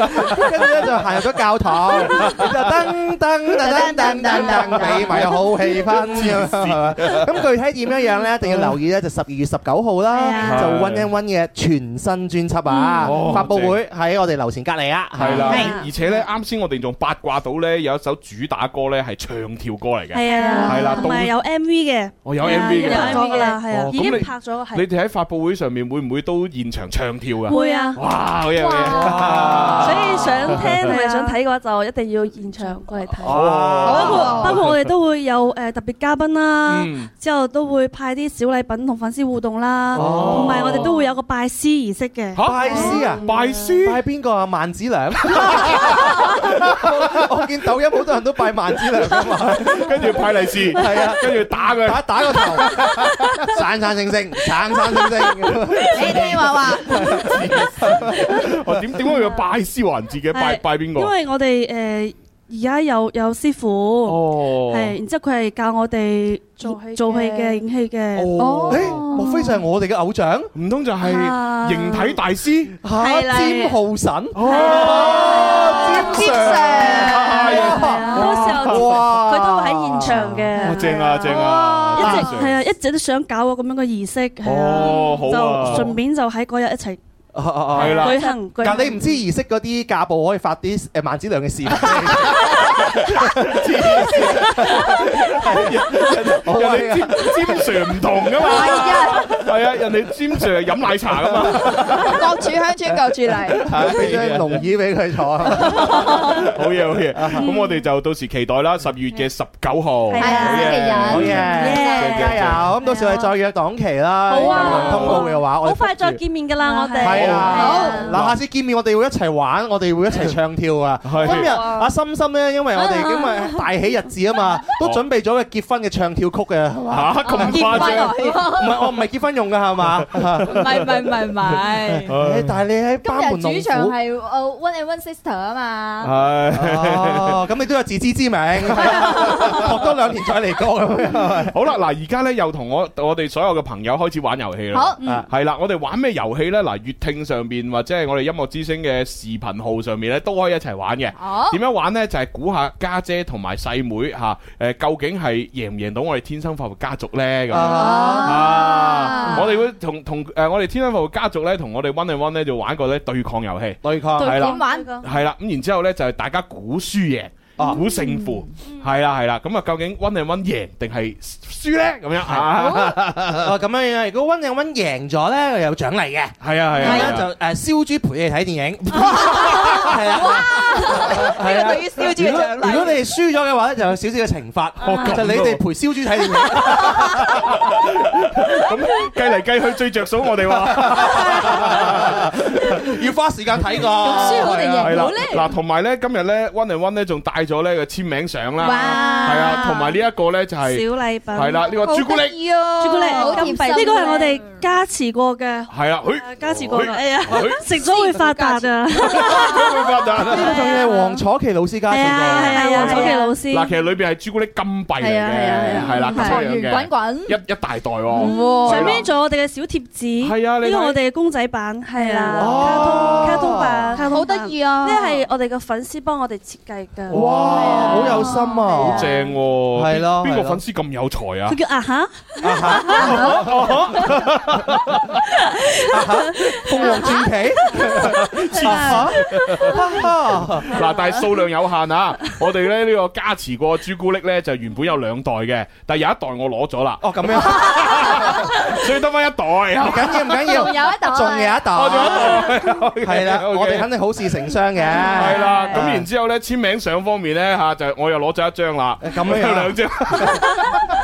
S7: 跟住咧就行入咗教堂，就噔噔噔噔噔噔噔，俾埋有好氣氛咁樣係咪咁具體點樣樣咧？一定要留意
S6: 嗯
S7: 咧，就十二月十九號啦，
S6: 啊
S7: 就 One and One 嘅全新專輯啊
S6: 嗯哦，
S7: 發佈會喺我哋樓前隔離啊，
S6: 係啦
S7: 係，
S6: 而且咧，啱先我哋仲八卦到咧，有一首主打歌咧係唱跳歌嚟嘅，
S13: 係啊，
S6: 係啦，
S13: 同埋有 M V 嘅，
S6: 哎我有 MV 嘅
S13: 已經拍咗㗎啦，係啊
S6: 哦，
S13: 已經
S6: 咁你
S13: 拍咗㗎係
S6: 你哋喺發佈會上面會唔會都現場唱跳噶？
S13: 會啊
S6: 哇！好嘢好嘢
S13: 所以想聽同埋想睇嘅話，就一定要現場過嚟睇。包
S6: 哦
S13: 括包括我哋都會有誒特別嘉賓啦
S6: 嗯，
S13: 之後都會派啲小禮品同粉絲互動啦，
S7: 哦
S13: 同埋我哋都會有個拜師儀式嘅。
S7: 拜師啊！
S6: 拜師
S7: 拜邊個啊？萬子 良。 我我見抖音好多人都拜萬子良㗎嘛。
S6: 跟住派利是，
S7: 係啊
S6: 跟住打佢，
S7: 打打個頭， 散散星星，散散星星。
S8: 你聽話話，
S6: 我哦點點解要拜師環節嘅？拜
S13: 係
S6: 拜邊個？
S13: 因為我哋誒而家有有師傅，
S6: 哦
S13: 係，然之後佢係教我哋做戲做戲嘅演戲嘅。
S7: 哦，誒，莫非就係我哋嘅偶像？
S6: 唔通就係
S13: 啊
S6: 形體大師？
S7: 嚇
S13: 係啦
S7: 詹浩神。
S6: 哦，
S7: 詹 Sir
S13: 嗰時候
S7: 哇
S13: 佢都會喺現場嘅。
S6: 哦正啊正啊！
S13: 一直
S6: 詹 Sir
S13: 係啊，一直都想搞個咁樣嘅儀式，係
S6: 哦
S13: 啊，
S6: 好啊
S13: 就順便就喺嗰日一齊
S7: 係
S6: 啦
S13: 舉行舉
S7: 但
S13: 行。
S7: 你唔知儀式嗰啲架步可以發啲誒萬子良嘅視頻
S6: 人哋詹詹 Sir 唔同噶嘛，係啊，人哋詹 Sir 係飲奶茶 噶嘛，
S8: 各處鄉村各處嚟，
S7: 俾張龍椅俾佢坐。
S6: 好嘢好嘢，咁我哋就到時期待啦，十月嘅十九號，
S7: 係啊
S6: 好嘢
S7: 星期日
S6: 好嘢，
S7: Yeah，加油！咁到時我哋再約檔期啦。
S13: 好啊
S7: 有人通告嘅話，我哋
S13: 好快再見面㗎啦，我哋
S7: 係啊，
S13: 係
S7: 嗱，下次見面我哋會一齊玩，我哋會一齊唱跳 啊！今日阿心心咧，因為我
S10: 啊
S7: 哋因為大喜日子啊嘛，都準備咗個結婚嘅唱跳曲嘅，係嘛？
S6: 嚇咁誇張，
S10: 哦
S7: 唔係我唔係結婚用嘅係嘛？
S10: 唔係唔係唔係唔係，
S7: 唉但係你喺班門
S10: 今
S7: 弄
S10: 日主場
S7: 斧，
S10: 係呃 One and One Sister 啊嘛。
S7: 哦，咁你都有自知之明， 學多兩年再嚟過咁樣。
S6: 好啦，嗱，而家咧又同我我哋所有嘅朋友開始玩遊戲啦。
S7: 好嗯
S6: 係啦，我哋玩咩遊戲咧？嗱，粵聽上邊或者係我哋音樂之星嘅視頻號上面咧，都可以一齊玩嘅。
S7: 好
S6: 點樣玩咧？就係估下家姐同埋細妹吓，誒究竟係贏唔贏到我哋天生發育家族咧？咁
S7: 啊
S6: 啊，我哋會同同誒我哋天生發育家族咧，同我哋 One and One 咧就玩過咧對抗遊戲，
S7: 對抗
S6: 係啦
S10: 點，玩
S13: 哦
S10: 噶？
S6: 係啦，咁然之後咧就係大家估輸贏。估勝負
S13: 嗯
S6: 係啦係啦，咁啊究竟 One and One 贏定係輸咧？咁樣啊
S7: 哦，咁樣樣，如果溫永溫贏咗咧，佢有獎勵嘅。
S6: 係啊係啊
S7: 咁
S6: 係啊
S7: 咧就誒燒豬陪你睇電影。係啊，係啊。如果如果你哋輸咗嘅話咧，就有少少嘅懲罰，就你哋陪燒豬睇電影。
S6: 咁計嚟計去最着數我哋喎，
S7: 要花時間睇㗎。
S6: 咁
S7: 輸
S6: 好
S7: 定
S6: 係啦，嗱，同埋咧今日咧 One and One 咧仲帶咗呢個簽名相啦，
S13: 哇啊
S6: 係啊，同埋呢一個咧就係
S13: 小禮品
S6: 係啦，呢個朱古力
S11: 哦
S13: 朱古力
S10: 好
S13: 金幣，
S10: 貼心
S13: 呢個
S11: 啊
S13: 係我哋加持過嘅，
S6: 係啦，佢
S13: 啊加持過嘅，哎呀
S6: 佢，
S13: 食咗會發達啊！
S6: 啊
S7: 呢 個仲要係黃楚琪老師加持
S13: 係啊係啊係啊黃楚琪老 師
S6: 嗱，其實裏邊係朱古力金幣嚟
S13: 係啊係啊
S6: 嘅，係啦，咁
S13: 財
S6: 樣
S13: 源滾
S10: 滾
S6: 一一大袋
S13: 嗯
S6: 喎，
S13: 上面仲有我哋嘅小貼紙，
S6: 係啊你睇
S13: 呢個我哋嘅公仔版，係啦，
S7: 哦
S13: 卡通卡通版，
S8: Dạ.
S13: 卡通版
S10: 好得意啊
S13: 呢係我哋嘅粉絲幫我哋設計嘅，
S7: 哇，好有心啊！
S6: 好正喎，
S7: 係咯
S6: 邊邊
S7: 係
S6: 個
S7: 咯
S6: 粉絲咁有才啊
S13: 佢？叫啊哈，
S7: 鳳凰傳奇，
S6: 黐 嗱，但係數量有限啊！我哋咧呢個加持過朱古力咧，就原本有兩袋嘅，但係有一袋我攞咗啦。
S7: 哦，咁樣，哦
S6: 所以得翻一袋。啊
S7: 唔緊要唔緊要，
S10: 仲有一袋
S7: 仲有一
S6: 我仲有
S7: 袋，
S6: 一袋，
S7: 係啦，
S6: OK，OK
S7: 我哋肯定好事成雙嘅，
S6: 係
S7: 係啊
S6: 啦，咁然之後咧簽名相方面咧嚇，就我又攞咗一 張啦，
S7: 咁樣樣
S6: 兩張，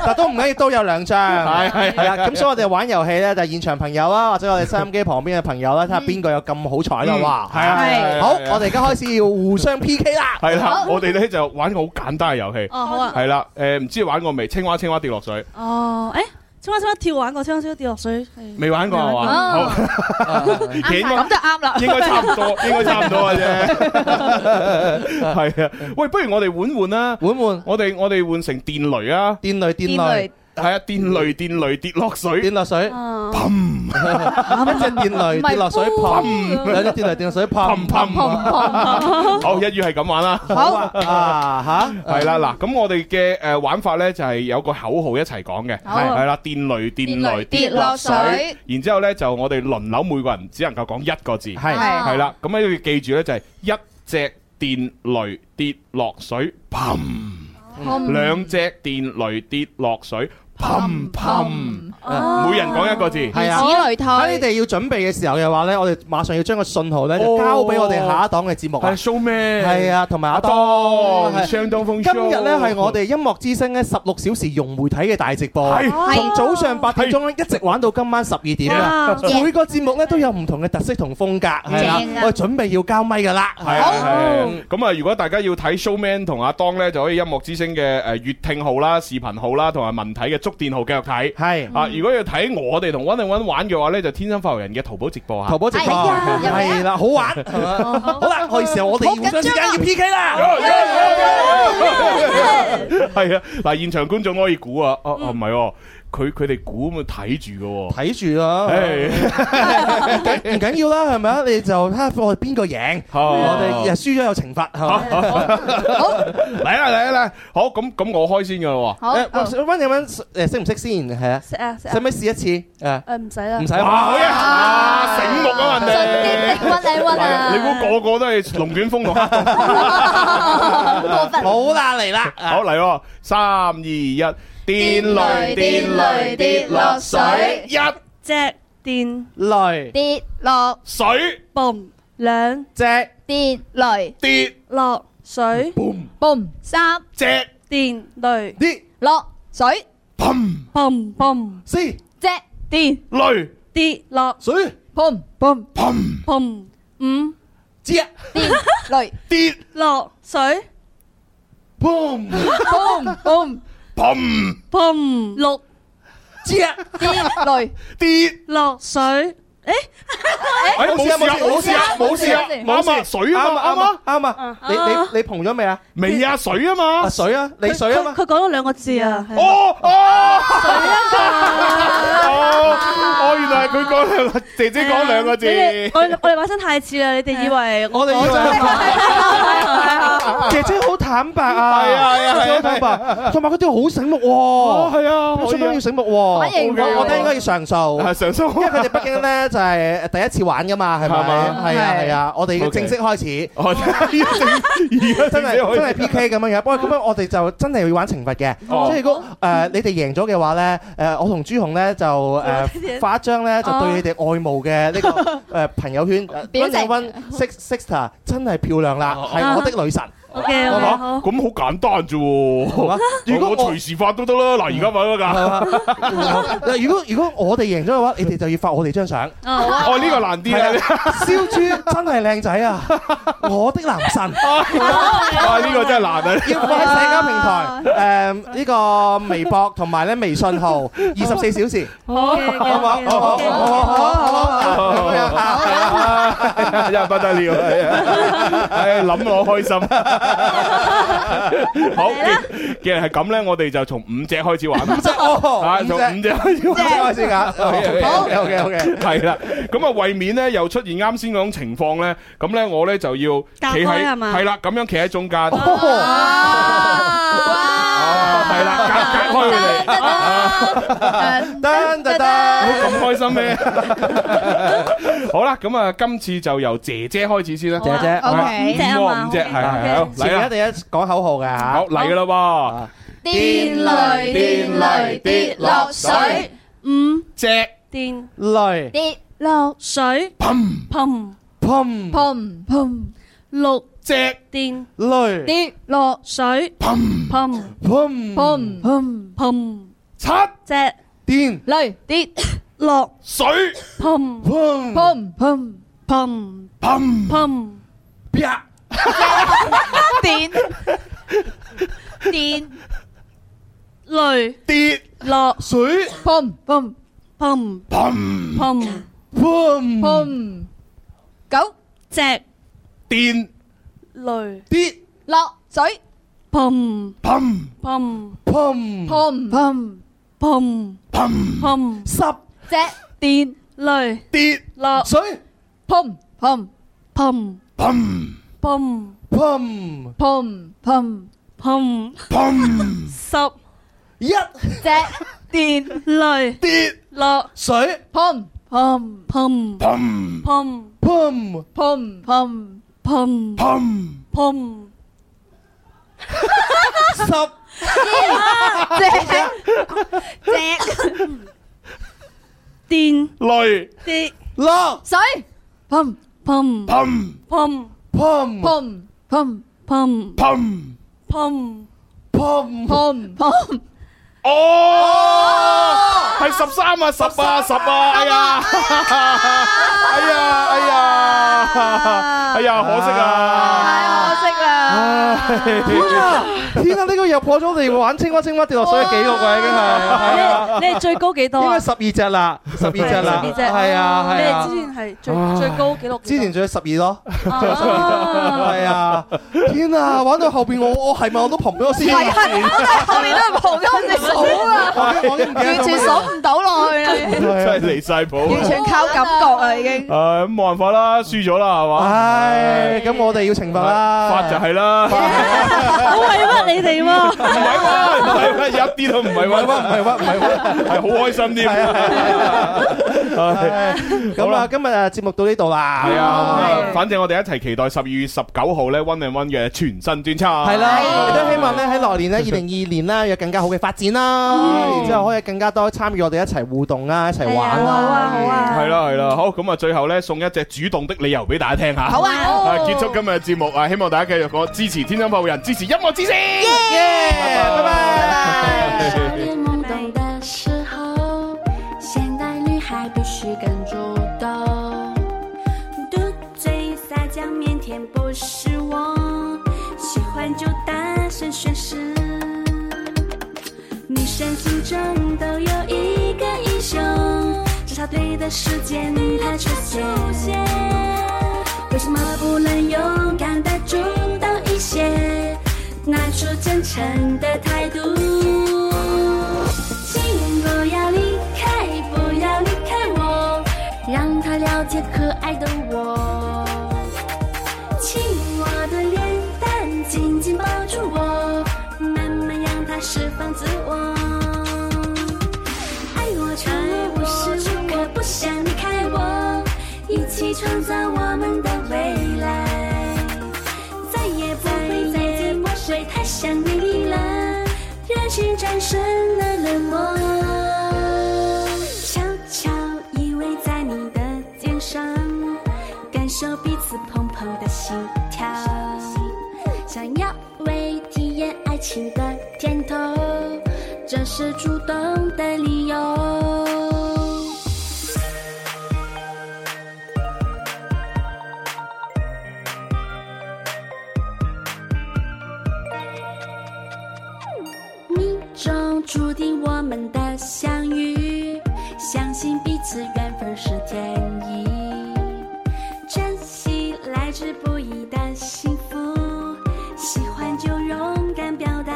S7: 但都唔緊要，都有兩張，
S6: 係係
S7: 係啦。
S6: 係
S7: 咁所以我哋玩遊戲咧，就係現場朋友啦，或者我哋收音機旁邊嘅朋友啦，睇下邊個有咁好彩啦，
S6: 嗯
S7: 哇！
S6: 係啊係啊係啊
S7: 好，
S6: 係啊
S7: 我哋而家開始要互相 PK 啦，
S6: 係啦
S7: 好，
S6: 我哋咧就玩個好簡單嘅遊戲，
S13: 哦好啊
S6: 係啦，誒唔知玩過未？青蛙青蛙跌落水，
S13: 哦，誒，青蛙青蛙跳玩過，青蛙青蛙跳落水，係
S6: 未玩過啊係嘛？
S13: 哦
S6: 好，其實應該
S8: 咁就啱啦，
S6: 應該差唔多，應該差唔多嘅啫。係啊，喂，不如我哋換換啦，
S7: 換換，
S6: 我哋我哋換成電雷啊，
S7: 電雷電雷。
S6: 係啊，電雷電雷跌落水，
S7: 跌落水， 一隻電雷
S10: 唔係
S7: 跌落水，砰！兩隻電雷跌落水，砰
S10: 砰
S6: 好，一於係咁玩啦。
S7: 好啊嚇，
S6: 係啦，嗱，咁我哋嘅誒玩法咧就係有個口號一齊講嘅，
S7: 好
S6: 係係啦，電雷電
S10: 電
S6: 雷
S10: 雷跌落水，
S6: 然之後咧就我哋輪流每個人只能夠講一個字，
S7: 係
S10: 係
S6: 係啦，咁咧要記住咧就係一隻電雷跌落水，砰！
S10: 砰
S6: 兩隻電雷跌落水，砰砰！每人講一個字，
S7: 係啊，
S8: 以此類推
S7: 喺你哋要準備嘅時候嘅話咧，我哋馬上要將個信號咧就交俾我哋下一檔嘅節目啊
S6: 係。show 咩？
S7: 係啊，同埋阿當
S6: 當
S7: 係
S6: 相當風
S7: 今日咧係我哋音樂之聲咧十六小時融媒體嘅大直播，
S6: 係
S7: 從早上八點鐘咧一直玩到今晚十二點啊！
S6: 哇
S7: 每個節目咧都有唔同嘅特色同風格，係啦
S6: 正啊，
S7: 我哋準備要交咪噶啦，
S6: 係啊係啊咁啊！如果大家要睇 Showman 同阿當咧，就可以音樂之聲嘅呃誒粵聽號啦、視頻號啦，同埋文體嘅觸電號繼續睇。
S7: 係
S6: 啊！如果要睇我哋同 One and One 玩嘅話咧，就天生發育人嘅淘寶直播嚇。
S7: 淘寶直播
S10: 係啊又嚟啊
S7: 係啦，好玩，係嘛好啦，我哋時候我哋互相之間要 P K 啦。
S6: 係啊！嗱，現場觀眾可以估啊！哦哦，唔係喎，佢佢哋估咁睇住嘅喎。
S7: 睇住啊！
S6: 唉
S7: 唔緊要啦，係咪啊？你就睇下我哋邊個贏，
S6: 好
S7: 我哋 又輸咗有懲罰，係嘛？
S6: 嚟啦嚟啦嚟啦！好咁咁，我開先嘅咯
S7: 好，温定温誒識唔識先？係啊，
S13: 識啊識啊
S7: 使唔使試一次？誒，
S13: 誒唔使啦，
S7: 唔使
S6: 喎。哇！好嘢啊！醒目啊，人
S4: 哎
S6: 哋。
S10: 屈你屈啊！
S6: 你估個個都係龍捲風同黑洞？
S7: 好啦，嚟啦！
S6: 好嚟喎，三二一，電雷電雷跌落水，一
S13: 隻電
S7: 雷
S10: 跌落
S6: 水
S13: 嘣兩
S7: 隻
S10: 電雷
S6: 跌
S13: 落水，
S10: 嘣三
S6: 隻
S13: 電雷
S7: 跌
S10: 落水
S6: 砰
S13: 砰砰
S7: 四
S10: 隻
S13: 電
S6: 雷
S13: 跌落
S7: 水，
S10: 砰
S13: 砰
S6: 砰
S13: 砰五
S7: 知啊，
S10: 電雷
S6: 跌
S13: 落水，
S7: 砰
S10: 砰
S13: 砰
S6: 砰
S10: 嗯
S13: 砰六
S7: 知啊，
S10: 電雷
S6: 跌。
S13: 落水，
S6: 哎，冇事啊，冇事啊，冇事啊，
S7: 冇事
S6: 啱啊，水啊嘛，
S7: 啱
S6: 啱啊，
S7: 啊，啱啊！你你你碰咗未啊？
S6: 未啊，水啊嘛
S7: 啊，水啊，你水啊
S13: 佢
S7: 嘛？
S13: 佢講咗兩個字啊，係
S6: 哦哦，哦，哦，原來係佢講兩個，姐姐講兩個字，
S13: 你哋我哋我哋把聲太似啦，你哋以為
S7: 我哋以為
S13: 係啊係啊
S7: 姐姐好坦白啊，
S6: 係啊係啊
S7: 姐姐好
S6: 係啊
S7: 坦白，同埋佢哋好醒目
S6: 哦
S7: 喎，
S6: 係啊
S7: 佢
S6: 可以啊
S7: 出名要醒目喎，
S6: 反應
S7: 我我覺得應該要上訴，
S6: 係上訴
S7: 因為佢哋畢竟咧就係第一次玩噶嘛，係咪？
S6: 係嘛
S7: 係啊係啊，我哋已經
S6: OK
S7: 正式開始，
S6: 哦而 家
S7: 真
S6: 正式開
S7: 係
S6: 始
S7: 真係 PK 咁樣樣，不過咁樣我哋就真係要玩懲罰嘅，
S6: 哦
S7: 所以如果誒你哋贏咗嘅話咧，誒我同朱紅咧就 誒發一張咧就對你哋愛慕嘅呢個誒朋友圈，
S6: 哦 表情哦
S7: 温温 Six Sixter 真係漂亮啦，係我的女神。
S6: 係嘛咁好簡單啫喎，如果我隨時發都得啦，嗱而家發得㗎。哦
S7: 嗱，如果如果我哋贏咗嘅話，你哋就要發我哋張相。
S6: 好啊哦呢個難啲啊
S7: 係啊 燒豬真係靚仔啊！我的男神，
S6: 哇呢個真係難啊！
S7: 要放喺社交平台，誒呢個微博同埋咧微信號，二十四小時。
S6: 好
S7: 好唔好？好好好好好。
S6: 真係不得了，係啊唉諗我開心。好，既既然係咁咧，我哋就從五隻開始玩。
S7: 五隻哦
S6: 啊，從五隻開始玩。
S7: 開始㗎。好，OK OK。
S6: 係啦，咁啊，為免咧又出現啱先嗰種情況咧，咁咧我咧就要企
S10: 隔
S6: 喺
S10: 開係嘛
S6: 係啦，咁樣企喺中間。
S7: 係
S6: 啦，隔隔開佢哋。
S7: 噔噔
S6: 咁開心咩？ 好啦，咁啊，今次就由姐姐開始先啦。
S7: 姐姐
S6: 好啦
S7: OK
S6: 五個五隻，係係好嚟
S7: 前一
S6: 啦，
S7: 定一講口號嘅嚇。
S6: 好嚟噶啦喎，
S8: 電
S6: 雷電雷跌落水，
S10: 五
S6: 隻
S10: 電
S7: 雷
S10: 跌落水，砰砰
S7: 砰
S10: 砰砰，六
S6: 隻
S10: 電
S7: 雷
S10: 跌落水，砰砰
S7: 砰
S10: 砰砰砰，
S6: 七
S10: 隻
S7: 電
S10: 雷跌落
S6: 水，
S10: 砰
S7: 砰
S10: 砰砰砰
S6: 砰
S10: 砰，
S6: 啪
S10: 電電雷
S6: 跌
S10: 落
S7: 水，
S10: 砰砰砰
S6: 砰
S10: 砰
S7: 砰
S10: 砰，九隻
S6: 電
S10: 雷
S7: 跌
S10: 落水，砰
S6: 砰
S10: 砰
S7: 砰
S10: 砰砰砰
S6: 砰
S10: 砰，
S7: 十
S10: 隻電雷
S6: 跌
S10: 落
S7: 水，
S10: 砰砰砰
S6: 砰
S10: 砰
S7: 砰
S10: 砰砰砰，
S6: 砰
S10: 十
S7: 一
S10: 隻電雷
S6: 跌
S10: 落
S7: 水，
S10: 砰砰砰
S6: 砰
S10: 砰
S7: 砰
S10: 砰砰砰
S6: 砰
S10: 砰。
S7: 十
S10: 只电
S6: 雷
S10: 跌
S7: 落
S10: 水，砰砰
S6: 砰
S10: 砰
S7: 砰
S10: 砰砰砰
S6: 砰
S10: 砰
S7: 砰
S10: 砰砰，
S6: 哦，係十三啊，十啊，十啊，哎呀，哎呀，哎呀，哎呀，可惜啊，
S18: 可惜啦。
S7: 天啊！ 天啊！呢個又破咗我哋玩青蛙青蛙跌落水嘅紀錄啦，已經係。係啊
S10: 你你係最高幾多啊
S7: 應該十二隻啦，十二隻啦，
S10: 12隻
S7: 係啊係啊。
S10: 你哋之前係最最高紀錄，
S7: 之前仲有十二咯，
S10: 啊
S7: 係啊！天啊，玩到後邊我我係咪我都旁俾我先？
S8: 係啊後面都係旁咗我哋數啊
S7: 我已經唔記得咗
S8: 完全數唔到落去啦。
S6: 真係離晒譜，
S18: 完全靠感覺
S11: 啊
S18: 啦，已經。
S6: 誒咁冇辦法啦，輸咗啦係嘛？
S7: 唉，咁我哋要懲罰啦，
S6: 發就係啦，
S10: 好委屈你哋
S6: 唔係
S10: 喎，
S6: 喎，唔係喎，一啲都唔係喎，
S7: 唔係喎，唔係
S6: 喎，係好開心添。唉
S7: 咁啊，今日啊節目到呢度啦，
S6: 係
S7: 哦
S6: 啊，反正我哋一齊期待十二月十九號咧，One and One 嘅全新專輯。
S7: 係啦，
S6: 啊
S7: 亦都希望咧喺來 年咧，二零二年啦，有更加好嘅發展啦，
S6: 嗯
S7: 然之後可以更加多參與我哋一齊互動啊啦，一齊玩啦。
S6: 係啦係啦，好咁啊，最後咧送一隻主動的理由俾大家聽下。
S7: 好啊好
S6: 結束今日嘅節目啊，希望大家繼續講支持天生發人，支持音樂之星。拜拜。
S11: 少年懵懂的时候，现代女孩必须更主动。嘟嘴撒娇腼腆不是我，喜欢就大声宣誓。女生心中都有一个英雄，只差对的时间他出现。为什么不能勇敢的主动一些，拿出真诚的态度？请不要离开，不要离开我，让他了解可爱的我。亲我的脸蛋，紧起创造我们的未来。再也不会再见墨水，太想你了，热情战胜了冷漠。悄悄依偎在你的肩上，感受彼此砰砰的心跳。想要为体验爱情的甜头，这是主动的理由。命中注定我们的相遇，相信彼此缘分是天意，珍惜来之不易的幸福，喜欢就勇敢表达，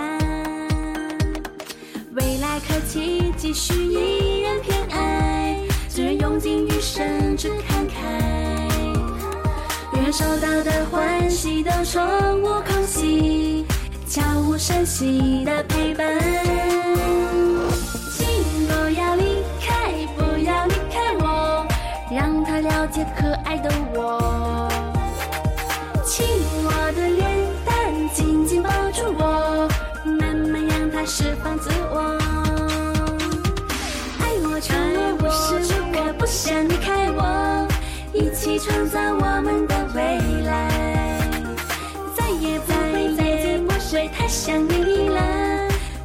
S11: 未来可期，继续一人偏爱，只愿用尽余生去看开，愿收到的欢喜都从无空隙。悄无声息的陪伴。请不要离开，不要离开我，让他了解可爱的我。亲我的脸蛋，紧紧抱住我，慢慢让它释放自我。爱我，宠我，我时刻不想离开我，一起创造我们的未来。再也不会再见墨水，太想你了，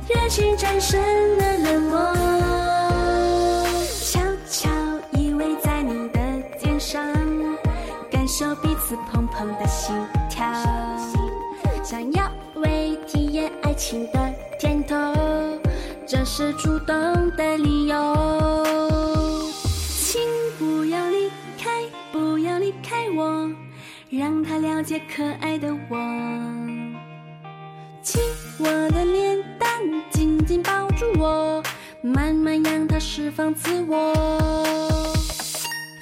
S11: 热情战胜了冷漠。悄悄依偎在你的肩上，感受彼此砰砰的心跳。 想要为体验爱情的甜头，这是主动的理由。请不要离开，不要离开我。让他了解可爱的我。亲我的脸蛋，紧紧抱住我，慢慢让他释放自我。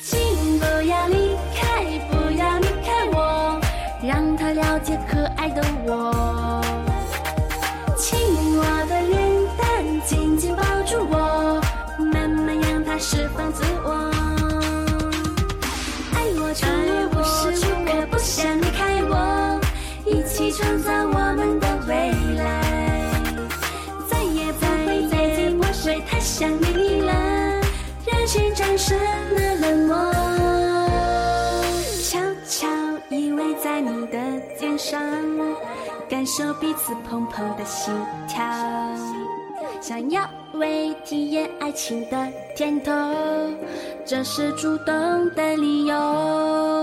S11: 请不要离开，不要离开我，让他了解可爱的我。亲我的脸蛋，紧紧抱住我，慢慢让他释放自我。爱我，宠我，时刻不想离开我，一起创造我们的未来。再也不会再见墨水，太想你了，热情战胜了冷漠。悄悄依偎在你的肩上，感受彼此砰砰的心跳。想要为体验爱情的甜头，这是主动的理由。